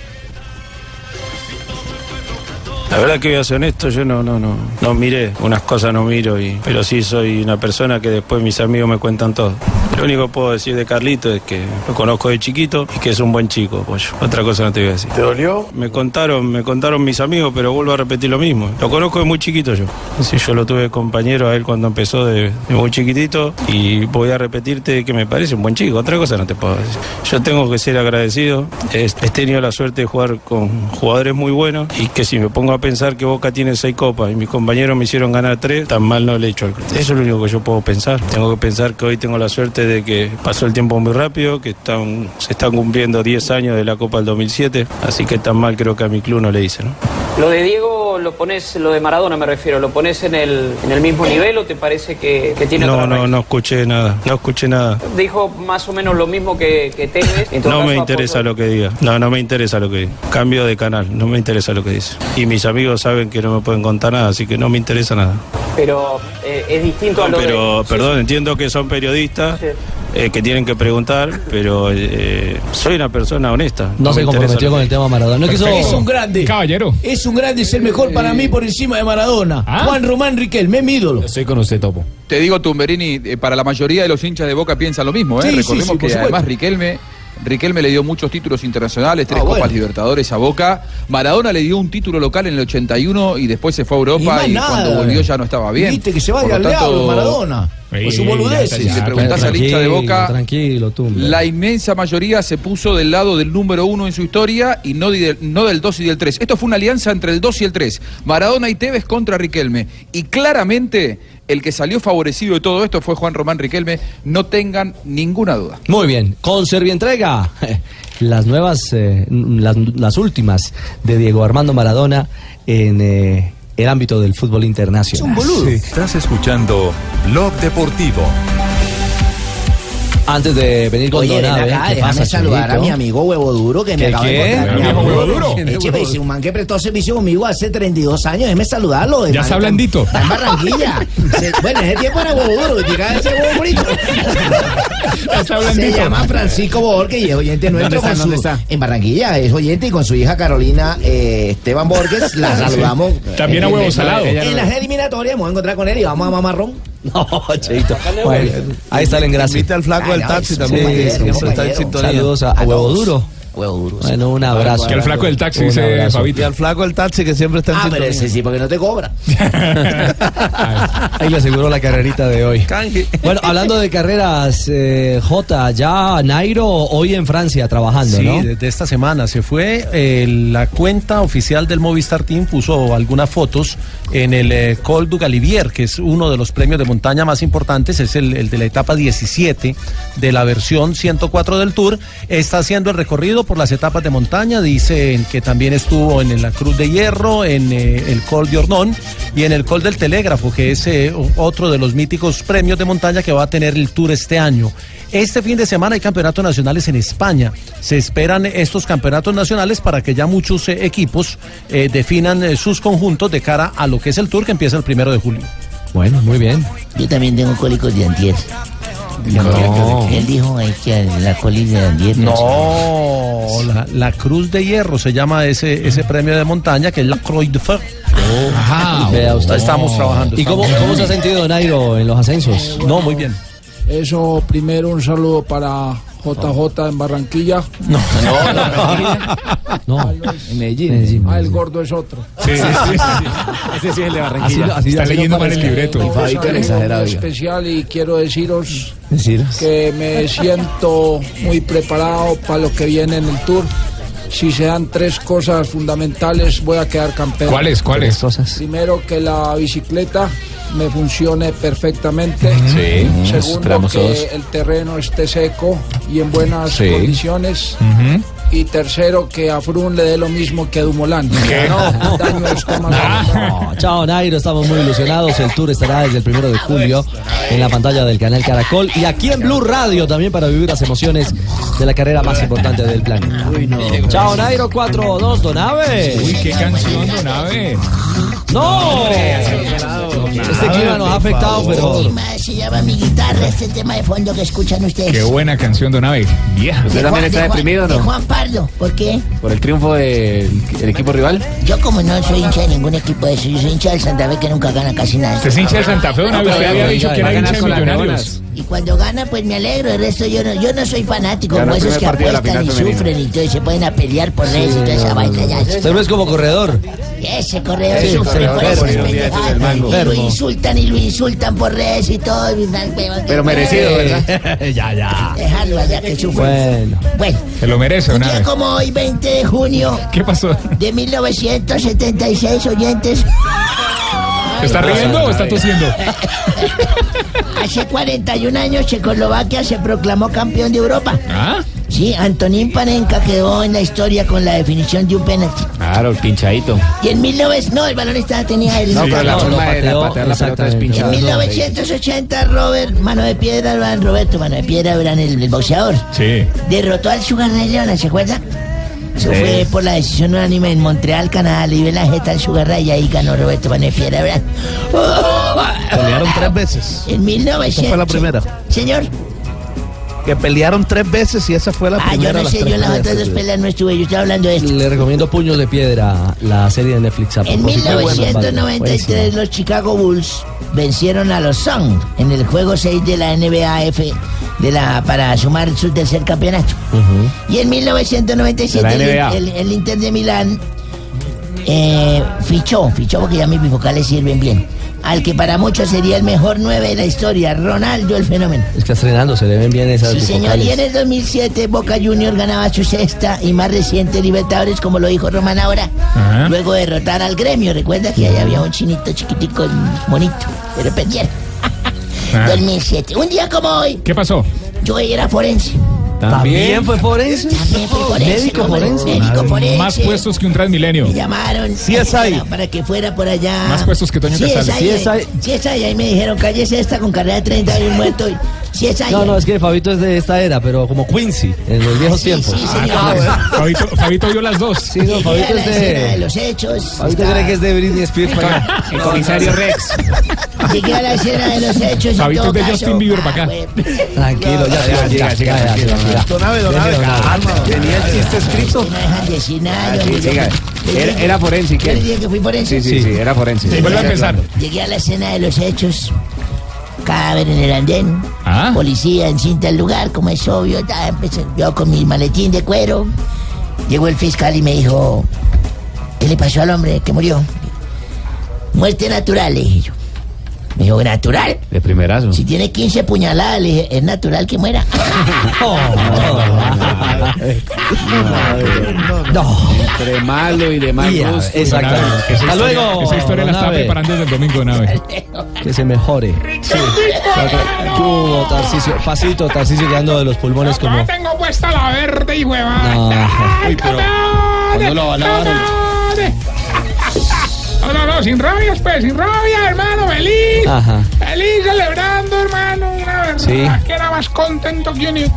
[SPEAKER 32] La verdad que voy a ser honesto, yo no, no, no, no miré, unas cosas no miro, y, pero sí soy una persona que después mis amigos me cuentan todo. Lo único que puedo decir de Carlito es que lo conozco de chiquito y que es un buen chico, pollo. Otra cosa no te voy a decir. ¿Te dolió? Me contaron, me contaron mis amigos, pero vuelvo a repetir lo mismo. Lo conozco de muy chiquito yo. Sí, yo lo tuve de compañero a él cuando empezó de, de muy chiquitito y voy a repetirte que me parece un buen chico. Otra cosa no te puedo decir. Yo tengo que ser agradecido. Es- He tenido la suerte de jugar con jugadores muy buenos y que si me pongo a pensar que Boca tiene seis copas y mis compañeros me hicieron ganar tres, tan mal no le he hecho al club. Eso es lo único que yo puedo pensar. Tengo que pensar que hoy tengo la suerte de que pasó el tiempo muy rápido, que están, se están cumpliendo 10 años de la Copa del 2007, así que tan mal creo que a mi club no le hice, ¿no?
[SPEAKER 14] Lo de Diego lo pones, lo de Maradona me refiero, ¿lo pones en el, en el mismo nivel o te parece que, que tiene
[SPEAKER 32] No,
[SPEAKER 14] otra
[SPEAKER 32] no, no escuché nada, no escuché nada.
[SPEAKER 14] Dijo más o menos lo mismo que, que Tevez. En todo
[SPEAKER 32] No me
[SPEAKER 14] caso,
[SPEAKER 32] interesa lo que diga. No, no me interesa lo que diga. Cambio de canal, no me interesa lo que dice. Y mis amigos saben que no me pueden contar nada, así que no me interesa nada.
[SPEAKER 14] apo- Pero eh, es distinto a lo
[SPEAKER 32] Pero,
[SPEAKER 14] de...
[SPEAKER 32] perdón, entiendo que son periodistas. eh, que tienen que preguntar, pero eh, soy una persona honesta.
[SPEAKER 5] No se
[SPEAKER 32] me interesa
[SPEAKER 5] comprometió
[SPEAKER 32] lo
[SPEAKER 5] con el tema Maradona. No quiso-
[SPEAKER 7] Es un grande.
[SPEAKER 20] Caballero.
[SPEAKER 7] Es un grande, es el mejor para mí por encima de Maradona. Juan Román Riquelme, mi ídolo.
[SPEAKER 6] Estoy con usted, Topo.
[SPEAKER 9] Te digo, Tumberini, eh, para la mayoría de los hinchas de Boca piensan lo mismo. ¿eh?
[SPEAKER 7] Sí, sí,
[SPEAKER 9] Recordemos
[SPEAKER 7] sí, por
[SPEAKER 9] que
[SPEAKER 7] supuesto.
[SPEAKER 9] además Riquelme, Riquelme le dio muchos títulos internacionales, tres
[SPEAKER 7] Ah,
[SPEAKER 9] Copas
[SPEAKER 7] bueno.
[SPEAKER 9] Libertadores a Boca. Maradona le dio un título local en el 81 y después se fue a
[SPEAKER 7] Y
[SPEAKER 9] Europa
[SPEAKER 7] más
[SPEAKER 9] y,
[SPEAKER 7] nada.
[SPEAKER 9] cuando volvió ya no estaba bien.
[SPEAKER 7] Viste que se
[SPEAKER 9] Por
[SPEAKER 7] vaya
[SPEAKER 9] lo
[SPEAKER 7] al
[SPEAKER 9] tanto,
[SPEAKER 7] diablo Maradona. Con sus boludeces.
[SPEAKER 9] Si le preguntás al hincha de Boca,
[SPEAKER 5] Tranquilo, tú.
[SPEAKER 9] la inmensa mayoría se puso del lado del número uno en su historia y no, di- no del 2 y del 3. Esto fue una alianza entre el 2 y el 3. Maradona y Tevez contra Riquelme. Y claramente el que salió favorecido de todo esto fue Juan Román Riquelme. No tengan ninguna duda.
[SPEAKER 5] Muy bien, con Servientrega. Ah, Las nuevas, eh, n- las, las últimas de Diego Armando Maradona en eh, el ámbito del fútbol internacional.
[SPEAKER 21] Estás escuchando Blog Deportivo.
[SPEAKER 5] Antes de venir con
[SPEAKER 27] Oye, ven
[SPEAKER 5] Donave,
[SPEAKER 27] acá,
[SPEAKER 5] ¿eh? ¿qué
[SPEAKER 27] déjame
[SPEAKER 5] pasa,
[SPEAKER 27] saludar
[SPEAKER 5] Chuyito?
[SPEAKER 27] a mi amigo Huevo Duro que me
[SPEAKER 5] ¿Qué,
[SPEAKER 27] acaba
[SPEAKER 5] qué?
[SPEAKER 27] de encontrar.
[SPEAKER 5] Mi
[SPEAKER 27] Mi
[SPEAKER 5] amigo Huevo Duro.
[SPEAKER 27] Eche,
[SPEAKER 5] Huevo
[SPEAKER 27] me dice, un man que prestó servicio conmigo hace 32 años, déjeme saludarlo.
[SPEAKER 20] Ya
[SPEAKER 27] hermano,
[SPEAKER 20] está blandito.
[SPEAKER 27] Está en Barranquilla. Se- bueno, en ese tiempo era Huevo Duro, y llegaba ese Huevo Frito. Se
[SPEAKER 20] blandito.
[SPEAKER 27] llama Francisco Borges y es oyente
[SPEAKER 2] ¿Dónde
[SPEAKER 27] nuestro.
[SPEAKER 2] está?
[SPEAKER 27] con su-
[SPEAKER 2] ¿Dónde está?
[SPEAKER 27] En Barranquilla es oyente y con su hija Carolina eh, Esteban Borges la
[SPEAKER 2] Sí.
[SPEAKER 27] saludamos. eh,
[SPEAKER 2] También a
[SPEAKER 27] En-
[SPEAKER 2] Huevo
[SPEAKER 27] en-
[SPEAKER 2] Salado.
[SPEAKER 27] En las eliminatorias vamos a encontrar con él y vamos a mamarrón.
[SPEAKER 5] No, Cheito. Bueno, ahí está el engrase. Invita al
[SPEAKER 27] flaco del taxi también, que es- que está en sintonía.
[SPEAKER 5] Saludos a, a
[SPEAKER 27] A
[SPEAKER 5] Huevo
[SPEAKER 27] todos.
[SPEAKER 5] Duro.
[SPEAKER 27] Huevo Duro.
[SPEAKER 5] Bueno, un abrazo.
[SPEAKER 20] Que el flaco del taxi, dice Fabito.
[SPEAKER 5] Y al flaco del taxi que siempre está
[SPEAKER 27] Ah, pero ese sí, porque no te cobra.
[SPEAKER 5] Ahí le aseguro la carrerita de hoy. Bueno, hablando de carreras, eh, J, ya Nairo hoy en Francia trabajando,
[SPEAKER 15] Sí,
[SPEAKER 5] ¿no?
[SPEAKER 15] desde esta semana se fue. eh, la cuenta oficial del Movistar Team puso algunas fotos en el eh, Col du Galibier, que es uno de los premios de montaña más importantes. Es el, el de la etapa 17 de la versión 104 del Tour. Está haciendo el recorrido por las etapas de montaña. Dicen que también estuvo en, la Cruz de Hierro, en eh, el Col de Ornón y en el Col del Telégrafo, que es eh, otro de los míticos premios de montaña que va a tener el Tour este año. Este fin de semana hay campeonatos nacionales en España. Se esperan estos campeonatos nacionales para que ya muchos eh, equipos eh, definan eh, sus conjuntos de cara a lo que es el Tour que empieza el primero de julio.
[SPEAKER 5] Bueno, muy bien.
[SPEAKER 15] Yo también tengo cólicos de antier. No.
[SPEAKER 27] Él dijo ahí que la colis de Andiet.
[SPEAKER 15] No, la, la Cruz de Hierro se llama ese, ese premio de montaña que es la Croix de Fer.
[SPEAKER 5] Oh. Vea usted.
[SPEAKER 15] Estamos trabajando.
[SPEAKER 5] Ah, ¿Y cómo,
[SPEAKER 15] estamos-
[SPEAKER 5] cómo se ha sentido Nairo en los ascensos?
[SPEAKER 15] No, muy bien.
[SPEAKER 22] Eso primero un saludo para JJ en Barranquilla. No,
[SPEAKER 5] no,
[SPEAKER 22] en Medellín. Ah, el gordo es otro.
[SPEAKER 2] Sí, sí, sí, sí. Ese sí es el de Barranquilla.
[SPEAKER 22] Así no- así-
[SPEAKER 2] Está
[SPEAKER 22] así no
[SPEAKER 2] leyendo mal el
[SPEAKER 22] parezca.
[SPEAKER 2] libreto.
[SPEAKER 22] Un saludo muy especial y quiero deciros
[SPEAKER 5] Decir.
[SPEAKER 22] que me siento muy preparado para lo que viene en el tour. Si se dan tres cosas fundamentales, voy a quedar campeón.
[SPEAKER 20] ¿Cuáles, cuáles? Tres
[SPEAKER 5] cosas.
[SPEAKER 22] Primero, que la bicicleta me funcione perfectamente.
[SPEAKER 2] Sí,
[SPEAKER 22] Segundo,
[SPEAKER 2] esperamos
[SPEAKER 22] que
[SPEAKER 2] todos.
[SPEAKER 22] el terreno esté seco y en buenas
[SPEAKER 2] Sí.
[SPEAKER 22] condiciones. Y tercero, que a Frun le dé lo mismo que a Dumolán. No, daño de estómago.
[SPEAKER 5] No, Chao Nairo, estamos muy ilusionados. El tour estará desde el primero de julio en la pantalla del canal Caracol y aquí en Blue Radio también para vivir las emociones de la carrera más importante del planeta. Chao Nairo 4-2, Donave.
[SPEAKER 20] Uy, qué canción, Donave.
[SPEAKER 5] ¡No! Este clima nos ha afectado, pero.
[SPEAKER 19] Este tema se llama mi guitarra, este tema de fondo que escuchan ustedes.
[SPEAKER 20] Qué buena canción, Donave. Vieja.
[SPEAKER 19] De Juan- de Juan- De Juan Pardo, ¿por qué?
[SPEAKER 6] ¿Por el triunfo del el equipo rival?
[SPEAKER 19] Yo como no soy hincha de ningún equipo de eso, yo soy hincha del Santa Fe que nunca gana casi nada.
[SPEAKER 20] Usted es hincha de Santa Fe, Donave. Usted había dicho que era hincha de Millonarios.
[SPEAKER 19] Y cuando gana, pues me alegro. El resto yo no, yo no soy fanático
[SPEAKER 5] Ganó
[SPEAKER 19] como
[SPEAKER 5] el
[SPEAKER 19] esos
[SPEAKER 5] primer
[SPEAKER 19] que
[SPEAKER 5] partido de la
[SPEAKER 19] apuestan y
[SPEAKER 5] final femenina.
[SPEAKER 19] sufren y todo, y se ponen a pelear por redes y toda esa vaina. Ya,
[SPEAKER 5] Usted no es como corredor.
[SPEAKER 19] Ese correo
[SPEAKER 5] Sí,
[SPEAKER 19] sufre
[SPEAKER 5] corredor,
[SPEAKER 19] por esas
[SPEAKER 5] enfermo.
[SPEAKER 19] pendejadas.
[SPEAKER 5] Del mango.
[SPEAKER 19] Y lo
[SPEAKER 5] Enfermo.
[SPEAKER 19] insultan y lo insultan por redes y todo. y tal, huevón.
[SPEAKER 6] ¿verdad? ya, ya.
[SPEAKER 19] Dejarlo allá que sufre.
[SPEAKER 6] Bueno.
[SPEAKER 19] Bueno,
[SPEAKER 20] Se lo merece
[SPEAKER 19] un
[SPEAKER 20] una
[SPEAKER 19] día
[SPEAKER 20] vez.
[SPEAKER 19] como hoy, 20 de junio.
[SPEAKER 20] ¿Qué pasó?
[SPEAKER 19] De 1976, oyentes.
[SPEAKER 20] ¿Está riendo o está tosiendo?
[SPEAKER 19] Hace 41 años Checoslovaquia se proclamó campeón de Europa.
[SPEAKER 20] ¿Ah?
[SPEAKER 19] Sí, Antonín Panenka quedó en la historia con la definición de un penalti.
[SPEAKER 6] Claro, el pinchadito.
[SPEAKER 19] Y en 19... No, el balón estaba tenía el...
[SPEAKER 6] No, pero la forma de la patear la pelota es
[SPEAKER 19] En
[SPEAKER 6] pinchada.
[SPEAKER 19] 1980, Robert, mano de piedra, Iván Roberto, mano de piedra, Iván, el, el boxeador,
[SPEAKER 20] Sí.
[SPEAKER 19] derrotó al Sugar Ray Leona, ¿se acuerda? Eso
[SPEAKER 20] Sí.
[SPEAKER 19] fue por la decisión unánime en Montreal, Canadá, le dio la jeta al Sugar Ray y ahí ganó Roberto Mano de Piedra, ¿verdad?
[SPEAKER 12] Pelearon tres veces.
[SPEAKER 19] En 1900.
[SPEAKER 12] Esa fue la primera.
[SPEAKER 19] Señor,
[SPEAKER 12] Que pelearon tres veces y esa fue la
[SPEAKER 19] ah,
[SPEAKER 12] primera.
[SPEAKER 19] yo no
[SPEAKER 12] las
[SPEAKER 19] sé, yo
[SPEAKER 12] tres
[SPEAKER 19] en las otras
[SPEAKER 12] veces.
[SPEAKER 19] dos peleas no estuve, yo estaba hablando de esto.
[SPEAKER 5] Le recomiendo Puños de Piedra, la serie de Netflix. a
[SPEAKER 19] En
[SPEAKER 5] propósito. Bueno, buenísimo.
[SPEAKER 19] 1993 los Chicago Bulls vencieron a los Suns en el juego 6 de la NBA F de la, para sumar su tercer campeonato. Y en 1997
[SPEAKER 13] De la NBA.
[SPEAKER 19] el, el- el Inter de Milán eh, fichó, fichó porque ya mis bifocales sirven bien, al que para muchos sería el mejor 9 de la historia, Ronaldo el fenómeno.
[SPEAKER 5] Es que está estrenando, se le ven bien esas
[SPEAKER 19] Sí, señor,
[SPEAKER 5] bifocales.
[SPEAKER 19] y en el 2007 Boca Junior ganaba su sexta y más reciente Libertadores, como lo dijo Román ahora,
[SPEAKER 5] Ajá.
[SPEAKER 19] luego de derrotar al gremio. Recuerda que ahí había un chinito chiquitico, bonito, pero perdieron.
[SPEAKER 6] Ah.
[SPEAKER 19] 2007. Un día como hoy.
[SPEAKER 20] ¿Qué pasó?
[SPEAKER 19] Yo era forense.
[SPEAKER 20] ¿También
[SPEAKER 5] fue forense?
[SPEAKER 19] También fui forense.
[SPEAKER 20] Médico
[SPEAKER 19] como
[SPEAKER 20] forense.
[SPEAKER 19] Médico forense.
[SPEAKER 20] Más puestos que un transmilenio.
[SPEAKER 19] Me llamaron para, para que fuera por allá.
[SPEAKER 20] Más puestos que Toño
[SPEAKER 19] sí, es
[SPEAKER 20] Casal.
[SPEAKER 19] ahí, sí, es ahí, ahí me dijeron, cállese esta con carrera de 30 y un muerto. y- Sí, es ahí.
[SPEAKER 5] No, no, es que Fabito es de esta era, pero como Quincy, en los viejos tiempos.
[SPEAKER 19] Ah, bueno.
[SPEAKER 20] Fabito, Fabito vio las dos. Sí,
[SPEAKER 19] Llegué a la escena de los hechos.
[SPEAKER 5] Fabito
[SPEAKER 19] Estaba-
[SPEAKER 5] cree que es de Britney Spears.
[SPEAKER 20] El comisario Rex.
[SPEAKER 19] Llegué a la escena de los hechos. y en
[SPEAKER 20] Fabito
[SPEAKER 19] todo
[SPEAKER 20] es de
[SPEAKER 19] caso, ah,
[SPEAKER 20] Justin Bieber para acá.
[SPEAKER 5] Tranquilo, ya, ya, ya, ya, ya, ya.
[SPEAKER 12] Donave,
[SPEAKER 5] Donave, calma.
[SPEAKER 12] Tenía el chiste escrito.
[SPEAKER 19] No dejan de decir nada.
[SPEAKER 6] Ah,
[SPEAKER 19] yo
[SPEAKER 6] sí,
[SPEAKER 19] digo,
[SPEAKER 6] siga.
[SPEAKER 19] yo-
[SPEAKER 6] Era- era forense, ¿qué?
[SPEAKER 19] Yo le dije que fui forense.
[SPEAKER 6] Sí, sí, sí, era forense.
[SPEAKER 19] Sí,
[SPEAKER 6] Vuelve a
[SPEAKER 19] claro.
[SPEAKER 6] empezar.
[SPEAKER 19] Llegué a la escena de los hechos. Cadáver en el andén.
[SPEAKER 6] Ah.
[SPEAKER 19] Policía en cinta el lugar, como es obvio. ta, empecé- yo con mi maletín de cuero. Llegó el fiscal y me dijo, ¿qué le pasó al hombre que murió? Muerte natural, le dije yo. Me dijo, ¿natural?
[SPEAKER 6] De primerazo.
[SPEAKER 19] Si tiene 15 puñaladas, le dije, es natural que muera.
[SPEAKER 6] Oh,
[SPEAKER 5] No.
[SPEAKER 6] Entre malo y de mal
[SPEAKER 5] Ya,
[SPEAKER 6] gusto.
[SPEAKER 5] exactamente.
[SPEAKER 6] Esa
[SPEAKER 5] Hasta
[SPEAKER 6] historia-
[SPEAKER 5] luego.
[SPEAKER 6] Esa historia la estaba
[SPEAKER 5] Nave.
[SPEAKER 6] preparando
[SPEAKER 20] desde el domingo, Nave.
[SPEAKER 5] Que se mejore. Sí. ¿Qué hubo, Tarcicio? Pasito, Tarcicio quedando de los pulmones como.
[SPEAKER 4] Tengo puesta la verde y hueva.
[SPEAKER 5] Ah, uy, pero
[SPEAKER 4] cuando lo
[SPEAKER 5] alabaron.
[SPEAKER 4] No, no, no, sin rabia, pues, sin rabia, hermano, feliz.
[SPEAKER 5] Ajá.
[SPEAKER 4] Feliz celebrando, hermano, una verdad
[SPEAKER 5] Sí.
[SPEAKER 4] que era más contento que un hito.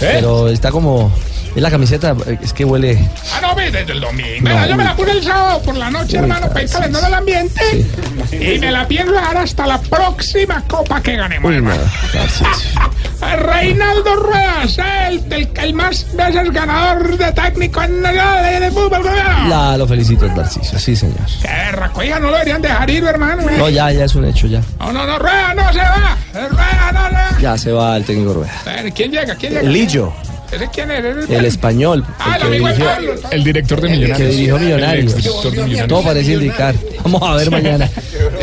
[SPEAKER 19] ¿Eh?
[SPEAKER 5] Pero está como. Es la camiseta, eh, es que huele.
[SPEAKER 4] Ah, no, ve, desde el domingo.
[SPEAKER 5] No,
[SPEAKER 4] Bueno, yo me
[SPEAKER 5] uy.
[SPEAKER 4] la puse el sábado por la noche,
[SPEAKER 5] Uy,
[SPEAKER 4] hermano, para ir calentando el ambiente. Y me la pienso dejar hasta la próxima copa que ganemos.
[SPEAKER 5] Uy, no,
[SPEAKER 4] A Reinaldo Ruedas, el, el, el más veces ganador de técnico en en el fútbol colombiano.
[SPEAKER 5] La, lo felicito, Tarcicio. Sí, señor.
[SPEAKER 4] Qué berraco, hija, no lo deberían dejar ir, hermano. eh.
[SPEAKER 5] No, ya, ya es un hecho, ya.
[SPEAKER 4] No, no, no, Rueda no se va. Rueda no, Ah, no.
[SPEAKER 5] Ya se va el técnico Rueda.
[SPEAKER 4] Bueno, ¿Quién llega? ¿Quién llega?
[SPEAKER 5] Lillo.
[SPEAKER 4] ¿Ese quién es? ¿Ese es
[SPEAKER 5] El español.
[SPEAKER 4] Ah, el amigo de Carlos.
[SPEAKER 20] El director de
[SPEAKER 5] El que
[SPEAKER 20] Millonarios.
[SPEAKER 5] dirigió Millonarios.
[SPEAKER 20] El exdirector de Millonarios.
[SPEAKER 5] Todo parece indicar. Vamos a ver mañana.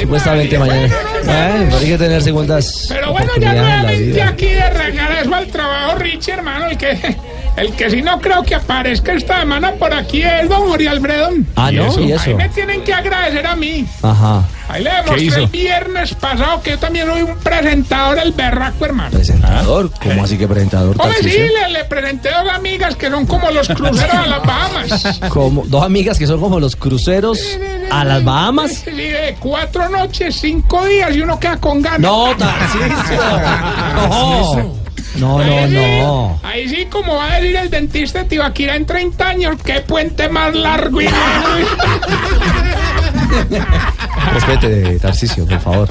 [SPEAKER 5] Supuestamente mañana. Bueno, hay que tener segundas
[SPEAKER 4] Pero bueno, ya
[SPEAKER 5] oportunidades en la
[SPEAKER 4] nuevamente
[SPEAKER 5] vida.
[SPEAKER 4] aquí de regreso al trabajo, Richie, hermano, el que, el que si no creo que aparezca esta semana por aquí es don Jorge Alfredón.
[SPEAKER 5] Ah, ¿no? ¿Y eso?
[SPEAKER 4] Ahí me tienen que agradecer a mí.
[SPEAKER 5] Ajá.
[SPEAKER 4] Ahí le
[SPEAKER 5] ¿Qué
[SPEAKER 4] demostré el
[SPEAKER 5] hizo?
[SPEAKER 4] viernes pasado que yo también soy un presentador del berraco, hermano.
[SPEAKER 5] ¿Presentador? ¿Cómo así que presentador?
[SPEAKER 4] ¿Ah? Hombre, sí,
[SPEAKER 5] Tarcisio?
[SPEAKER 4] le, le presenté dos amigas que son como los cruceros a las Bahamas.
[SPEAKER 5] Como dos amigas que son como los cruceros a las Bahamas.
[SPEAKER 4] Sí, de cuatro noches, cinco días y uno queda con ganas.
[SPEAKER 5] No, Tarcisio.
[SPEAKER 4] Ah,
[SPEAKER 5] No. No, no, no.
[SPEAKER 4] Ahí sí, como va a decir el dentista de Tibaquira en 30 años, qué puente más largo y
[SPEAKER 5] Respete, Tarcisio, por favor.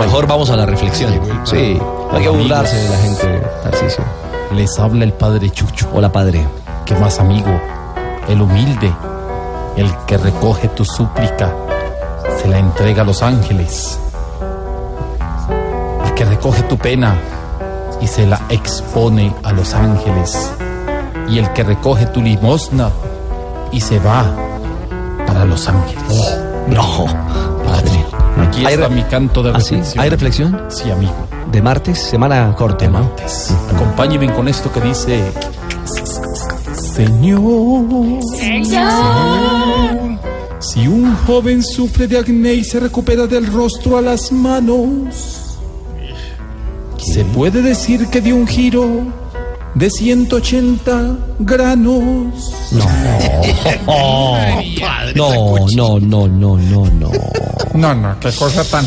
[SPEAKER 5] Mejor vamos a la reflexión. Sí, no hay que burlarse de la gente, Tarcisio.
[SPEAKER 17] Les habla el padre Chucho.
[SPEAKER 5] Hola, padre.
[SPEAKER 17] ¿Qué más, amigo? El humilde, el que recoge tu súplica, se la entrega a los ángeles. El
[SPEAKER 10] que recoge tu pena y se la expone a los ángeles, y el que recoge tu limosna y se va para los ángeles.
[SPEAKER 5] No,
[SPEAKER 10] padre. Aquí
[SPEAKER 5] Hay
[SPEAKER 10] está
[SPEAKER 5] re-
[SPEAKER 10] mi canto de
[SPEAKER 5] ¿Ah, sí?
[SPEAKER 10] reflexión.
[SPEAKER 5] ¿Hay reflexión?
[SPEAKER 10] Sí, amigo.
[SPEAKER 5] De martes, semana corta, ¿no?
[SPEAKER 10] Acompáñeme con esto que dice: Señor.
[SPEAKER 33] Si un joven sufre de acné y se recupera del rostro a las manos, se puede decir que dio un giro de 180 granos.
[SPEAKER 5] No, no, no, no, no, no, no.
[SPEAKER 33] No, no, qué cosa tan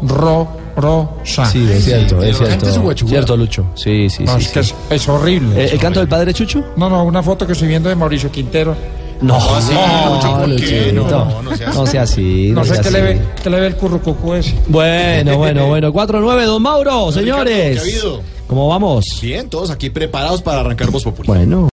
[SPEAKER 33] horrorosa.
[SPEAKER 5] Sí, es cierto, es
[SPEAKER 33] La gente
[SPEAKER 5] cierto.
[SPEAKER 33] guachugura.
[SPEAKER 5] Cierto, Lucho. Sí, sí,
[SPEAKER 33] No,
[SPEAKER 5] sí.
[SPEAKER 33] es que
[SPEAKER 5] sí.
[SPEAKER 33] es, es horrible.
[SPEAKER 5] ¿El- el canto del padre Chucho?
[SPEAKER 33] No, no, una foto que estoy viendo de Mauricio Quintero.
[SPEAKER 5] No,
[SPEAKER 33] sí,
[SPEAKER 5] no,
[SPEAKER 33] Lucho, ¿por qué?
[SPEAKER 5] Luchito.
[SPEAKER 33] No, no sea así.
[SPEAKER 5] No sea así.
[SPEAKER 33] No sé
[SPEAKER 5] sea
[SPEAKER 33] qué le,
[SPEAKER 5] así.
[SPEAKER 33] ve, qué le ve el currucucú ese.
[SPEAKER 5] Bueno, bueno, bueno. 4-9, don Mauro, señores.
[SPEAKER 6] ¿qué ha habido?
[SPEAKER 5] ¿Cómo vamos?
[SPEAKER 6] Bien, todos aquí preparados para arrancar Voz Popular.
[SPEAKER 5] Bueno.